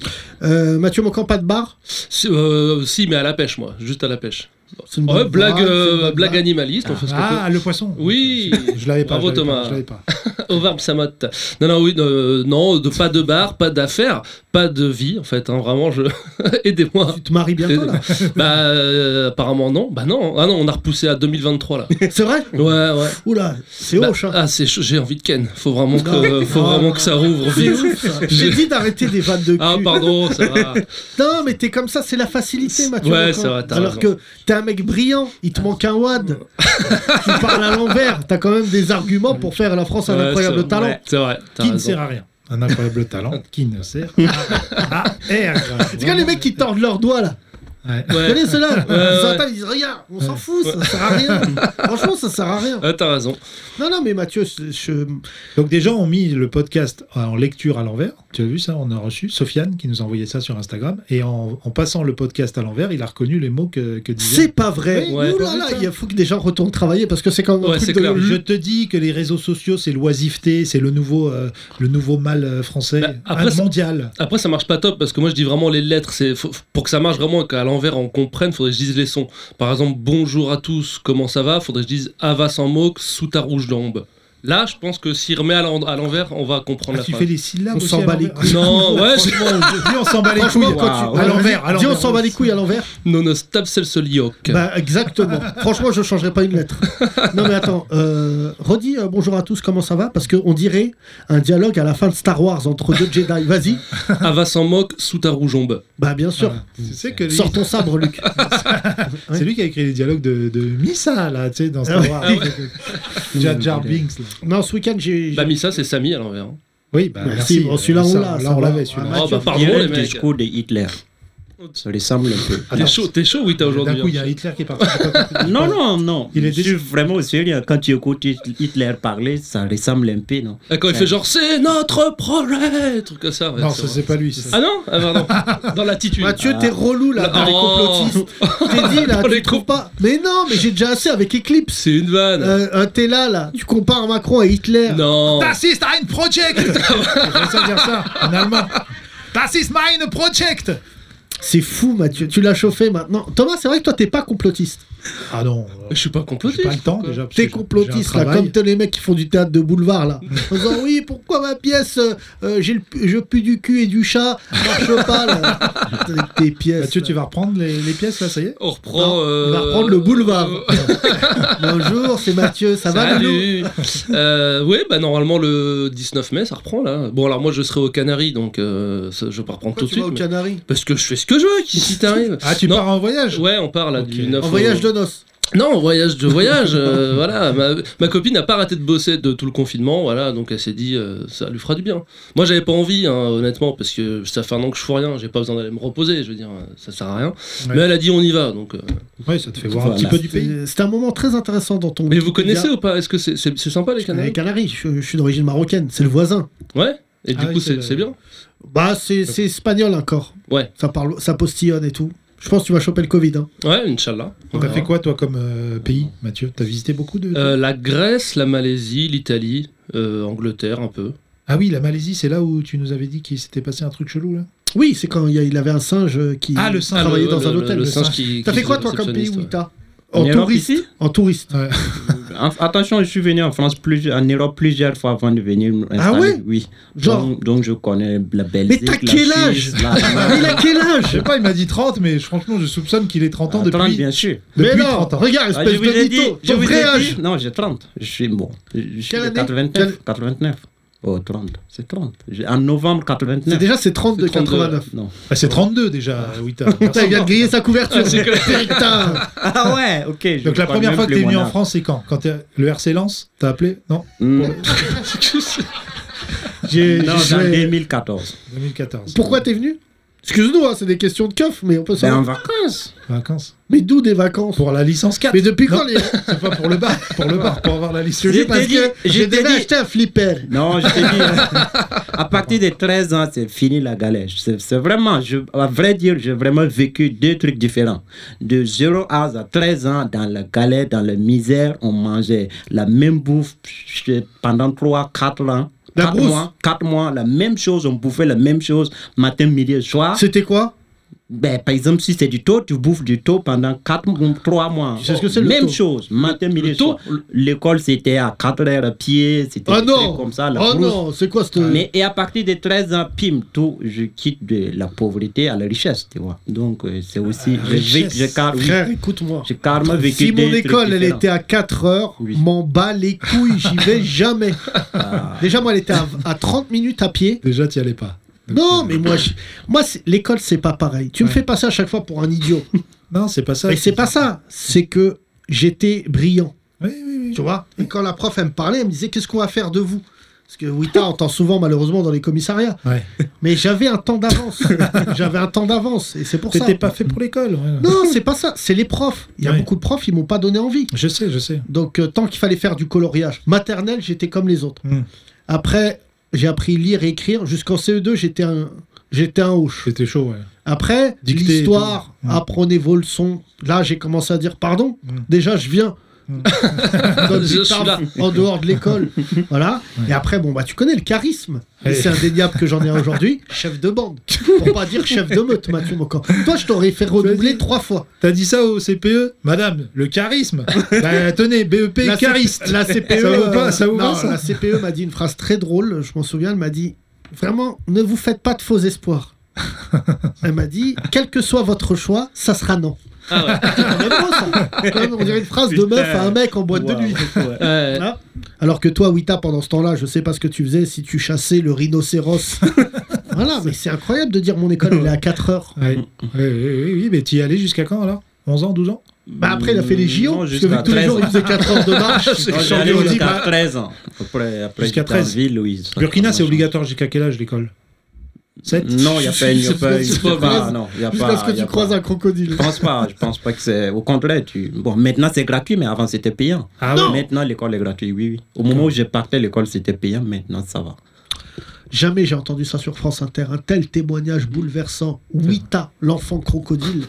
Speaker 3: Euh, Mathieu Mocan, pas de bar
Speaker 6: Si, euh, si, mais à la pêche, moi. Juste à la pêche.
Speaker 3: C'est une
Speaker 6: Ouais,
Speaker 3: bonne
Speaker 6: blague,
Speaker 3: blague,
Speaker 6: euh,
Speaker 3: c'est une bonne
Speaker 6: blague
Speaker 3: blague.
Speaker 6: animaliste, on fait ce qu'on
Speaker 4: Ah, le poisson.
Speaker 6: Oui.
Speaker 4: Je l'avais pas.
Speaker 6: Bravo,
Speaker 4: je l'avais pas,
Speaker 6: Thomas.
Speaker 4: Je l'avais pas.
Speaker 6: peut. Au verbe samote. Non, non, oui, euh, non, de, pas de bar, pas d'affaires, pas de vie, en fait. hein, vraiment, je... aidez-moi.
Speaker 3: Tu te maries bientôt, là
Speaker 6: Bah, euh, apparemment, non. Bah, non. Ah non, on a repoussé à 2023, là.
Speaker 3: C'est vrai
Speaker 6: Ouais, ouais.
Speaker 3: Oula, c'est
Speaker 6: Bah,
Speaker 3: hoche, hein.
Speaker 6: ah, c'est chaud, j'ai envie de Ken. Faut vraiment que,
Speaker 3: Non.
Speaker 6: faut
Speaker 3: Non.
Speaker 6: vraiment que ça rouvre
Speaker 3: C'est
Speaker 6: vite.
Speaker 3: ouf, ça. J'ai dit d'arrêter des vannes de cul.
Speaker 6: Ah, pardon, ça va.
Speaker 3: Non, mais t'es comme ça, c'est la facilité, Mathieu.
Speaker 6: Ouais,
Speaker 3: Mocan.
Speaker 6: c'est vrai, t'as
Speaker 3: Alors
Speaker 6: raison.
Speaker 3: que t'es un mec brillant, il te manque un WAD. tu parles à l'envers, t'as quand même des arguments pour faire la France un
Speaker 6: Ouais,
Speaker 3: incroyable
Speaker 6: c'est-
Speaker 3: talent.
Speaker 6: ouais, C'est vrai. t'as
Speaker 4: Qui ne
Speaker 6: raison.
Speaker 4: sert à rien. Un incroyable talent qui ne sert à rien.
Speaker 3: C'est quand les mecs qui tordent leurs doigts là.
Speaker 4: Ouais.
Speaker 3: Vous
Speaker 6: Ouais.
Speaker 3: connaissez ceux-là
Speaker 6: ouais.
Speaker 3: Ils entendent, ils disent Regarde, on s'en fout, ça sert à rien. Franchement, ça sert à rien.
Speaker 6: Ah, t'as raison.
Speaker 3: Non, non, mais Mathieu, c'est- je.
Speaker 4: Donc des gens ont mis le podcast en lecture à l'envers. Tu as vu ça On a reçu Sofiane qui nous a envoyé ça sur Instagram. Et en, en passant le podcast à l'envers, il a reconnu les mots que, que disait.
Speaker 3: C'est pas vrai.
Speaker 6: Oui, ouais.
Speaker 3: Ouh là là, il faut que des gens retournent travailler parce que c'est quand même un
Speaker 6: Ouais,
Speaker 3: truc
Speaker 6: c'est
Speaker 3: de-
Speaker 6: clair.
Speaker 4: Je te dis que les réseaux sociaux, c'est l'oisiveté, c'est le nouveau, euh, le nouveau mal euh, français,
Speaker 6: Bah, après,
Speaker 4: un
Speaker 6: ça-
Speaker 4: mondial.
Speaker 6: Après, ça marche pas top parce que moi je dis vraiment les lettres. C'est faut- pour que ça marche vraiment et qu'à l'envers on comprenne, faudrait que je dise les sons. Par exemple, bonjour à tous, comment ça va Faudrait que je dise Ava sans moque, sous ta rouge lambe. Là, je pense que s'il remet à l'en- à l'envers, on va comprendre
Speaker 4: Ah,
Speaker 6: la
Speaker 4: tu
Speaker 6: phrase.
Speaker 4: fais les syllabes.
Speaker 3: On
Speaker 4: aussi
Speaker 3: s'en
Speaker 4: à
Speaker 3: bat les
Speaker 4: l'envers.
Speaker 3: couilles.
Speaker 6: Non, ouais, je-
Speaker 4: Dis, on s'en bat les couilles. hein.
Speaker 3: Franchement, quand
Speaker 5: Waouh.
Speaker 3: tu.
Speaker 4: À
Speaker 3: Ouais,
Speaker 4: l'envers,
Speaker 3: vas-y,
Speaker 4: à
Speaker 3: Dis, on
Speaker 4: l'envers.
Speaker 3: s'en bat les couilles à l'envers.
Speaker 6: non, non, stab celle se liok.
Speaker 3: Bah, exactement. Franchement, je changerai pas une lettre. Non, mais attends. Euh, redis euh, bonjour à tous, comment ça va Parce qu'on dirait un dialogue à la fin de Star Wars entre deux Jedi. Vas-y.
Speaker 6: Ava sans moque, sous ta rougeombe.
Speaker 3: Bah, bien sûr.
Speaker 4: Tu sais que lui-
Speaker 3: Sors ton sabre, Luc. Ouais.
Speaker 4: c'est lui qui a écrit les dialogues de, de Missa, là, tu sais, dans Star Wars. Jar Jar Binks, là.
Speaker 3: Non, ce week-end, j'ai.
Speaker 6: Bah, Missa, c'est Samy à l'envers. hein.
Speaker 4: Oui, bah,
Speaker 3: Merci.
Speaker 4: merci.
Speaker 3: Bon, celui-là, on
Speaker 4: Ça,
Speaker 3: l'a,
Speaker 4: Là, on
Speaker 3: ça
Speaker 4: l'avait,
Speaker 3: va.
Speaker 4: celui-là.
Speaker 3: Ah,
Speaker 6: Oh, bah, pardon,
Speaker 5: Il y a
Speaker 6: les
Speaker 5: le
Speaker 6: mecs. Ah,
Speaker 5: discours de Hitler. Ça ressemble un peu.
Speaker 6: T'es chaud, t'es chaud, oui, t'as aujourd'hui.
Speaker 4: Ah, D'un coup, il y a
Speaker 6: hein.
Speaker 4: Hitler qui est parti. J'ai pas compris.
Speaker 5: Non, non, non.
Speaker 4: Il est
Speaker 5: Je suis
Speaker 4: déçu.
Speaker 5: vraiment sérieux. Quand tu écoutes Hitler parler, ça ressemble un peu, non
Speaker 6: Ah, Quand il fait genre, c'est notre projet, un truc comme ça. ouais,
Speaker 4: Non, ça,
Speaker 6: c'est vrai.
Speaker 4: c'est pas lui. ça.
Speaker 6: Ah non Ah, pardon. Dans l'attitude.
Speaker 3: Mathieu, t'es relou là, dans les
Speaker 6: Oh.
Speaker 3: complotistes. T'es dit là,
Speaker 6: Dans
Speaker 3: tu
Speaker 6: les
Speaker 3: trouves
Speaker 6: compl-
Speaker 3: pas. Mais non, mais j'ai déjà assez avec Eclipse.
Speaker 6: C'est une vanne.
Speaker 3: Euh, euh, t'es là là, tu compares Macron à Hitler.
Speaker 6: Non.
Speaker 4: Das ist ein Project J'aime ça dire ça en allemand. Das ist mein Project
Speaker 3: C'est fou, Mathieu. Tu l'as chauffé maintenant. Thomas, c'est vrai que toi, t'es pas complotiste.
Speaker 4: Ah non, euh,
Speaker 6: Je suis pas complotiste.
Speaker 4: j'ai pas le temps
Speaker 6: pourquoi
Speaker 4: déjà. parce
Speaker 3: T'es
Speaker 4: que j'ai-
Speaker 3: complotiste,
Speaker 4: j'ai un
Speaker 3: là,
Speaker 4: travail.
Speaker 3: comme t'es les mecs qui font du théâtre de boulevard, là. En disant, oui, pourquoi ma pièce, euh, euh, j'ai le, je pue du cul et du chat, marche pas, là. Avec tes pièces.
Speaker 4: Mathieu,
Speaker 3: là.
Speaker 4: tu vas reprendre les, les pièces là, ça y est
Speaker 6: On reprend. euh,
Speaker 3: Il va reprendre le boulevard.
Speaker 6: euh,
Speaker 3: Bonjour, c'est Mathieu, ça va, Loulou
Speaker 6: Salut. euh, ouais, bah normalement le 19 mai, ça reprend là. Bon, alors moi je serai aux Canaries, donc euh, ça, je vais pas reprendre
Speaker 3: Pourquoi
Speaker 6: tout
Speaker 3: tu vas
Speaker 6: de suite.
Speaker 3: aux
Speaker 6: mais-
Speaker 3: Canaries
Speaker 6: Parce que je fais ce que je veux, qui si t'arrive.
Speaker 4: Ah, tu
Speaker 6: Non.
Speaker 4: pars en voyage
Speaker 6: Ouais, on parle là
Speaker 4: Ok.
Speaker 6: du 9
Speaker 3: En
Speaker 6: au-
Speaker 3: voyage de noces.
Speaker 6: Non, en voyage de voyage. euh, voilà, ma, ma copine n'a pas arrêté de bosser de tout le confinement, voilà, donc elle s'est dit euh, ça lui fera du bien. Moi j'avais pas envie, hein, honnêtement, parce que ça fait un an que je fous rien, j'ai pas besoin d'aller me reposer, je veux dire, euh, ça sert à rien.
Speaker 4: Ouais.
Speaker 6: Mais elle a dit on y va, donc. euh,
Speaker 4: Ouais, ça te fait voir un
Speaker 5: Voilà.
Speaker 4: petit peu du pays.
Speaker 3: C'est c'est un moment très intéressant dans ton.
Speaker 6: Bah, Mais vous
Speaker 3: Wikipédia.
Speaker 6: connaissez ou pas Est-ce que c'est c'est- c'est sympa les
Speaker 3: Les
Speaker 6: Canaries
Speaker 3: Canaries, je, je suis d'origine marocaine, c'est le voisin.
Speaker 6: Ouais. Et
Speaker 4: Ah
Speaker 6: du
Speaker 4: oui,
Speaker 6: coup
Speaker 4: c'est
Speaker 6: c'est
Speaker 4: le-
Speaker 6: c'est bien.
Speaker 3: Bah, c'est c'est espagnol encore.
Speaker 6: Ouais.
Speaker 3: Ça, parle, ça postillonne et tout. Je pense que tu vas choper le Covid. hein.
Speaker 6: Ouais, Inch'Allah. on
Speaker 4: T'as
Speaker 6: verra.
Speaker 4: fait quoi toi comme euh, pays, Mathieu T'as visité beaucoup de...
Speaker 6: Euh, La Grèce, la Malaisie, l'Italie, euh, Angleterre un peu.
Speaker 4: Ah oui, la Malaisie, c'est là où tu nous avais dit qu'il s'était passé un truc chelou là
Speaker 3: Oui, c'est quand il, y a- il avait un singe euh, qui
Speaker 4: Ah, le singe.
Speaker 6: Ah,
Speaker 3: travaillait
Speaker 6: le-
Speaker 3: dans
Speaker 6: le-
Speaker 3: un
Speaker 6: le-
Speaker 3: hôtel.
Speaker 6: le
Speaker 3: le
Speaker 6: singe
Speaker 3: singe.
Speaker 6: qui-
Speaker 3: T'as
Speaker 6: qui
Speaker 3: fait quoi
Speaker 6: faisait
Speaker 3: toi comme pays où
Speaker 6: réceptionniste, ouais.
Speaker 3: t'as
Speaker 5: On
Speaker 3: En
Speaker 5: est en
Speaker 3: touriste.
Speaker 5: Russie
Speaker 3: En touriste.
Speaker 4: Ouais.
Speaker 5: En- Attention, je suis venu en France, plus, en Europe plusieurs fois avant de venir m'installer.
Speaker 3: Ah ouais
Speaker 5: Oui.
Speaker 3: Genre.
Speaker 5: Donc, donc je connais la
Speaker 3: Mais
Speaker 5: Belgique.
Speaker 3: t'as
Speaker 5: la
Speaker 3: quel âge
Speaker 5: Suisse, la-
Speaker 4: Ah,
Speaker 3: Mais Ah, il a quel
Speaker 4: Je sais
Speaker 3: âge
Speaker 4: pas, il m'a dit 30, mais je- franchement, je soupçonne qu'il est 30 ans
Speaker 5: Ah, 30,
Speaker 4: depuis,
Speaker 5: bien sûr.
Speaker 3: Mais
Speaker 4: depuis
Speaker 3: non,
Speaker 4: 30 ans.
Speaker 3: regarde,
Speaker 5: Ah, je
Speaker 3: espèce
Speaker 5: vous ai
Speaker 3: de
Speaker 5: dit,
Speaker 3: mytho.
Speaker 5: je
Speaker 3: Ton
Speaker 5: vous
Speaker 3: vrai
Speaker 5: ai dit.
Speaker 3: âge.
Speaker 5: Non, j'ai 30. Je suis bon. Je suis
Speaker 3: Quelle
Speaker 5: de
Speaker 3: année
Speaker 5: 89. 89. Oh, 30. C'est 30. J'ai- En novembre
Speaker 3: C'est
Speaker 5: 89.
Speaker 3: déjà c'est 30 de
Speaker 6: C'est 32.
Speaker 3: 89.
Speaker 5: Non.
Speaker 4: Ah, c'est 32 déjà, euh, oui, t'as-
Speaker 3: Putain, il vient de griller sa couverture.
Speaker 6: c'est clair.
Speaker 3: Putain.
Speaker 5: Ah ouais, ok. je
Speaker 4: Donc la
Speaker 5: parle
Speaker 4: première
Speaker 5: même
Speaker 4: fois que
Speaker 5: plus
Speaker 4: t'es venu
Speaker 5: mon
Speaker 4: en
Speaker 5: âge.
Speaker 4: France, c'est quand Quand t'es- le RC Lens, t'as appelé Non
Speaker 5: Mm.
Speaker 4: J'ai
Speaker 5: Non,
Speaker 4: j'ai
Speaker 5: en
Speaker 4: joué
Speaker 5: 2014.
Speaker 4: 2014.
Speaker 3: Pourquoi t'es venu Excuse-nous, hein, c'est des questions de keuf, mais on peut
Speaker 5: Ben, en
Speaker 3: savoir.
Speaker 5: vacances.
Speaker 4: Vacances.
Speaker 3: Mais d'où des vacances
Speaker 4: Pour la licence 4.
Speaker 3: Mais depuis
Speaker 4: Non.
Speaker 3: quand les.
Speaker 4: C'est pas pour le bar, pour le bar, pour avoir la licence.
Speaker 5: J'ai
Speaker 3: Parce
Speaker 5: dit-
Speaker 3: que j'ai
Speaker 5: j'ai
Speaker 3: déjà
Speaker 5: dit-
Speaker 3: acheté un flipper.
Speaker 5: Non, je t'ai dit, à partir de 13 ans, c'est fini la galère. C'est c'est vraiment, je, à vrai dire, j'ai vraiment vécu deux trucs différents. De 0 à 13 ans, dans la galère, dans la misère, on mangeait la même bouffe je- pendant 3, 4 ans.
Speaker 3: La
Speaker 5: 4
Speaker 3: brousse.
Speaker 5: mois, 4 mois, la même chose, on bouffait la même chose, matin, midi et soir.
Speaker 3: C'était quoi
Speaker 5: Ben, par exemple, si c'est du taux, tu bouffes du taux pendant 4 ou 3 mois.
Speaker 3: Tu sais ce que c'est, le
Speaker 5: Même
Speaker 3: taux
Speaker 5: chose, matin, midi et
Speaker 6: le taux,
Speaker 5: soir. L'école, c'était à 4 heures à pied, c'était
Speaker 3: Oh
Speaker 5: des
Speaker 3: non
Speaker 5: trucs comme ça. La
Speaker 3: Oh
Speaker 5: brousse.
Speaker 3: non, c'est quoi cette.
Speaker 5: Mais et à partir de 13 ans, pim, tout, je quitte de la pauvreté à la richesse, tu vois. Donc euh, c'est aussi,
Speaker 4: la
Speaker 5: j'ai vécu-
Speaker 4: richesse.
Speaker 5: j'ai car- oui,
Speaker 3: Ah, Frère, écoute-moi.
Speaker 5: j'ai carrément vécu
Speaker 3: Si
Speaker 5: des
Speaker 3: mon
Speaker 5: trucs
Speaker 3: école, elle
Speaker 5: différents.
Speaker 3: était à 4 heures,
Speaker 5: Oui.
Speaker 3: m'en bats les couilles, j'y vais jamais.
Speaker 5: Ah.
Speaker 3: Déjà, moi, elle était à, à 30 minutes à pied.
Speaker 4: Déjà, t'y allais pas. Donc,
Speaker 3: Non,
Speaker 4: euh,
Speaker 3: mais moi, je- moi c'est- l'école, c'est pas pareil. Tu me
Speaker 4: Ouais.
Speaker 3: fais passer à chaque fois pour un idiot.
Speaker 4: Non, c'est pas ça.
Speaker 3: Mais c'est pas ça. C'est que j'étais brillant.
Speaker 4: Oui, oui, oui.
Speaker 3: Tu vois Et quand la prof, elle me parlait, elle me disait Qu'est-ce qu'on va faire de vous Parce que Wita entend souvent, malheureusement, dans les commissariats.
Speaker 4: Ouais.
Speaker 3: Mais j'avais un temps d'avance. j'avais un temps d'avance. Et c'est pour ça.
Speaker 4: T'étais pas fait pour l'école. ouais.
Speaker 3: Non, c'est pas ça. C'est les profs. Il y a
Speaker 4: Ouais.
Speaker 3: beaucoup de profs, ils m'ont pas donné envie.
Speaker 4: Je sais, je sais.
Speaker 3: Donc, euh, tant qu'il fallait faire du coloriage. Maternelle, j'étais comme les autres.
Speaker 4: Mm.
Speaker 3: Après, j'ai appris lire et écrire. Jusqu'en CE2, j'étais un, j'étais un hauche.
Speaker 4: C'était chaud, ouais.
Speaker 3: Après,
Speaker 4: Dictée et
Speaker 3: l'histoire,
Speaker 4: tout. Mm.
Speaker 3: apprenez vos leçons. Là, j'ai commencé à dire pardon.
Speaker 4: Mm.
Speaker 3: Déjà, je viens.
Speaker 4: Mm.
Speaker 3: Comme
Speaker 6: Je
Speaker 3: du
Speaker 6: suis
Speaker 3: taf
Speaker 6: là.
Speaker 3: en dehors de l'école. voilà. Et après, bon, bah, tu connais le charisme. Et
Speaker 4: Ouais.
Speaker 3: c'est indéniable que j'en ai un aujourd'hui. Chef de bande. Pour pas dire chef de meute, Mathieu Mocan. Toi, je t'aurais fait redoubler trois fois.
Speaker 4: T'as dit ça au CPE Madame, le charisme Bah, Tenez, BEP,
Speaker 3: La C- E,
Speaker 4: chariste
Speaker 3: La CPE.
Speaker 4: Ça vous va,
Speaker 3: euh,
Speaker 4: ça vous va,
Speaker 3: non,
Speaker 4: ça
Speaker 3: La CPE m'a dit une phrase très drôle, je m'en souviens, elle m'a dit Vraiment, ne vous faites pas de faux espoirs. elle m'a dit Quel que soit votre choix, ça sera non.
Speaker 6: Ah ouais.
Speaker 3: C'est quand même beau, ça. Quand même, on dirait une phrase de meuf à un mec en boîte de nuit.
Speaker 6: Ouais.
Speaker 3: Voilà. Alors que toi, Wita, pendant ce temps-là, je sais pas ce que tu faisais si tu chassais le rhinocéros. voilà, mais c'est
Speaker 4: Mm,
Speaker 3: incroyable de dire mon école elle est à 4 heures.
Speaker 4: Ouais. Oui, oui, oui, oui, mais t'y allais jusqu'à quand alors 11 ans, 12 ans
Speaker 3: Bah après, il a fait les JO.
Speaker 5: Mm, Non,
Speaker 3: parce que
Speaker 5: jusqu'à
Speaker 3: vu que tous les
Speaker 5: 13
Speaker 3: jours, il faisait 4 heures de marche.
Speaker 4: C'est
Speaker 5: Non, j'ai
Speaker 4: champion,
Speaker 5: allé
Speaker 4: on dit,
Speaker 5: jusqu'à
Speaker 4: bah,
Speaker 5: 13 ans. Après, après
Speaker 4: Jusqu'à
Speaker 5: j'étais en
Speaker 4: 13.
Speaker 5: ville, oui. ça
Speaker 4: Burkina,
Speaker 5: commence.
Speaker 4: c'est obligatoire jusqu'à quel âge l'école 7
Speaker 5: Non, il n'y a pas, il y a pas, il y a
Speaker 6: C'est pas
Speaker 5: pas, non, il y a
Speaker 3: Jusqu'à ce
Speaker 5: pas.
Speaker 3: que
Speaker 5: il Ah, y a
Speaker 3: tu croises
Speaker 5: pas.
Speaker 3: un crocodile.
Speaker 5: Je pense pas, je pense pas que c'est. Au contraire, tu. Bon, maintenant c'est gratuit, mais avant c'était payant.
Speaker 4: Ah
Speaker 3: Non.
Speaker 4: ouais.
Speaker 5: Maintenant l'école est gratuite, oui, oui. Au moment où je partais, l'école c'était payant, maintenant ça va.
Speaker 3: Jamais j'ai entendu ça sur France Inter. Un tel témoignage
Speaker 4: Mm.
Speaker 3: bouleversant. Wita, l'enfant crocodile.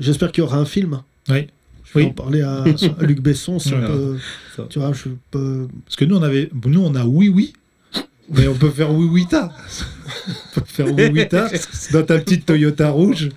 Speaker 3: J'espère qu'il y aura un film.
Speaker 4: Oui.
Speaker 3: Je vais
Speaker 4: Oui.
Speaker 3: en parler à, à Luc Besson. si on
Speaker 4: Ouais.
Speaker 3: peut-
Speaker 4: Ça.
Speaker 3: tu vois, je peux.
Speaker 4: Parce que nous, on avait, nous, on a oui oui, mais on peut faire oui oui ta. On peut faire oui oui ta dans ta petite Toyota rouge.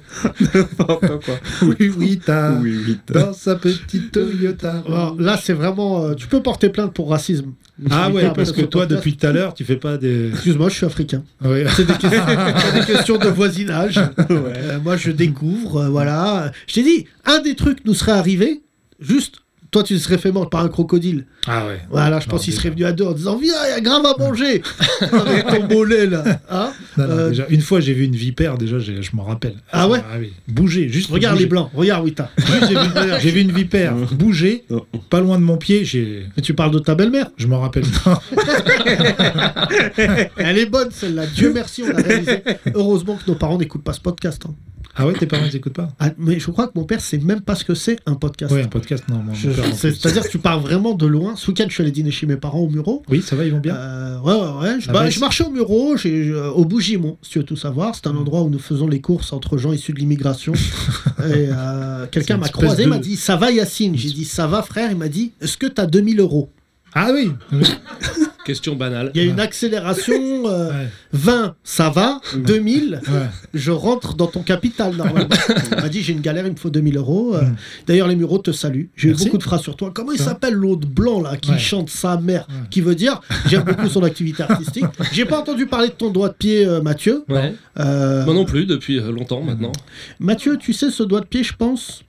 Speaker 4: Oui oui ta.
Speaker 5: oui.
Speaker 4: Dans sa petite Toyota.
Speaker 3: Alors, là, c'est vraiment. euh, tu peux porter plainte pour racisme.
Speaker 4: Ah
Speaker 3: Wita,
Speaker 4: ouais, parce que
Speaker 3: sur
Speaker 4: toi,
Speaker 3: podcast-
Speaker 4: depuis tout à l'heure, tu fais pas des.
Speaker 3: Excuse-moi, je suis africain.
Speaker 4: Ouais.
Speaker 3: C'est des, questions- c'est des questions de voisinage. Euh, moi, je découvre, euh, voilà. Je t'ai dit, un des trucs nous serait arrivé, juste, toi, tu te serais fait mordre par un crocodile.
Speaker 4: Ah ouais.
Speaker 3: Voilà, je pense
Speaker 4: Non,
Speaker 3: qu'il
Speaker 4: déjà.
Speaker 3: serait venu à deux en disant, viens, il y a grave à manger avec ton mollet, là. Hein
Speaker 4: Non, Ah, non,
Speaker 3: Euh,
Speaker 4: déjà, une fois, j'ai vu une vipère, déjà, j'ai- je m'en rappelle.
Speaker 3: Ah ouais
Speaker 4: oui. Bouger, juste.
Speaker 3: regarde
Speaker 4: bouger.
Speaker 3: les blancs, regarde Wita.
Speaker 4: Juste, J'ai vu, une- j'ai vu une vipère bouger, pas loin de mon pied, j'ai.
Speaker 3: Mais tu parles de ta belle-mère.
Speaker 4: Je m'en rappelle. Non.
Speaker 3: Elle est bonne, celle-là. Dieu merci, on l'a réalisée. Heureusement que nos parents n'écoutent pas ce podcast. hein.
Speaker 4: Ah ouais, tes parents, ils écoutent pas
Speaker 3: Ah, mais je crois que mon père sait même pas ce que c'est un podcast.
Speaker 4: Oui, un podcast, non. moi, mon
Speaker 3: Je-
Speaker 4: père, en
Speaker 3: c'est-
Speaker 4: plus.
Speaker 3: C'est-à-dire que tu pars vraiment de loin. Ce week-end, je suis allé dîner chez mes parents au Muro.
Speaker 4: Oui, ça va, ils vont bien.
Speaker 3: Euh, ouais, ouais, ouais. Je,
Speaker 4: Ah
Speaker 3: bah,
Speaker 4: bah,
Speaker 3: je
Speaker 4: c'est-
Speaker 3: marchais au Muro, j'ai- je- au Bougimont, si tu veux tout savoir.
Speaker 4: Mm.
Speaker 3: C'est un endroit où nous faisons les courses entre gens issus de l'immigration. Et, euh,
Speaker 4: C'est
Speaker 3: Quelqu'un
Speaker 4: une
Speaker 3: m'a
Speaker 4: espèce
Speaker 3: croisé,
Speaker 4: de-
Speaker 3: m'a dit Ça va, Yacine J'ai dit Ça va, frère Il m'a dit Est-ce que t'as 2000 euros
Speaker 4: Ah oui.
Speaker 6: Question banale.
Speaker 3: Il y a une accélération euh,
Speaker 4: Ouais.
Speaker 3: 20, ça va 2000
Speaker 4: Ouais.
Speaker 3: je rentre dans ton capital normalement. On m'a dit j'ai une galère, il me faut 2000 euros. Euh,
Speaker 4: Mm.
Speaker 3: D'ailleurs, les mureaux te saluent. J'ai eu
Speaker 4: Merci.
Speaker 3: beaucoup de phrases sur toi. Comment il
Speaker 4: Ça.
Speaker 3: s'appelle l'autre blanc là qui
Speaker 4: Ouais.
Speaker 3: chante sa mère
Speaker 4: Ouais.
Speaker 3: Qui veut dire j'aime beaucoup son activité artistique. J'ai pas entendu parler de ton doigt de pied, euh, Mathieu.
Speaker 6: Ouais.
Speaker 3: Euh,
Speaker 6: Moi non plus, depuis euh, longtemps maintenant.
Speaker 3: Mathieu, tu sais ce doigt de pied, je pense.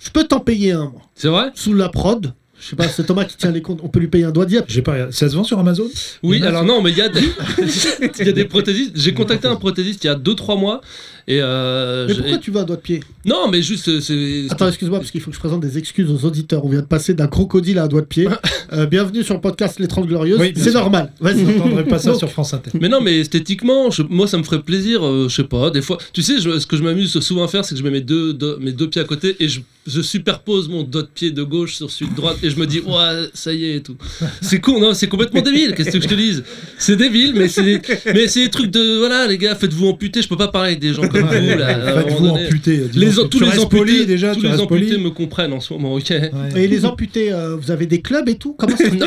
Speaker 3: Je peux t'en payer un moi.
Speaker 6: C'est vrai
Speaker 3: sous la prod. Je sais pas, c'est Thomas qui tient les comptes. On peut lui payer un doigt de diable.
Speaker 4: J'ai pas regardé. Ça se vend sur Amazon Il
Speaker 6: Oui,
Speaker 4: y en a
Speaker 6: alors non, mais il y a des, il y a des prothésistes. J'ai contacté un prothésiste il y a 2-3 mois. Et euh,
Speaker 3: Mais
Speaker 6: je-
Speaker 3: pourquoi tu veux un doigt de pied
Speaker 6: Non, mais juste, euh, c'est.
Speaker 3: Attends, excuse-moi, parce qu'il faut que je présente des excuses aux auditeurs. On vient de passer d'un crocodile à un doigt de pied. Euh, bienvenue sur le podcast Les 30 Glorieuses.
Speaker 4: Oui, bien
Speaker 3: c'est
Speaker 4: sûr.
Speaker 3: normal.
Speaker 4: Vous
Speaker 3: Vas-y.
Speaker 4: n'entendrez pas ça
Speaker 3: Donc,
Speaker 4: sur France Inter.
Speaker 6: Mais non, mais esthétiquement, je- moi ça me ferait plaisir, euh, je sais pas, des fois. Tu sais, je- ce que je m'amuse souvent à faire, c'est que je mets mes deux, deux- mes deux pieds à côté et je, je superpose mon doigt de pied de gauche sur celui de droite et je me dis, ouais, ça y est et tout. C'est con, non, c'est complètement débile, qu'est-ce que je te dise C'est débile, mais c'est des, mais c'est des trucs de. Voilà, les gars, faites-vous amputer, je peux pas parler avec des gens comme vous là. à un moment
Speaker 4: Faites-vous
Speaker 6: donné.
Speaker 4: amputer. dis
Speaker 6: Les-
Speaker 4: donc.
Speaker 6: tous
Speaker 4: Tu
Speaker 6: les
Speaker 4: restes
Speaker 6: amputés,
Speaker 4: poli, déjà,
Speaker 6: tous
Speaker 4: tu
Speaker 6: les
Speaker 4: restes
Speaker 6: amputés
Speaker 4: poli.
Speaker 6: me comprennent en ce moment, ok.
Speaker 4: Ouais.
Speaker 3: Et les amputés, euh, vous avez des clubs et tout Comment ça se fait non.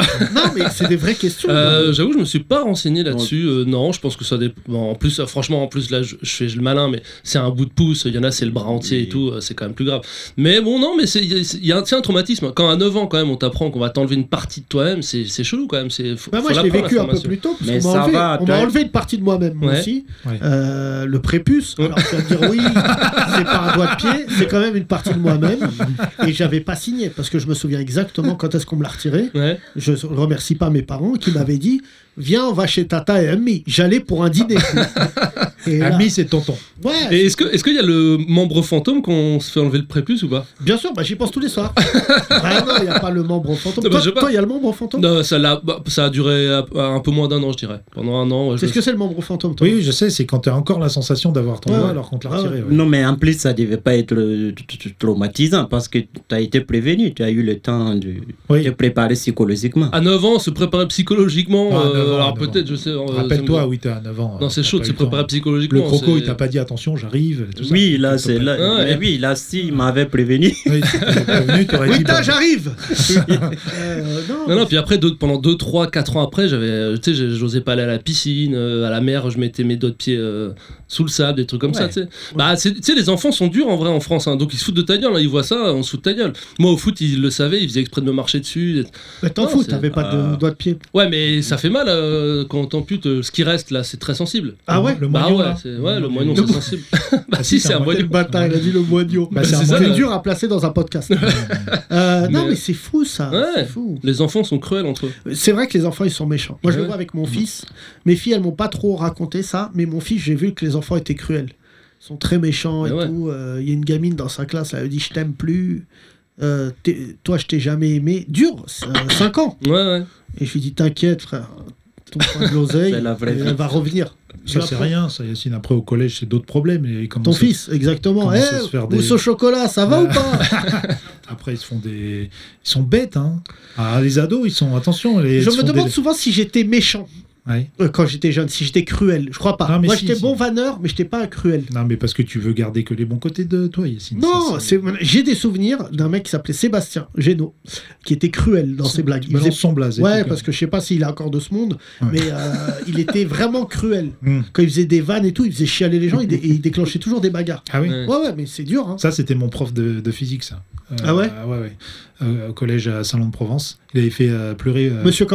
Speaker 3: mais c'est des vraies questions.
Speaker 6: Euh, J'avoue, je me suis pas renseigné là-dessus. euh, non, je pense que ça dépend. bon, en plus, euh, franchement, en plus, là, je, je fais le malin, mais c'est un bout de pouce. Il y en a, c'est le bras entier et
Speaker 5: Oui.
Speaker 6: tout. euh, c'est quand même plus grave. Mais bon, non, mais c'est- il y a, c'est- il y a un, c'est un traumatisme. Quand à 9 ans, quand même, on t'apprend qu'on va t'enlever une partie de toi-même, c'est c'est chelou quand même. c'est- Faut,
Speaker 3: Bah, moi,
Speaker 6: faut
Speaker 3: je l'ai
Speaker 6: l'apprendre,
Speaker 3: vécu un peu
Speaker 6: l'information.
Speaker 3: plus tôt, parce
Speaker 5: Mais
Speaker 3: qu'on m'a
Speaker 5: ça
Speaker 3: enlevé,
Speaker 5: va,
Speaker 3: on m'a
Speaker 5: t'as-
Speaker 3: enlevé une partie de moi-même, moi
Speaker 6: Ouais.
Speaker 3: aussi.
Speaker 4: Ouais.
Speaker 3: Euh, le prépuce. Alors, tu vas me dire, oui, c'est pas un doigt de pied, c'est quand même une partie de moi-même. Et j'avais pas signé, parce que je me souviens exactement quand est-ce qu'on me l'a retiré.
Speaker 6: Ouais.
Speaker 3: je ne remercie pas mes parents qui m'avaient dit Viens, on va chez Tata et Ami. J'allais pour un dîner. et là-
Speaker 4: Ami, c'est tonton.
Speaker 3: ouais,
Speaker 6: Et est-ce que- est-ce qu'il y a le membre fantôme qu'on se fait enlever le prépuce ou pas
Speaker 3: bien sûr, bah, j'y pense tous les soirs. Vraiment, il n'y a pas le membre fantôme.
Speaker 6: Non,
Speaker 3: Toi,
Speaker 6: bah, je sais pas.
Speaker 3: toi, il y a le membre fantôme
Speaker 6: Non, ça, l'a- bah, ça a duré euh, un peu moins d'un an, je dirais. Pendant un an. ouais, je
Speaker 3: C'est
Speaker 6: me
Speaker 3: ce que c'est le membre fantôme, toi
Speaker 4: Oui, oui, je sais, c'est quand tu as encore la sensation d'avoir ton
Speaker 3: Ouais,
Speaker 4: doigt
Speaker 3: ouais.
Speaker 4: alors qu'on te l'a
Speaker 3: Ouais,
Speaker 4: retiré. ouais.
Speaker 5: Non, mais en plus, ça devait pas être euh, t- t- traumatisant parce que tu as été prévenu, tu as eu le temps de
Speaker 4: Oui.
Speaker 5: te préparer psychologiquement.
Speaker 3: Ah,
Speaker 6: À 9 ans, se préparer psychologiquement.
Speaker 4: Ah, à
Speaker 6: euh,
Speaker 4: 9 ans, à
Speaker 6: alors
Speaker 4: 9 ans.
Speaker 6: peut-être, je sais. euh, ça
Speaker 4: Rappelle-toi,
Speaker 6: me-
Speaker 4: oui, t'as 9 ans.
Speaker 6: Non, c'est chaud de se préparer
Speaker 4: Le
Speaker 6: psychologiquement.
Speaker 4: croco,
Speaker 6: c'est-
Speaker 4: il t'a pas dit attention, j'arrive. tout ça.
Speaker 5: Oui, là,
Speaker 4: T'as
Speaker 5: c'est
Speaker 4: pas-
Speaker 5: là.
Speaker 6: Ah ouais.
Speaker 5: mais oui, là, s'il m'avait prévenu.
Speaker 4: Oui, si t'avais prévenu, t'aurais
Speaker 3: Oui,
Speaker 4: dit.
Speaker 3: putain,
Speaker 4: bah,
Speaker 3: j'arrive Euh, non,
Speaker 6: Non, non, puis après, deux- pendant 2, 3, 4 ans après, j'avais, euh, tu sais, j'ai- j'osais pas aller à la piscine, euh, à la mer, je mettais mes doigts de pied euh, sous le sable, des trucs comme ça, tu sais. Bah, c'est- tu sais, les enfants sont durs en vrai en France, hein, donc ils se foutent de ta gueule, hein, ils voient ça, on se fout de ta gueule. Moi, au foot, ils le savaient, ils faisaient exprès de me marcher dessus.
Speaker 3: mais t'en
Speaker 6: non,
Speaker 3: fous,
Speaker 6: c'est-
Speaker 3: t'avais pas de
Speaker 5: Ah.
Speaker 3: doigt de pied.
Speaker 6: Ouais, mais ça fait mal euh, quand t'amputes, euh, ce qui reste là, c'est très sensible.
Speaker 3: Ah ouais
Speaker 4: Le
Speaker 6: bah
Speaker 4: moignon,
Speaker 6: ouais,
Speaker 4: là.
Speaker 6: c'est, ouais, le moignon,
Speaker 4: Le Ah,
Speaker 6: c'est
Speaker 4: mo-
Speaker 6: sensible. bah, si, c'est un
Speaker 3: Quel
Speaker 6: moignon.
Speaker 3: bâtard, il a dit le moignon.
Speaker 4: Bah,
Speaker 6: c'est un
Speaker 3: c'est
Speaker 6: moignon.
Speaker 3: dur à placer dans un podcast. Euh, Non,
Speaker 6: Mais-
Speaker 3: mais c'est fou ça.
Speaker 6: Ouais.
Speaker 3: C'est fou.
Speaker 6: Les enfants sont cruels entre eux.
Speaker 3: C'est vrai que les enfants, ils sont méchants. Moi, je le
Speaker 6: Ouais.
Speaker 3: vois avec mon fils. Mes filles, elles m'ont pas trop raconté ça, mais mon fils, j'ai vu que les enfants étaient cruels. sont très méchants et
Speaker 6: Mais ouais.
Speaker 3: tout. Euh, Il y a une gamine dans sa classe, là, elle dit Je t'aime plus. Euh, t'es- toi, je t'ai jamais aimé. Dur, 5 ans.
Speaker 6: Ouais, ouais.
Speaker 3: Et je lui dis T'inquiète, frère, ton point de l'oseille,
Speaker 5: C'est la vraie
Speaker 3: et
Speaker 5: vie.
Speaker 3: elle va revenir.
Speaker 4: Ça, c'est rien, ça, Yacine. Après, au collège, c'est d'autres problèmes. Et ils
Speaker 3: Ton
Speaker 4: commencent à-
Speaker 3: fils, exactement.
Speaker 4: commence à
Speaker 3: Eh,
Speaker 4: se faire
Speaker 3: mousse
Speaker 4: des- Ah.
Speaker 3: au chocolat, ça va ou pas
Speaker 4: Après, ils se font des. Ils sont bêtes, hein. Ah, les ados, ils sont. Attention. les-
Speaker 3: Je
Speaker 4: ils se
Speaker 3: me
Speaker 4: font
Speaker 3: demande
Speaker 4: des-
Speaker 3: souvent si j'étais méchant
Speaker 4: Ouais.
Speaker 3: euh, quand j'étais jeune, si j'étais cruel. Je crois pas.
Speaker 4: Ah, mais
Speaker 3: Moi,
Speaker 4: si,
Speaker 3: j'étais
Speaker 4: si.
Speaker 3: bon vanneur, mais j'étais pas un cruel.
Speaker 4: Non, mais parce que tu veux garder que les bons côtés de toi, Yacine.
Speaker 3: Non,
Speaker 4: Ça,
Speaker 3: c'est- j'ai des souvenirs d'un mec qui s'appelait Sébastien Génaud, qui était cruel dans ses blagues.
Speaker 4: Tu
Speaker 3: Il
Speaker 4: balances
Speaker 3: faisait-
Speaker 4: son blasé.
Speaker 3: Ouais,
Speaker 4: tout
Speaker 3: parce que je sais pas s'il est encore de ce monde,
Speaker 4: Ouais.
Speaker 3: mais euh, il était vraiment cruel.
Speaker 4: Hum.
Speaker 3: Quand il faisait des vannes et tout, il faisait chialer les gens il dé- et il déclenchait toujours des bagarres.
Speaker 4: Ah oui
Speaker 6: Ouais.
Speaker 3: Ouais, ouais, mais c'est dur. Hein.
Speaker 4: Ça, c'était mon prof de, de physique, ça. Euh,
Speaker 3: Ah ouais
Speaker 4: Ouais, ouais. Euh, au collège à Saint-Lô-de-Provence. Il avait fait euh, pleurer euh, monsieur...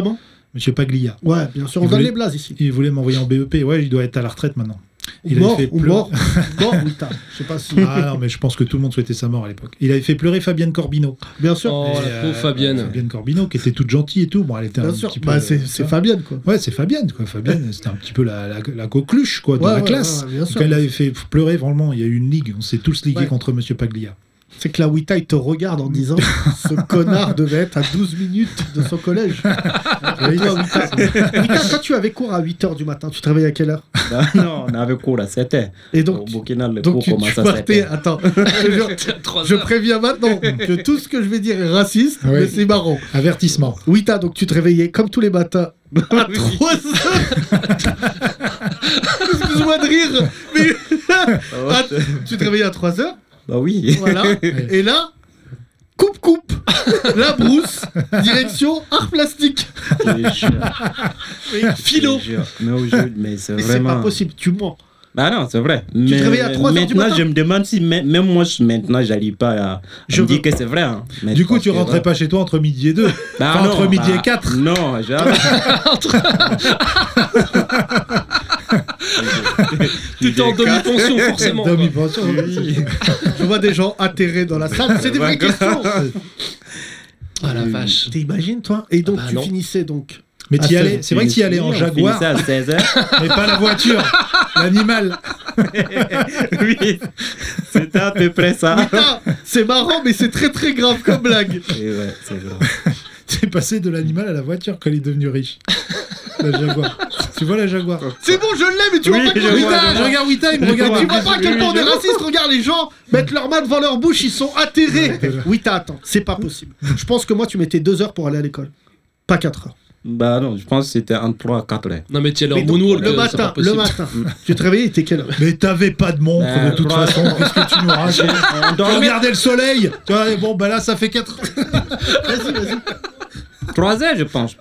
Speaker 3: Monsieur comment
Speaker 4: Paglia.
Speaker 3: Ouais, bien sûr, on
Speaker 4: Il
Speaker 3: donne
Speaker 4: voulait-
Speaker 3: les blazes ici.
Speaker 4: Il voulait m'envoyer en BEP. Ouais, il doit être à la retraite maintenant.
Speaker 3: Ou
Speaker 4: Il
Speaker 3: mort,
Speaker 4: avait fait
Speaker 3: ou
Speaker 4: pleurer-
Speaker 3: mort, ou mort, ou tard. Je sais pas si.
Speaker 4: Ah non, mais je pense que tout le monde souhaitait sa mort à l'époque. Il avait fait pleurer Fabienne Corbino.
Speaker 3: Bien sûr,
Speaker 4: Et,
Speaker 6: Oh, la
Speaker 4: euh,
Speaker 6: pauvre Fabienne.
Speaker 4: Fabienne Corbino, qui était toute gentille et tout. Bon, elle était un
Speaker 3: bien sûr.
Speaker 4: petit peu.
Speaker 3: Bah, c'est c'est
Speaker 4: euh,
Speaker 3: Fabienne, quoi.
Speaker 4: Ouais, c'est Fabienne, quoi. Fabienne, c'était un petit peu la, la, la coqueluche, quoi, de
Speaker 3: Ouais,
Speaker 4: la
Speaker 3: ouais,
Speaker 4: classe.
Speaker 3: ouais, ouais, bien sûr.
Speaker 4: Quand elle avait fait pleurer, vraiment, il y a eu une ligue. On s'est tous ligués
Speaker 3: Ouais.
Speaker 4: contre Monsieur Paglia.
Speaker 3: C'est que la Wita, il te regarde en disant Ce connard devait être à 12 minutes de son collège. Et toi, Wita, Wita, quand tu avais cours à 8h du matin, tu te réveillais à quelle heure
Speaker 5: bah, non, on avait cours à 7 heures.
Speaker 3: Et
Speaker 5: Au
Speaker 3: donc,
Speaker 5: Burkina, le
Speaker 3: donc
Speaker 5: cours
Speaker 3: tu,
Speaker 5: commence
Speaker 3: tu
Speaker 5: à 7
Speaker 3: partais.
Speaker 5: heures.
Speaker 3: Attends, je, te jure,
Speaker 4: euh,
Speaker 6: Trois
Speaker 3: je
Speaker 6: heures.
Speaker 3: préviens maintenant que tout ce que je vais dire est raciste,
Speaker 4: Oui.
Speaker 3: mais c'est marrant.
Speaker 4: Avertissement.
Speaker 3: Wita, donc tu te réveillais comme tous les matins à 3 heures. Excuse-moi de rire, mais Ah, tu te réveillais à 3 heures
Speaker 5: Bah oui.
Speaker 3: Voilà. Et là, coupe, coupe. La brousse, direction art plastique.
Speaker 5: Philo. Mais aujourd'hui, mais c'est
Speaker 3: Mais c'est
Speaker 5: Euh, vraiment.
Speaker 3: pas possible, tu mens.
Speaker 5: Bah non, c'est vrai. mais
Speaker 3: te réveilles à 3 heures du
Speaker 5: Maintenant,
Speaker 3: matin
Speaker 5: je me demande si mè- même moi, je- maintenant, j'arrive pas à, à
Speaker 3: Je
Speaker 5: me
Speaker 3: veux-
Speaker 5: dire que c'est vrai. hein. Mais
Speaker 4: Du
Speaker 5: je
Speaker 4: coup,
Speaker 5: pense
Speaker 4: tu
Speaker 5: que,
Speaker 4: rentrais
Speaker 5: ouais.
Speaker 4: pas chez toi entre midi et deux.
Speaker 5: Bah
Speaker 4: Enfin, entre
Speaker 5: non,
Speaker 4: midi
Speaker 5: bah,
Speaker 4: et quatre.
Speaker 5: Non, j'arrête.
Speaker 6: T'étais en demi-pension, forcément. quoi.
Speaker 4: Demi-pension.
Speaker 3: Je vois des gens atterrés dans la salle. C'est des vraies questions.
Speaker 6: Ah la vache.
Speaker 3: T'imagines, toi Et donc,
Speaker 6: Ah bah
Speaker 3: tu
Speaker 6: non.
Speaker 3: finissais donc.
Speaker 4: Mais
Speaker 3: Ah,
Speaker 4: t'y
Speaker 3: ça,
Speaker 4: allais, c'est vrai que t'y allais en Jaguar,
Speaker 5: C'est à 16 heures.
Speaker 4: mais pas la voiture, l'animal.
Speaker 5: oui, c'était à peu près ça.
Speaker 3: Putain, Ah, c'est marrant, mais c'est très très grave comme blague.
Speaker 5: Et ouais, c'est vrai.
Speaker 4: T'es passé de l'animal à la voiture quand il est devenu riche. La Jaguar. Tu vois la Jaguar
Speaker 3: C'est bon, je l'ai, mais tu
Speaker 5: Oui,
Speaker 3: vois pas
Speaker 5: je
Speaker 3: que
Speaker 5: vois,
Speaker 3: Wita,
Speaker 5: je
Speaker 3: je
Speaker 5: vois.
Speaker 3: regarde Wita, il me
Speaker 5: Je
Speaker 3: regarde.
Speaker 5: vois.
Speaker 3: Tu vois pas à quel
Speaker 5: Oui,
Speaker 3: point on est
Speaker 5: je vois.
Speaker 3: raciste Regarde, les gens mettent leurs mains devant leur bouche, ils sont atterrés. Wita, attends, c'est pas possible. Je pense que moi, tu mettais deux heures pour aller à l'école. Pas quatre heures.
Speaker 5: Bah non, je pense que c'était entre 3 et 4 heures.
Speaker 6: Non mais tu es
Speaker 3: Mais
Speaker 6: en
Speaker 3: donc,
Speaker 6: moonwalk.
Speaker 3: le
Speaker 6: euh, c'est
Speaker 3: matin,
Speaker 6: pas
Speaker 3: le
Speaker 6: possible.
Speaker 3: matin. Tu te réveillais, il était quelle heure
Speaker 4: Mais t'avais pas de montre
Speaker 5: Euh,
Speaker 4: de toute
Speaker 5: trois-
Speaker 4: façon, qu'est-ce que tu nous racontes
Speaker 5: On
Speaker 4: Tu
Speaker 5: dormait
Speaker 4: regardais le soleil Tu vois, bon, bah là, ça fait 4
Speaker 3: Vas-y, vas-y.
Speaker 5: 3 heures, je pense.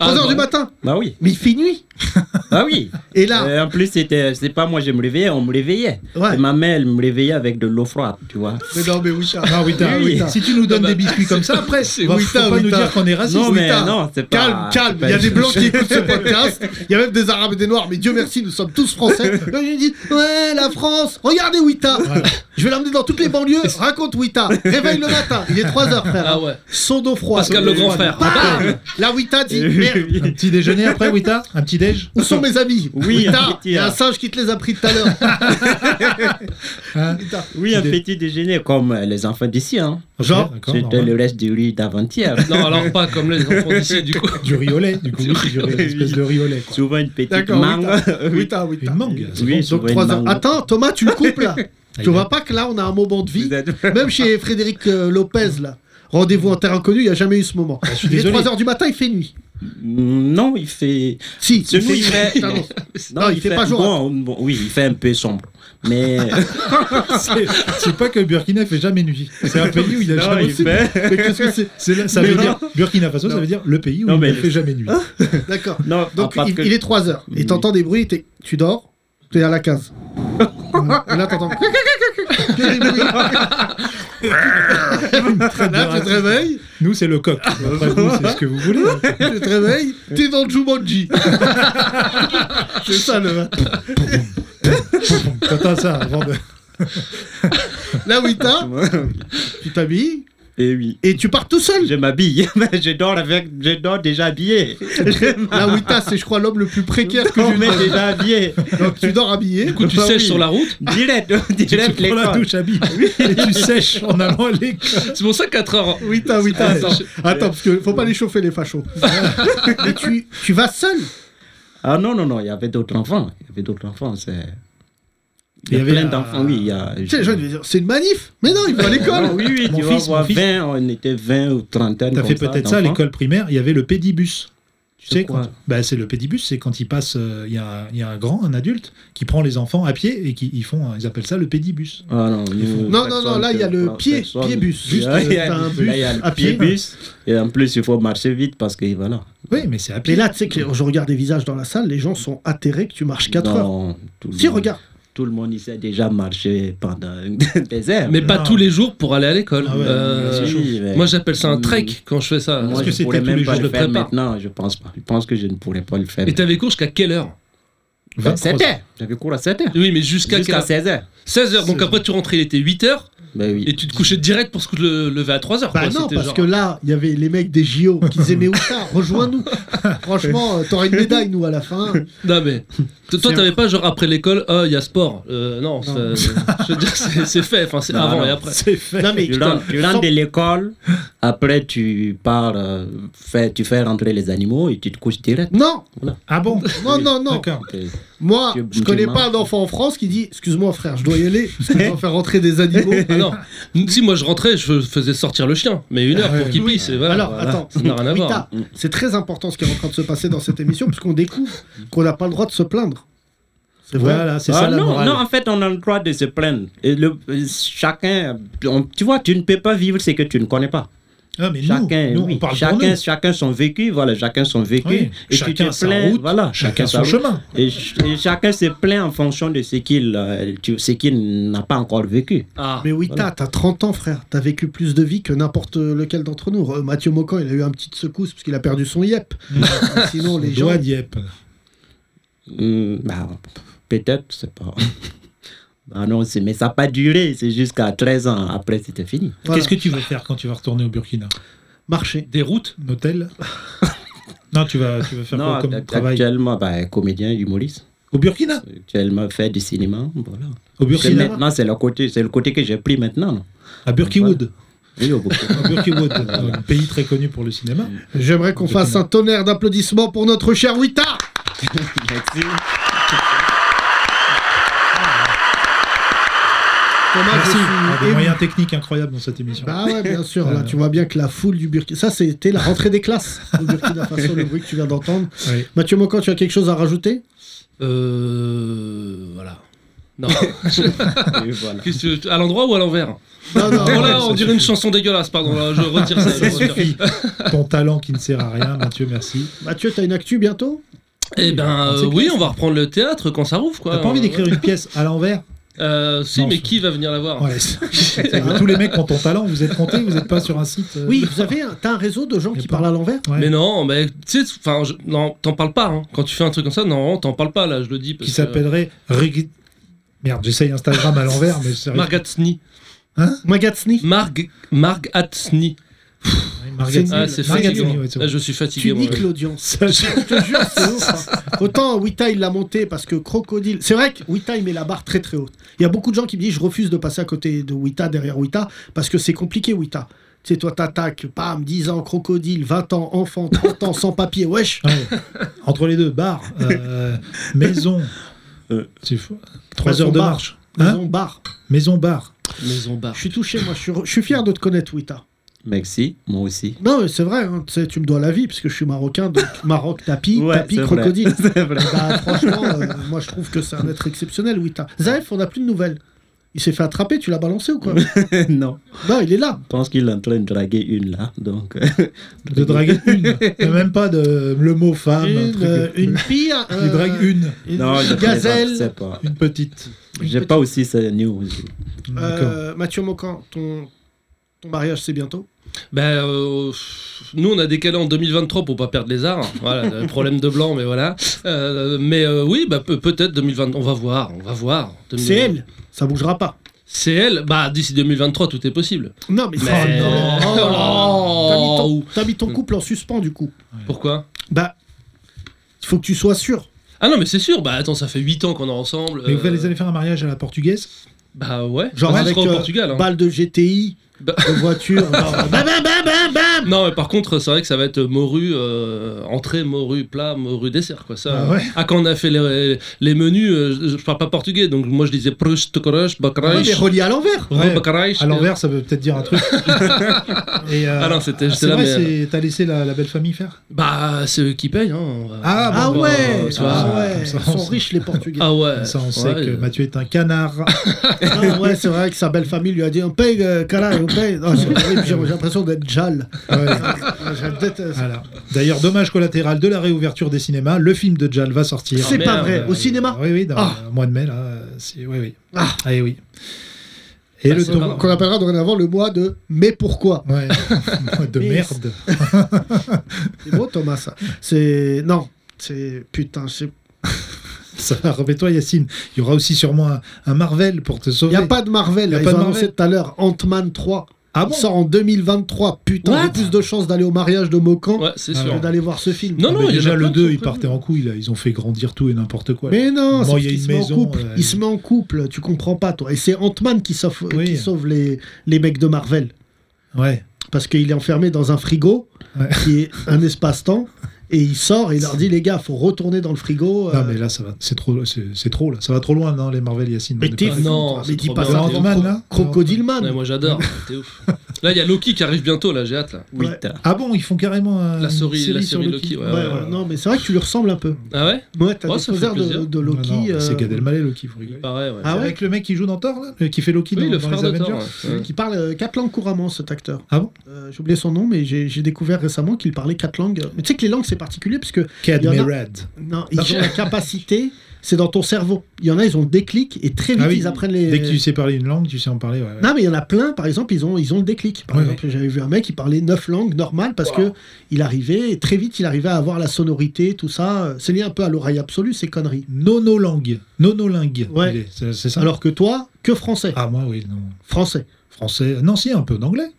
Speaker 6: Ah,
Speaker 3: 3h
Speaker 6: non.
Speaker 3: du matin.
Speaker 5: Bah oui,
Speaker 3: Mais il fait nuit.
Speaker 5: bah oui.
Speaker 3: Et là,
Speaker 5: Euh, en plus, c'était, c'est pas moi, je me réveillais, on me réveillait.
Speaker 3: Ouais.
Speaker 5: Et ma mère, elle me réveillait avec de l'eau froide, tu vois.
Speaker 3: Mais non, mais Wita.
Speaker 4: Ah, Wita,
Speaker 6: Eh,
Speaker 5: Oui, oui.
Speaker 4: Wita. si tu nous donnes
Speaker 6: Non,
Speaker 4: des
Speaker 6: bah,
Speaker 4: biscuits comme ça, après,
Speaker 6: c'est
Speaker 4: va- faut
Speaker 3: Wita,
Speaker 4: pas nous
Speaker 3: Wita.
Speaker 4: dire qu'on est raciste.
Speaker 5: Non, mais
Speaker 3: Wita.
Speaker 5: non, c'est pas.
Speaker 3: Calme, calme,
Speaker 5: c'est pas
Speaker 3: il y a des
Speaker 5: une-
Speaker 3: blancs qui écoutent ce podcast, il y a même des arabes et des noirs, mais Dieu merci, nous sommes tous français. Là, je dis, ouais, la France, regardez Wita, je vais l'emmener dans toutes les banlieues, raconte Wita, réveille le matin, il est 3h frère.
Speaker 6: Ah ouais.
Speaker 3: Son d'eau froide.
Speaker 6: Pascal le grand frère.
Speaker 5: Ah.
Speaker 3: Bam La Wita dit, merde,
Speaker 4: Un petit déjeuner après, Wita Un petit déj
Speaker 3: où sont mes amis
Speaker 5: Oui, un
Speaker 3: Wita,
Speaker 5: petit,
Speaker 3: il y a un
Speaker 5: hein.
Speaker 3: singe qui te les a pris tout à l'heure.
Speaker 4: Hein
Speaker 3: Wita.
Speaker 5: Oui, un
Speaker 4: Des-
Speaker 5: petit déjeuner comme euh, les enfants d'ici. Hein.
Speaker 4: Genre,
Speaker 5: C'était le reste du riz d'avant-hier.
Speaker 6: Non alors pas comme les enfants d'ici du coup.
Speaker 4: du riolet, du coup, oui, c'est du riolet, espèce de riolet. Quoi.
Speaker 5: Souvent une petite
Speaker 3: D'accord,
Speaker 5: mangue.
Speaker 3: Wita, Wita, Wita.
Speaker 4: Une mangue. c'est
Speaker 5: Oui,
Speaker 4: bon.
Speaker 5: souvent
Speaker 3: Donc
Speaker 5: une
Speaker 3: 3 heures.
Speaker 5: mangue.
Speaker 3: Attends, Thomas, tu le coupes là. tu
Speaker 4: il
Speaker 3: vois pas que là, on a un moment de vie.
Speaker 5: Vous êtes-
Speaker 3: Même chez Frédéric euh, Lopez, là. Rendez-vous en terre inconnue, il n'y a jamais eu ce moment.
Speaker 5: Ah,
Speaker 4: je suis
Speaker 3: il est
Speaker 4: désolé.
Speaker 3: 3h du matin, il fait nuit.
Speaker 5: Non, il fait.
Speaker 3: Si,
Speaker 5: Ce fait, il fait-
Speaker 3: pardon.
Speaker 5: Non,
Speaker 3: il fait pas jour.
Speaker 5: bon, bon, oui, il fait un peu sombre. Mais. euh,
Speaker 4: C'est- C'est pas que le Burkina fait jamais nuit. C'est un pays où il y a
Speaker 5: Non,
Speaker 4: jamais
Speaker 5: il fait-
Speaker 4: Mais qu'est-ce que c'est C'est là- Ça
Speaker 5: Mais
Speaker 4: veut
Speaker 5: non.
Speaker 4: dire Burkina Faso, ça veut dire le pays où
Speaker 5: Non,
Speaker 4: il
Speaker 5: mais- Hein
Speaker 4: ne fait jamais nuit.
Speaker 3: D'accord.
Speaker 5: Non, à
Speaker 3: Donc
Speaker 5: part
Speaker 3: il,
Speaker 5: que-
Speaker 3: il est 3h. Et t'entends des bruits, t'es- tu dors, t'es à la case. Et là, t'entends. Que des bruits. là, tu te réveilles,
Speaker 4: Nous, c'est le coq. Après, vous, c'est ce que vous voulez. hein.
Speaker 3: tu te réveilles, t'es dans le Jumanji. C'est ça le.
Speaker 4: T'entends ça avant de.
Speaker 3: Là, Wita, tu t'habilles,
Speaker 5: Et Eh oui.
Speaker 3: Et tu pars tout seul
Speaker 5: Je m'habille, je dors avec, je dors déjà habillé.
Speaker 3: La Wita, c'est, je crois, l'homme le plus précaire que
Speaker 5: Je
Speaker 3: j'ai
Speaker 5: mets
Speaker 3: eu.
Speaker 5: déjà habillé.
Speaker 3: Donc tu dors habillé.
Speaker 6: Du coup, tu
Speaker 3: Bah
Speaker 6: sèches
Speaker 3: oui.
Speaker 6: sur la route.
Speaker 5: Direct,
Speaker 4: Tu, tu
Speaker 5: direct
Speaker 4: prends la
Speaker 5: l'école.
Speaker 4: douche, habille, et tu sèches en allant à l'école.
Speaker 6: C'est pour ça 4 heures.
Speaker 3: Wita, Wita,
Speaker 6: Attends,
Speaker 3: attends. Attends, parce qu'il faut pas les chauffer, les fachos. Et tu, tu vas seul
Speaker 5: Ah non, non, non, il y avait d'autres enfants. Il y avait d'autres enfants. c'est- Il y,
Speaker 4: Il y
Speaker 5: avait
Speaker 4: avait
Speaker 5: plein
Speaker 4: un-
Speaker 5: d'enfants, oui. Il y a...
Speaker 3: Tu sais, les gens ils vont dire, c'est une manif Mais non, il va à l'école
Speaker 5: Non, oui, oui,
Speaker 4: Mon
Speaker 5: tu
Speaker 4: fils,
Speaker 5: vas voir,
Speaker 4: mon fils.
Speaker 5: 20, on était 20 ou trentaine.
Speaker 4: T'as
Speaker 5: comme
Speaker 4: fait peut-être ça à
Speaker 5: d'enfants.
Speaker 4: l'école primaire, il y avait le pédibus. Tu
Speaker 5: C'est
Speaker 4: sais,
Speaker 5: quoi
Speaker 4: quand- bah, c'est le pédibus, c'est quand il passe, euh, il y, a un- il y a un grand, un adulte, qui prend les enfants à pied et qui ils font, ils appellent ça le pédibus.
Speaker 5: Ah non, nous,
Speaker 3: Non, non, non, là, il y a le
Speaker 5: personne-
Speaker 3: pied-
Speaker 5: personne-
Speaker 3: pied-bus. Juste,
Speaker 5: Là, il y
Speaker 3: euh,
Speaker 5: a
Speaker 3: t'as un
Speaker 5: le- là, il y a
Speaker 3: bus
Speaker 5: le
Speaker 3: à pied.
Speaker 5: pied-bus. Et en plus, il faut marcher vite parce que voilà.
Speaker 4: Oui, mais c'est à pied.
Speaker 3: Mais là, tu sais que je regarde des visages dans la salle, les gens sont atterrés que tu marches 4 heures.
Speaker 5: Non, tout le
Speaker 3: Si,
Speaker 5: monde-
Speaker 3: regarde.
Speaker 5: Tout le monde, il sait déjà marcher pendant des heures.
Speaker 6: Mais pas
Speaker 4: Non.
Speaker 6: tous les jours pour aller à l'école.
Speaker 4: Ah ouais,
Speaker 6: Euh,
Speaker 4: c'est chaud.
Speaker 5: Oui, mais-
Speaker 6: moi, j'appelle ça un trek quand je fais ça.
Speaker 5: Moi,
Speaker 4: que
Speaker 5: je
Speaker 4: c'était
Speaker 5: ne pourrais
Speaker 4: tous
Speaker 5: même
Speaker 4: les
Speaker 5: pas
Speaker 4: jours
Speaker 5: le
Speaker 4: de
Speaker 5: faire
Speaker 4: prépa
Speaker 5: maintenant, je pense pas. Je pense que je ne pourrais pas le faire.
Speaker 6: Et t'avais cours jusqu'à quelle heure
Speaker 5: 7
Speaker 4: 23 heures.
Speaker 5: heures. J'avais cours à 7 heures.
Speaker 6: Oui, mais jusqu'à quelle
Speaker 5: Jusqu'à
Speaker 6: heure
Speaker 5: 16 heures.
Speaker 6: 16h. Donc après, tu rentrais, il était 8h.
Speaker 5: Ben oui.
Speaker 6: Et tu te couchais direct pour se cou- le lever à 3h.
Speaker 3: Bah non, parce que là, il y avait les mecs des JO qui disaient Mais Outa, rejoins-nous Franchement, euh, t'aurais une médaille, nous, à la fin.
Speaker 6: Non, mais. t- Toi, t'avais pas genre après l'école, ah, il y a sport. Euh, non, ça- je veux dire, c'est c'est fait. Enfin, c'est
Speaker 5: Non,
Speaker 6: avant
Speaker 5: non.
Speaker 6: et après.
Speaker 4: C'est fait.
Speaker 3: Non, mais
Speaker 5: Tu
Speaker 3: putain,
Speaker 5: rentres, tu rentres de l'école, après tu pars, euh, fais- tu fais rentrer les animaux et tu te couches direct.
Speaker 3: Non,
Speaker 4: Ah bon
Speaker 3: non, non, non.
Speaker 4: D'accord.
Speaker 5: Et-
Speaker 3: Moi,
Speaker 5: Tu-
Speaker 3: je
Speaker 5: tu
Speaker 3: connais
Speaker 5: marches.
Speaker 3: pas un enfant en France qui dit Excuse-moi, frère, je dois y aller, parce que je dois faire rentrer des animaux.
Speaker 6: Ah non. Si moi je rentrais, je faisais sortir le chien, mais une heure
Speaker 4: Ah ouais.
Speaker 6: pour qu'il
Speaker 3: Oui.
Speaker 6: pisse. et voilà.
Speaker 3: Alors,
Speaker 6: Voilà.
Speaker 3: attends,
Speaker 6: ça n'a rien à voir. Mm.
Speaker 3: Rita, c'est très important ce qui est en train de se passer dans cette émission, puisqu'on découvre qu'on n'a pas le droit de se plaindre. C'est vrai
Speaker 4: Voilà, c'est
Speaker 5: Ah
Speaker 4: ça la
Speaker 5: non,
Speaker 4: morale.
Speaker 5: non, en fait, on a le droit de se plaindre. Et le, euh, chacun, on- tu vois, tu ne peux pas vivre ce que tu ne connais pas.
Speaker 4: Ah, mais nous,
Speaker 5: Chacun,
Speaker 4: nous,
Speaker 5: oui,
Speaker 4: on parle pour
Speaker 5: chacun,
Speaker 4: nous.
Speaker 5: chacun son vécu, voilà, chacun son vécu.
Speaker 4: Oui,
Speaker 5: Et tu
Speaker 4: chacun
Speaker 5: te
Speaker 4: sa
Speaker 5: plains,
Speaker 4: route,
Speaker 5: voilà,
Speaker 4: chacun
Speaker 5: sa
Speaker 4: son
Speaker 5: route.
Speaker 4: chemin.
Speaker 5: Et, ch- et chacun se plaint en fonction de ce qu'il euh, tu- ce qu'il n'a pas encore vécu.
Speaker 6: Ah.
Speaker 3: Mais oui, t'as- t'as 30 ans, frère. T'as vécu plus de vie que n'importe lequel d'entre nous. Euh, Mathieu Mocan, il a eu un petit secousse parce qu'il a perdu son yep.
Speaker 6: Mm.
Speaker 3: Mais Sinon, les gens.
Speaker 4: Doigt Dieppe.
Speaker 5: Hmm, bah, Peut-être, je sais pas. Bah non, c'est- mais ça n'a pas duré, c'est jusqu'à 13 ans. Après, c'était fini.
Speaker 3: voilà.
Speaker 4: Qu'est-ce que tu vas faire quand tu vas retourner au Burkina
Speaker 3: Marcher.
Speaker 4: Des routes Un hôtel Non, tu vas, tu vas faire
Speaker 5: non,
Speaker 4: quoi comme
Speaker 5: act-
Speaker 4: travail
Speaker 5: actuellement, bah, comédien, humoriste.
Speaker 4: Au Burkina
Speaker 5: Actuellement, fait du cinéma, voilà.
Speaker 4: Au
Speaker 5: C'est
Speaker 4: Burkina
Speaker 5: maintenant, c'est le côté, c'est le côté que j'ai pris maintenant. non
Speaker 4: À Burkiwood.
Speaker 5: Oui, au beaucoup.
Speaker 4: Au Burkiwood, un pays très connu pour le cinéma.
Speaker 3: J'aimerais qu'on fasse un tonnerre d'applaudissements pour notre cher Wita.
Speaker 5: Merci.
Speaker 3: Thomas, je
Speaker 4: Merci.
Speaker 3: suis
Speaker 4: Ah, Des
Speaker 3: ému.
Speaker 4: moyens techniques incroyables dans cette émission.
Speaker 3: Bah ouais, bien sûr. Là, tu vois bien que la foule du Burkina. Ça, c'était la rentrée des classes au Burkina Faso, le bruit que tu viens d'entendre.
Speaker 4: Oui.
Speaker 3: Mathieu Mocan, tu as quelque chose à rajouter
Speaker 6: Euh. Voilà. Non.
Speaker 5: Et voilà.
Speaker 6: Qu'est-ce que tu- À l'endroit ou à l'envers
Speaker 3: Non,
Speaker 4: Ah,
Speaker 3: non,
Speaker 6: Bon,
Speaker 3: ouais,
Speaker 6: là, on
Speaker 3: ça-
Speaker 6: dirait une chanson dégueulasse, pardon. là, je retire ça.
Speaker 4: Ça
Speaker 6: je retire.
Speaker 4: suffit. Ton talent qui ne sert à rien, Mathieu, merci.
Speaker 3: Mathieu, t'as une actu bientôt
Speaker 6: Eh ben,
Speaker 4: Ah, C'est
Speaker 6: euh, oui,
Speaker 4: classe.
Speaker 6: on va reprendre le théâtre quand ça rouvre, quoi.
Speaker 4: T'as pas envie
Speaker 6: Euh,
Speaker 4: d'écrire une pièce à l'envers
Speaker 6: euh, Si,
Speaker 4: Non,
Speaker 6: mais
Speaker 4: je-
Speaker 6: qui va venir la voir
Speaker 4: Ouais. Tous les mecs qui ont ton talent, vous êtes comptés, vous n'êtes pas sur un site. euh,
Speaker 3: Oui, vous avez un... t'as un réseau de gens
Speaker 4: Y a
Speaker 3: qui
Speaker 4: pas-
Speaker 3: parlent à l'envers
Speaker 4: ouais,
Speaker 6: Mais non, mais tu sais, enfin, je- non, t'en parles pas. hein. Quand tu fais un truc comme ça, non, t'en parles pas. Là, je le dis. parce
Speaker 4: qui
Speaker 6: que-
Speaker 4: s'appellerait Rigi- Merde, j'essaye Instagram à l'envers, mais c'est
Speaker 6: Margatsny.
Speaker 3: Magatsny.
Speaker 6: Marg Margatsny.
Speaker 4: Margaret-
Speaker 6: Ah, c'est
Speaker 4: Margaret
Speaker 6: fatigué.
Speaker 4: Sony, ouais, c'est
Speaker 6: Ah,
Speaker 4: vrai.
Speaker 6: je suis fatigué.
Speaker 3: Tu
Speaker 6: moi,
Speaker 3: niques
Speaker 6: ouais.
Speaker 3: l'audience. Je te jure, c'est ouf. hein. Autant Wita, il l'a monté parce que Crocodile. C'est vrai que Wita, il met la barre très très haute. Il y a beaucoup de gens qui me disent je refuse de passer à côté de Wita, derrière Wita, parce que c'est compliqué, Wita. Tu sais, toi, t'attaques, bam, 10 ans, crocodile, 20 ans, enfant, 30 ans, sans papier, wesh.
Speaker 4: Ah ouais. Entre les deux, bar, euh, maison.
Speaker 5: Euh.
Speaker 4: C'est fou. Trois heures
Speaker 3: Maison
Speaker 4: de
Speaker 3: bar.
Speaker 4: marche. Hein
Speaker 3: Maison, barre.
Speaker 4: maison bar.
Speaker 6: Maison bar.
Speaker 3: Je suis touché, moi, je suis, re- je suis fier de te connaître, Wita.
Speaker 5: Merci, moi aussi.
Speaker 3: Non, mais c'est vrai, hein, tu sais, tu me dois la vie, parce que je suis marocain, donc Maroc, tapis,
Speaker 5: Ouais,
Speaker 3: tapis,
Speaker 5: c'est vrai.
Speaker 3: crocodile.
Speaker 5: C'est vrai.
Speaker 3: Bah, franchement, euh, moi, je trouve que c'est un être exceptionnel, Wita. Zaef, on n'a plus de nouvelles. Il s'est fait attraper, tu l'as balancé ou quoi
Speaker 5: non,
Speaker 3: Non, il est là.
Speaker 5: je pense qu'il est en train de draguer une là. Donc,
Speaker 4: De draguer une. Il y a même pas de, le mot femme. Ah, bah, un
Speaker 3: une,
Speaker 4: truc.
Speaker 3: euh, une pire. euh,
Speaker 4: Il drague une.
Speaker 3: une
Speaker 5: je
Speaker 3: gazelle.
Speaker 5: plaisante, Je sais pas.
Speaker 4: Une petite.
Speaker 5: J'ai pas aussi ces news.
Speaker 4: D'accord.
Speaker 3: Euh, Mathieu Mocan, ton, ton mariage, c'est bientôt.
Speaker 6: Ben, euh, pff, nous, on a décalé en 2023 pour pas perdre les arts. Voilà, le problème de blanc, mais voilà. ben, Euh, mais euh, oui, bah, peut- peut-être 2020. On va voir, on va voir.
Speaker 3: C'est elle. Ça bougera pas.
Speaker 6: C'est elle. Bah, d'ici 2023, tout est possible.
Speaker 3: Non, mais,
Speaker 6: Mais-
Speaker 3: Oh,
Speaker 6: Oh,
Speaker 3: T'as mis ton-
Speaker 6: ou-
Speaker 3: T'as mis
Speaker 4: Euh.
Speaker 3: ton couple en suspens du coup.
Speaker 6: Pourquoi
Speaker 3: Bah, il faut que tu sois sûr.
Speaker 6: Ah non, mais c'est sûr. Bah, attends, ça fait 8 ans qu'on est ensemble.
Speaker 4: Mais
Speaker 6: euh,
Speaker 4: vous allez aller faire un mariage à la portugaise
Speaker 6: Bah ouais.
Speaker 3: Genre
Speaker 6: Bah, ce
Speaker 3: avec,
Speaker 6: sera au
Speaker 3: euh,
Speaker 6: Portugal. hein.
Speaker 3: Balle de GTI,
Speaker 6: Bah-
Speaker 3: de voiture. bah, genre, bam, bam, bam, bam, bam.
Speaker 6: Non, mais par contre, c'est vrai que ça va être morue, euh, entrée, morue, plat, morue, dessert, quoi. Ça,
Speaker 4: Ah ouais.
Speaker 6: Ah, quand on a fait les, les menus, euh, je, je parle pas portugais, donc moi je disais prust, crush,
Speaker 3: Ah Ouais, mais
Speaker 6: bakraïch.
Speaker 3: relié à l'envers.
Speaker 4: Ouais,
Speaker 6: rebakraïch.
Speaker 4: À l'envers, ça veut peut-être dire un truc. Et, euh,
Speaker 6: euh, Ah non, c'était-
Speaker 4: ah,
Speaker 6: j'étais
Speaker 4: c'est
Speaker 6: là,
Speaker 4: vrai,
Speaker 6: mais-
Speaker 4: c'est- t'as laissé la, la belle famille faire
Speaker 6: Bah, c'est eux qui payent, hein. on va-
Speaker 4: Ah,
Speaker 3: Ah,
Speaker 6: bon,
Speaker 3: ouais,
Speaker 6: bah, tu vois.
Speaker 3: ah ouais,
Speaker 4: comme ça,
Speaker 3: ils sont
Speaker 4: on sait.
Speaker 3: riches les Portugais.
Speaker 6: Ah ouais.
Speaker 4: Ça, on
Speaker 6: Ouais,
Speaker 4: sait que
Speaker 6: euh,
Speaker 4: Mathieu est un canard.
Speaker 3: Ah ouais, c'est vrai que sa belle famille lui a dit on paye, euh, Kala, on paye. Non, c'est horrible, J'ai j'ai l'impression d'être Jal.
Speaker 4: Ouais. Ah,
Speaker 3: Je déteste.
Speaker 4: Voilà. D'ailleurs, dommage collatéral de la réouverture des cinémas, le film de Jal va sortir.
Speaker 3: C'est
Speaker 6: Ah,
Speaker 3: pas
Speaker 6: merde.
Speaker 3: vrai. Au cinéma
Speaker 4: Oui, oui, dans
Speaker 3: Ah.
Speaker 4: le mois de mai, là. euh, c'est- Oui, oui.
Speaker 3: Ah.
Speaker 4: Ah, et oui. Et
Speaker 6: Bah,
Speaker 4: le
Speaker 6: c'est
Speaker 4: ton.
Speaker 6: pas grave.
Speaker 3: Qu'on appellera dorénavant le mois de mais pourquoi
Speaker 4: Ouais. Mois de
Speaker 3: Mais-
Speaker 4: merde.
Speaker 3: C'est beau Thomas ça. C'est. Non. C'est. Putain, c'est.
Speaker 4: Ça va, remets-toi, Yacine. Il y aura aussi sûrement un, un Marvel pour te
Speaker 3: Il
Speaker 4: sauver.
Speaker 3: n'y a pas de Marvel.
Speaker 4: Y a
Speaker 3: là,
Speaker 4: pas
Speaker 3: ils ont
Speaker 4: de
Speaker 3: annoncé
Speaker 4: Marvel.
Speaker 3: tout à l'heure Ant-Man 3.
Speaker 4: Ah bon
Speaker 3: Il sort en 2023. Putain, j'ai
Speaker 4: What
Speaker 3: plus de chances d'aller au mariage de Mocan
Speaker 6: Ouais, c'est
Speaker 4: Ah
Speaker 6: sûr.
Speaker 3: que d'aller voir ce film.
Speaker 6: Non,
Speaker 4: Ah,
Speaker 6: non,
Speaker 4: mais
Speaker 6: il y en a
Speaker 4: déjà,
Speaker 6: plein
Speaker 4: le
Speaker 6: qui
Speaker 4: 2,
Speaker 6: sont
Speaker 4: il
Speaker 6: prévus.
Speaker 4: partait en couille, là. Ils ont fait grandir tout et n'importe quoi.
Speaker 3: Mais non,
Speaker 4: Bon,
Speaker 3: c'est
Speaker 4: il
Speaker 3: parce
Speaker 4: y a une
Speaker 3: qu'il se met en
Speaker 4: maison,
Speaker 3: couple.
Speaker 4: euh,
Speaker 3: Il se met en couple, tu comprends pas, toi. Et c'est Ant-Man qui sauve,
Speaker 4: Oui.
Speaker 3: qui sauve les, les mecs de Marvel.
Speaker 4: Ouais.
Speaker 3: Parce qu'il est enfermé dans un frigo,
Speaker 4: Ouais.
Speaker 3: qui est un espace-temps, et il sort et il leur dit les gars, faut retourner dans le frigo. euh,
Speaker 4: Non, mais là, ça va. C'est trop, c'est c'est trop, là. Ça va trop loin, non, les Marvel, Yacine.
Speaker 3: Mais
Speaker 4: On est
Speaker 3: t'es
Speaker 4: pas-
Speaker 3: fou,
Speaker 6: non,
Speaker 3: toi.
Speaker 6: Ah, c'est
Speaker 3: mais dis
Speaker 6: trop
Speaker 3: pas
Speaker 6: bien.
Speaker 3: ça.
Speaker 4: Ant-Man,
Speaker 3: Cro-
Speaker 4: là
Speaker 3: Crocodile Man.
Speaker 6: Ouais, moi j'adore, t'es ouf. Là, il y a Loki qui arrive bientôt, là, j'ai hâte. Là.
Speaker 5: Oui,
Speaker 3: Ouais.
Speaker 5: t'as-
Speaker 4: Ah bon, ils font carrément un.
Speaker 6: La souris, la
Speaker 4: sur
Speaker 6: souris Loki, ouais.
Speaker 3: Ouais, ouais, Non, mais c'est vrai que tu lui ressembles un peu.
Speaker 6: Ah ouais
Speaker 3: Ouais, t'as
Speaker 6: Ouais,
Speaker 3: des
Speaker 6: ça fait
Speaker 3: poseurs de,
Speaker 6: plaisir.
Speaker 3: de
Speaker 4: Non,
Speaker 3: Loki.
Speaker 4: non,
Speaker 3: euh,
Speaker 4: C'est Gad Elmaleh, Loki, faut
Speaker 6: Il
Speaker 4: rigoler.
Speaker 6: paraît, ouais.
Speaker 3: Ah ouais
Speaker 4: Avec le mec qui joue dans Thor, là, euh, qui fait Loki
Speaker 6: oui,
Speaker 4: dans,
Speaker 6: le
Speaker 4: dans
Speaker 6: frère
Speaker 4: les
Speaker 6: de
Speaker 4: Avengers.
Speaker 6: Thor. ouais. Ouais.
Speaker 3: Qui parle euh, quatre langues couramment, cet acteur.
Speaker 4: Ah bon
Speaker 3: Euh, J'ai oublié son nom, mais j'ai j'ai découvert récemment qu'il parlait quatre langues. Mais tu sais que les langues, c'est particulier, parce que
Speaker 4: Cad
Speaker 3: Il y en a-
Speaker 4: Merad.
Speaker 3: Non, ils ont la capacité, c'est dans ton cerveau. Il y en a, ils ont le déclic et très vite,
Speaker 4: Ah oui,
Speaker 3: ils apprennent les.
Speaker 4: Dès que tu sais parler une langue, tu sais en parler. ouais, ouais.
Speaker 3: Non, mais il y en a plein, par exemple, ils ont, ils ont le déclic. Par
Speaker 4: Ouais,
Speaker 3: exemple, j'avais vu un mec, il parlait neuf langues normales parce que il arrivait, et très vite, il arrivait à avoir la sonorité, tout ça. C'est lié un peu à l'oreille absolue, ces conneries.
Speaker 4: Nonolangue. Nonolingue.
Speaker 3: Ouais.
Speaker 4: il est. C'est c'est ça
Speaker 3: Alors que toi, que français.
Speaker 4: Ah, moi, oui, non.
Speaker 3: Français.
Speaker 4: Français. Non, si, un peu d'anglais.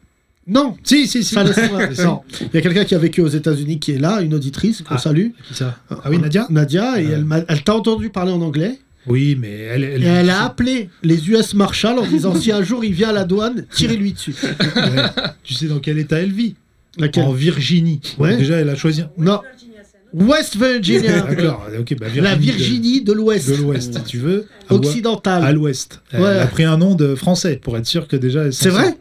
Speaker 3: Non!
Speaker 4: Si, si, si.
Speaker 3: ça laisse- non. Il y a quelqu'un qui a vécu aux États-Unis qui est là, une auditrice qu'on
Speaker 4: Ah.
Speaker 3: salue.
Speaker 4: Qui ça Ah oui, Nadia
Speaker 3: Nadia, et
Speaker 4: Euh.
Speaker 3: elle, m'a- elle t'a entendu parler en anglais.
Speaker 4: Oui, mais elle. elle,
Speaker 3: Et elle a appelé les US Marshall en disant si un jour il vient à la douane, tirez-lui dessus.
Speaker 4: Ouais. Tu sais dans quel état elle vit
Speaker 3: Laquelle
Speaker 4: En Virginie.
Speaker 3: Ouais.
Speaker 4: Donc Déjà, elle a choisi. un-
Speaker 3: Non. West Virginia.
Speaker 4: D'accord, ok, bah, Virginie
Speaker 3: la
Speaker 4: de-
Speaker 3: Virginie de l'Ouest.
Speaker 4: De l'Ouest, si tu veux. À l'ou- À
Speaker 3: Occidentale.
Speaker 4: l'Ouest. Elle
Speaker 3: Ah, Ouais.
Speaker 4: a pris un nom de français pour être sûr que déjà. elle s'en
Speaker 3: C'est vrai
Speaker 4: sort.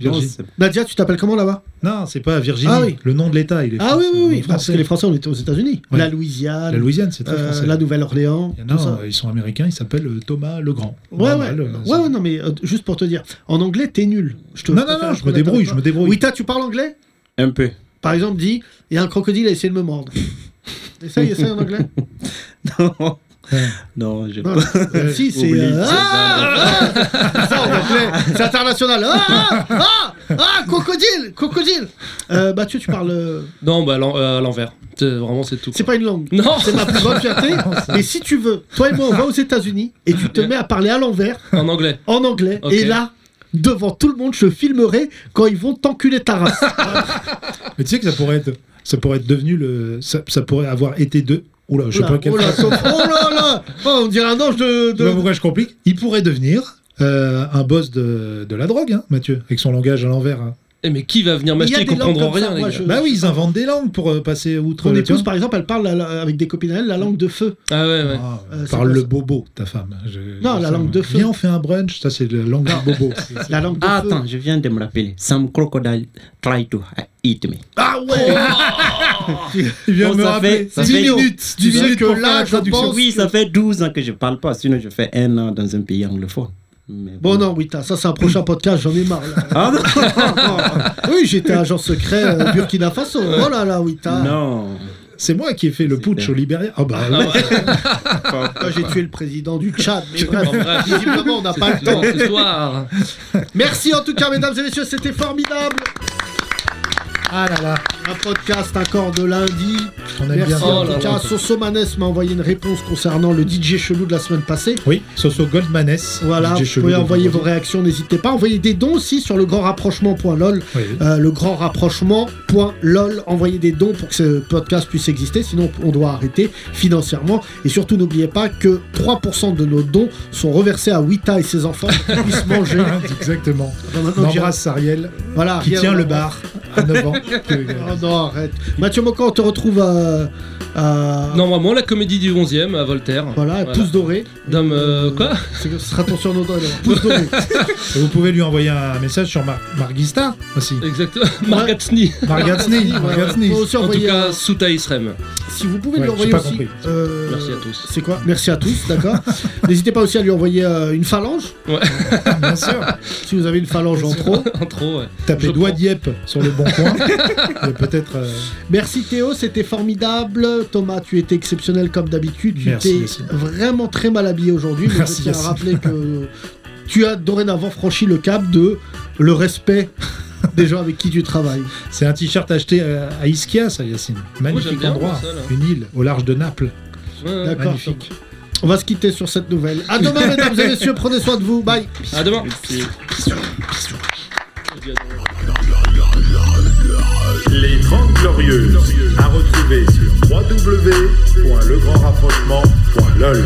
Speaker 4: Virginie.
Speaker 5: Non, c'est-
Speaker 3: Nadia, tu t'appelles comment là-bas
Speaker 4: Non, c'est pas Virginie.
Speaker 3: Ah oui.
Speaker 4: Le nom de l'État, il est
Speaker 3: Ah oui,
Speaker 4: français,
Speaker 3: oui,
Speaker 4: le
Speaker 3: oui.
Speaker 4: nom
Speaker 3: Parce que
Speaker 4: français.
Speaker 3: les Français, on était aux États-Unis.
Speaker 4: Ouais.
Speaker 3: La Louisiane,
Speaker 4: La Louisiane, c'est très
Speaker 3: euh,
Speaker 4: français.
Speaker 3: la Nouvelle-Orléans.
Speaker 4: Il y en
Speaker 3: tout ça.
Speaker 4: a, euh, ils sont américains, ils s'appellent euh, Thomas Legrand.
Speaker 3: Ouais,
Speaker 4: Normal,
Speaker 3: ouais.
Speaker 4: euh,
Speaker 3: ouais,
Speaker 4: ça-
Speaker 3: ouais, non, mais euh, juste pour te dire, en anglais, t'es nul. Je te-
Speaker 4: Non,
Speaker 3: préfère
Speaker 4: non, non,
Speaker 3: être
Speaker 4: je me
Speaker 3: honnête
Speaker 4: débrouille,
Speaker 3: avec
Speaker 4: je
Speaker 3: toi.
Speaker 4: me débrouille.
Speaker 3: Wita, tu parles anglais
Speaker 5: un peu.
Speaker 3: Par exemple, dis il y a un crocodile a essayé de me mordre. Essaye, essaye en anglais.
Speaker 5: Non,
Speaker 4: Ouais.
Speaker 5: non, j'ai
Speaker 3: Non,
Speaker 5: pas.
Speaker 3: euh, si, c'est.
Speaker 5: Oublie,
Speaker 3: euh,
Speaker 5: c'est
Speaker 3: ah, ah, ça, en anglais, c'est international. Ah, ah, ah, crocodile, crocodile. Euh, Mathieu, tu parles. euh,
Speaker 6: Non, bah à l'en- euh, à l'envers. C'est- Vraiment, c'est tout.
Speaker 3: C'est pas une langue.
Speaker 6: Non
Speaker 3: C'est ma plus grande fierté. Mais si tu veux, toi et moi, on va aux États-Unis et tu te mets à parler à l'envers,
Speaker 6: En anglais.
Speaker 3: en anglais.
Speaker 6: Ok.
Speaker 3: Et là, devant tout le monde, je filmerai quand ils vont t'enculer ta race.
Speaker 4: Mais tu sais que ça pourrait être, ça pourrait être devenu le, ça, ça pourrait avoir été de. Oula, je sais
Speaker 3: Oula,
Speaker 4: pas quel.
Speaker 3: oula,
Speaker 4: Je sais
Speaker 3: sauf- oh là là Oh, On dirait un ange de. de-
Speaker 4: pas pourquoi je complique. Il pourrait devenir euh, un boss de, de la drogue, hein, Mathieu, avec son langage à l'envers. hein.
Speaker 6: Eh, mais qui va venir
Speaker 3: Il y a
Speaker 6: m'acheter Ils
Speaker 3: des langues
Speaker 6: comprendront
Speaker 3: comme ça,
Speaker 6: rien, les
Speaker 3: moi,
Speaker 6: gars.
Speaker 3: Euh, je-
Speaker 4: Bah oui, ils inventent des langues pour euh, passer outre.
Speaker 3: Ton
Speaker 4: le-
Speaker 3: épouse, par exemple, elle parle la- la- avec des copines à elle la langue de feu.
Speaker 6: Ah ouais, ouais.
Speaker 4: Ah,
Speaker 3: Euh, c'est
Speaker 4: parle
Speaker 3: quoi
Speaker 4: le
Speaker 3: ça
Speaker 4: bobo, ta femme. hein, Je-
Speaker 3: Non,
Speaker 4: je
Speaker 3: la
Speaker 4: sais,
Speaker 3: langue
Speaker 4: ouais.
Speaker 3: de feu.
Speaker 4: Viens, on fait un brunch. Ça, c'est la langue du bobo.
Speaker 3: La langue de
Speaker 5: Ah,
Speaker 3: feu.
Speaker 5: attends, je viens de me rappeler. Some crocodile tried to eat me.
Speaker 3: Ah ouais
Speaker 4: Oh. Il vient
Speaker 5: Bon,
Speaker 4: me
Speaker 5: ça
Speaker 4: rappeler.
Speaker 5: fait- ça
Speaker 4: 10
Speaker 5: fait-
Speaker 4: minutes. 10
Speaker 3: Tu sais
Speaker 4: minutes
Speaker 3: que
Speaker 4: pour
Speaker 3: là,
Speaker 4: faire la
Speaker 3: je
Speaker 4: traduction.
Speaker 3: pense-
Speaker 5: Oui, ça fait 12 ans que je parle pas, sinon je fais un an dans un pays anglophone. Mais
Speaker 3: Bon non, Wita, ça c'est un prochain podcast, j'en ai marre. là.
Speaker 5: Ah non
Speaker 3: Oui, j'étais agent secret euh, Burkina Faso. Oh là là, Wita.
Speaker 5: Non
Speaker 4: C'est moi qui ai fait le
Speaker 5: C'est
Speaker 4: putsch
Speaker 5: bien.
Speaker 4: au Libéria. Ah bah
Speaker 6: Ah
Speaker 4: ouais.
Speaker 6: ouais.
Speaker 3: Toi, j'ai tué le président du Tchad. Mais bref,
Speaker 6: En bref.
Speaker 3: visiblement, on n'a pas le
Speaker 6: Non,
Speaker 3: temps.
Speaker 6: cette histoire.
Speaker 3: Merci en tout cas, mesdames et messieurs, c'était formidable.
Speaker 4: Ah là là,
Speaker 3: Un podcast, un corps de lundi.
Speaker 4: on aime
Speaker 3: Merci
Speaker 4: bien.
Speaker 3: en
Speaker 6: Oh là
Speaker 3: tout
Speaker 6: là.
Speaker 3: cas. Sosomanes m'a envoyé une réponse concernant le DJ chelou de la semaine passée.
Speaker 4: Oui, Soso Goldmanes.
Speaker 3: Voilà,
Speaker 4: DJ
Speaker 3: vous
Speaker 4: chelou
Speaker 3: pouvez
Speaker 4: de
Speaker 3: envoyer vos
Speaker 4: vendredi.
Speaker 3: réactions, n'hésitez pas. Envoyez des dons aussi sur le grand rapprochement.lol.
Speaker 4: Oui.
Speaker 3: Euh, le grand rapprochement.lol. Envoyez des dons pour que ce podcast puisse exister, sinon on doit arrêter financièrement. Et surtout, n'oubliez pas que 3% de nos dons sont reversés à Wita et ses enfants pour qu'ils puissent manger.
Speaker 4: Exactement.
Speaker 3: Maintenant que j'ai-
Speaker 4: Nambra Sariel,
Speaker 3: Voilà,
Speaker 4: qui
Speaker 3: rien-
Speaker 4: tient le bar à 9 ans. euh,
Speaker 3: Oh non, arrête. Mathieu Mocan, on te retrouve à. à-
Speaker 6: Normalement, la comédie du 11e à Voltaire.
Speaker 3: Voilà,
Speaker 6: Voilà.
Speaker 3: pouce doré.
Speaker 6: Dame, euh, quoi
Speaker 3: C'est- Ce sera ton surnom doré. Pouce doré.
Speaker 4: Et vous pouvez lui envoyer un message sur Mar Marguista aussi.
Speaker 6: Exactement. Margatsny.
Speaker 4: Margatsny,
Speaker 3: Ah, Ouais, ouais.
Speaker 4: Margatsny.
Speaker 3: Faut aussi
Speaker 6: En tout
Speaker 3: envoyer un-
Speaker 6: cas, Souta Isrem.
Speaker 3: Si vous pouvez lui
Speaker 4: Ouais, j'ai
Speaker 3: envoyer
Speaker 4: pas
Speaker 3: aussi.
Speaker 4: compris.
Speaker 3: euh,
Speaker 6: Merci à tous.
Speaker 3: C'est quoi Merci à tous, d'accord. N'hésitez pas aussi à lui envoyer euh, une phalange,
Speaker 4: Bien sûr.
Speaker 3: si vous avez une phalange en trop.
Speaker 6: Intro, ouais.
Speaker 4: Tapez
Speaker 6: Je
Speaker 4: doigt
Speaker 6: prends.
Speaker 4: Dieppe sur le bon coin. Il y a peut-être. euh,
Speaker 3: Merci Théo, c'était formidable. Thomas, tu étais exceptionnel comme d'habitude. Tu
Speaker 4: Merci,
Speaker 3: t'es
Speaker 4: Yacine.
Speaker 3: vraiment très mal habillé aujourd'hui. mais
Speaker 4: Merci,
Speaker 3: Je tiens à
Speaker 4: Yacine.
Speaker 3: rappeler que tu as dorénavant franchi le cap de le respect des gens avec qui tu travailles.
Speaker 4: C'est un t-shirt acheté à, à Ischia, ça, Yacine.
Speaker 6: j'aime
Speaker 4: Magnifique
Speaker 6: bien, hein.
Speaker 4: endroit.
Speaker 6: moi, ça, là.
Speaker 4: Une île au large de Naples.
Speaker 6: Ouais, ouais.
Speaker 3: D'accord.
Speaker 4: Magnifique.
Speaker 3: On va se quitter sur cette nouvelle. À demain, mesdames et messieurs. Prenez soin de vous. Bye.
Speaker 6: À demain.
Speaker 7: Les 30 Glorieuses, à retrouver sur www.legrandrapprochement.lol.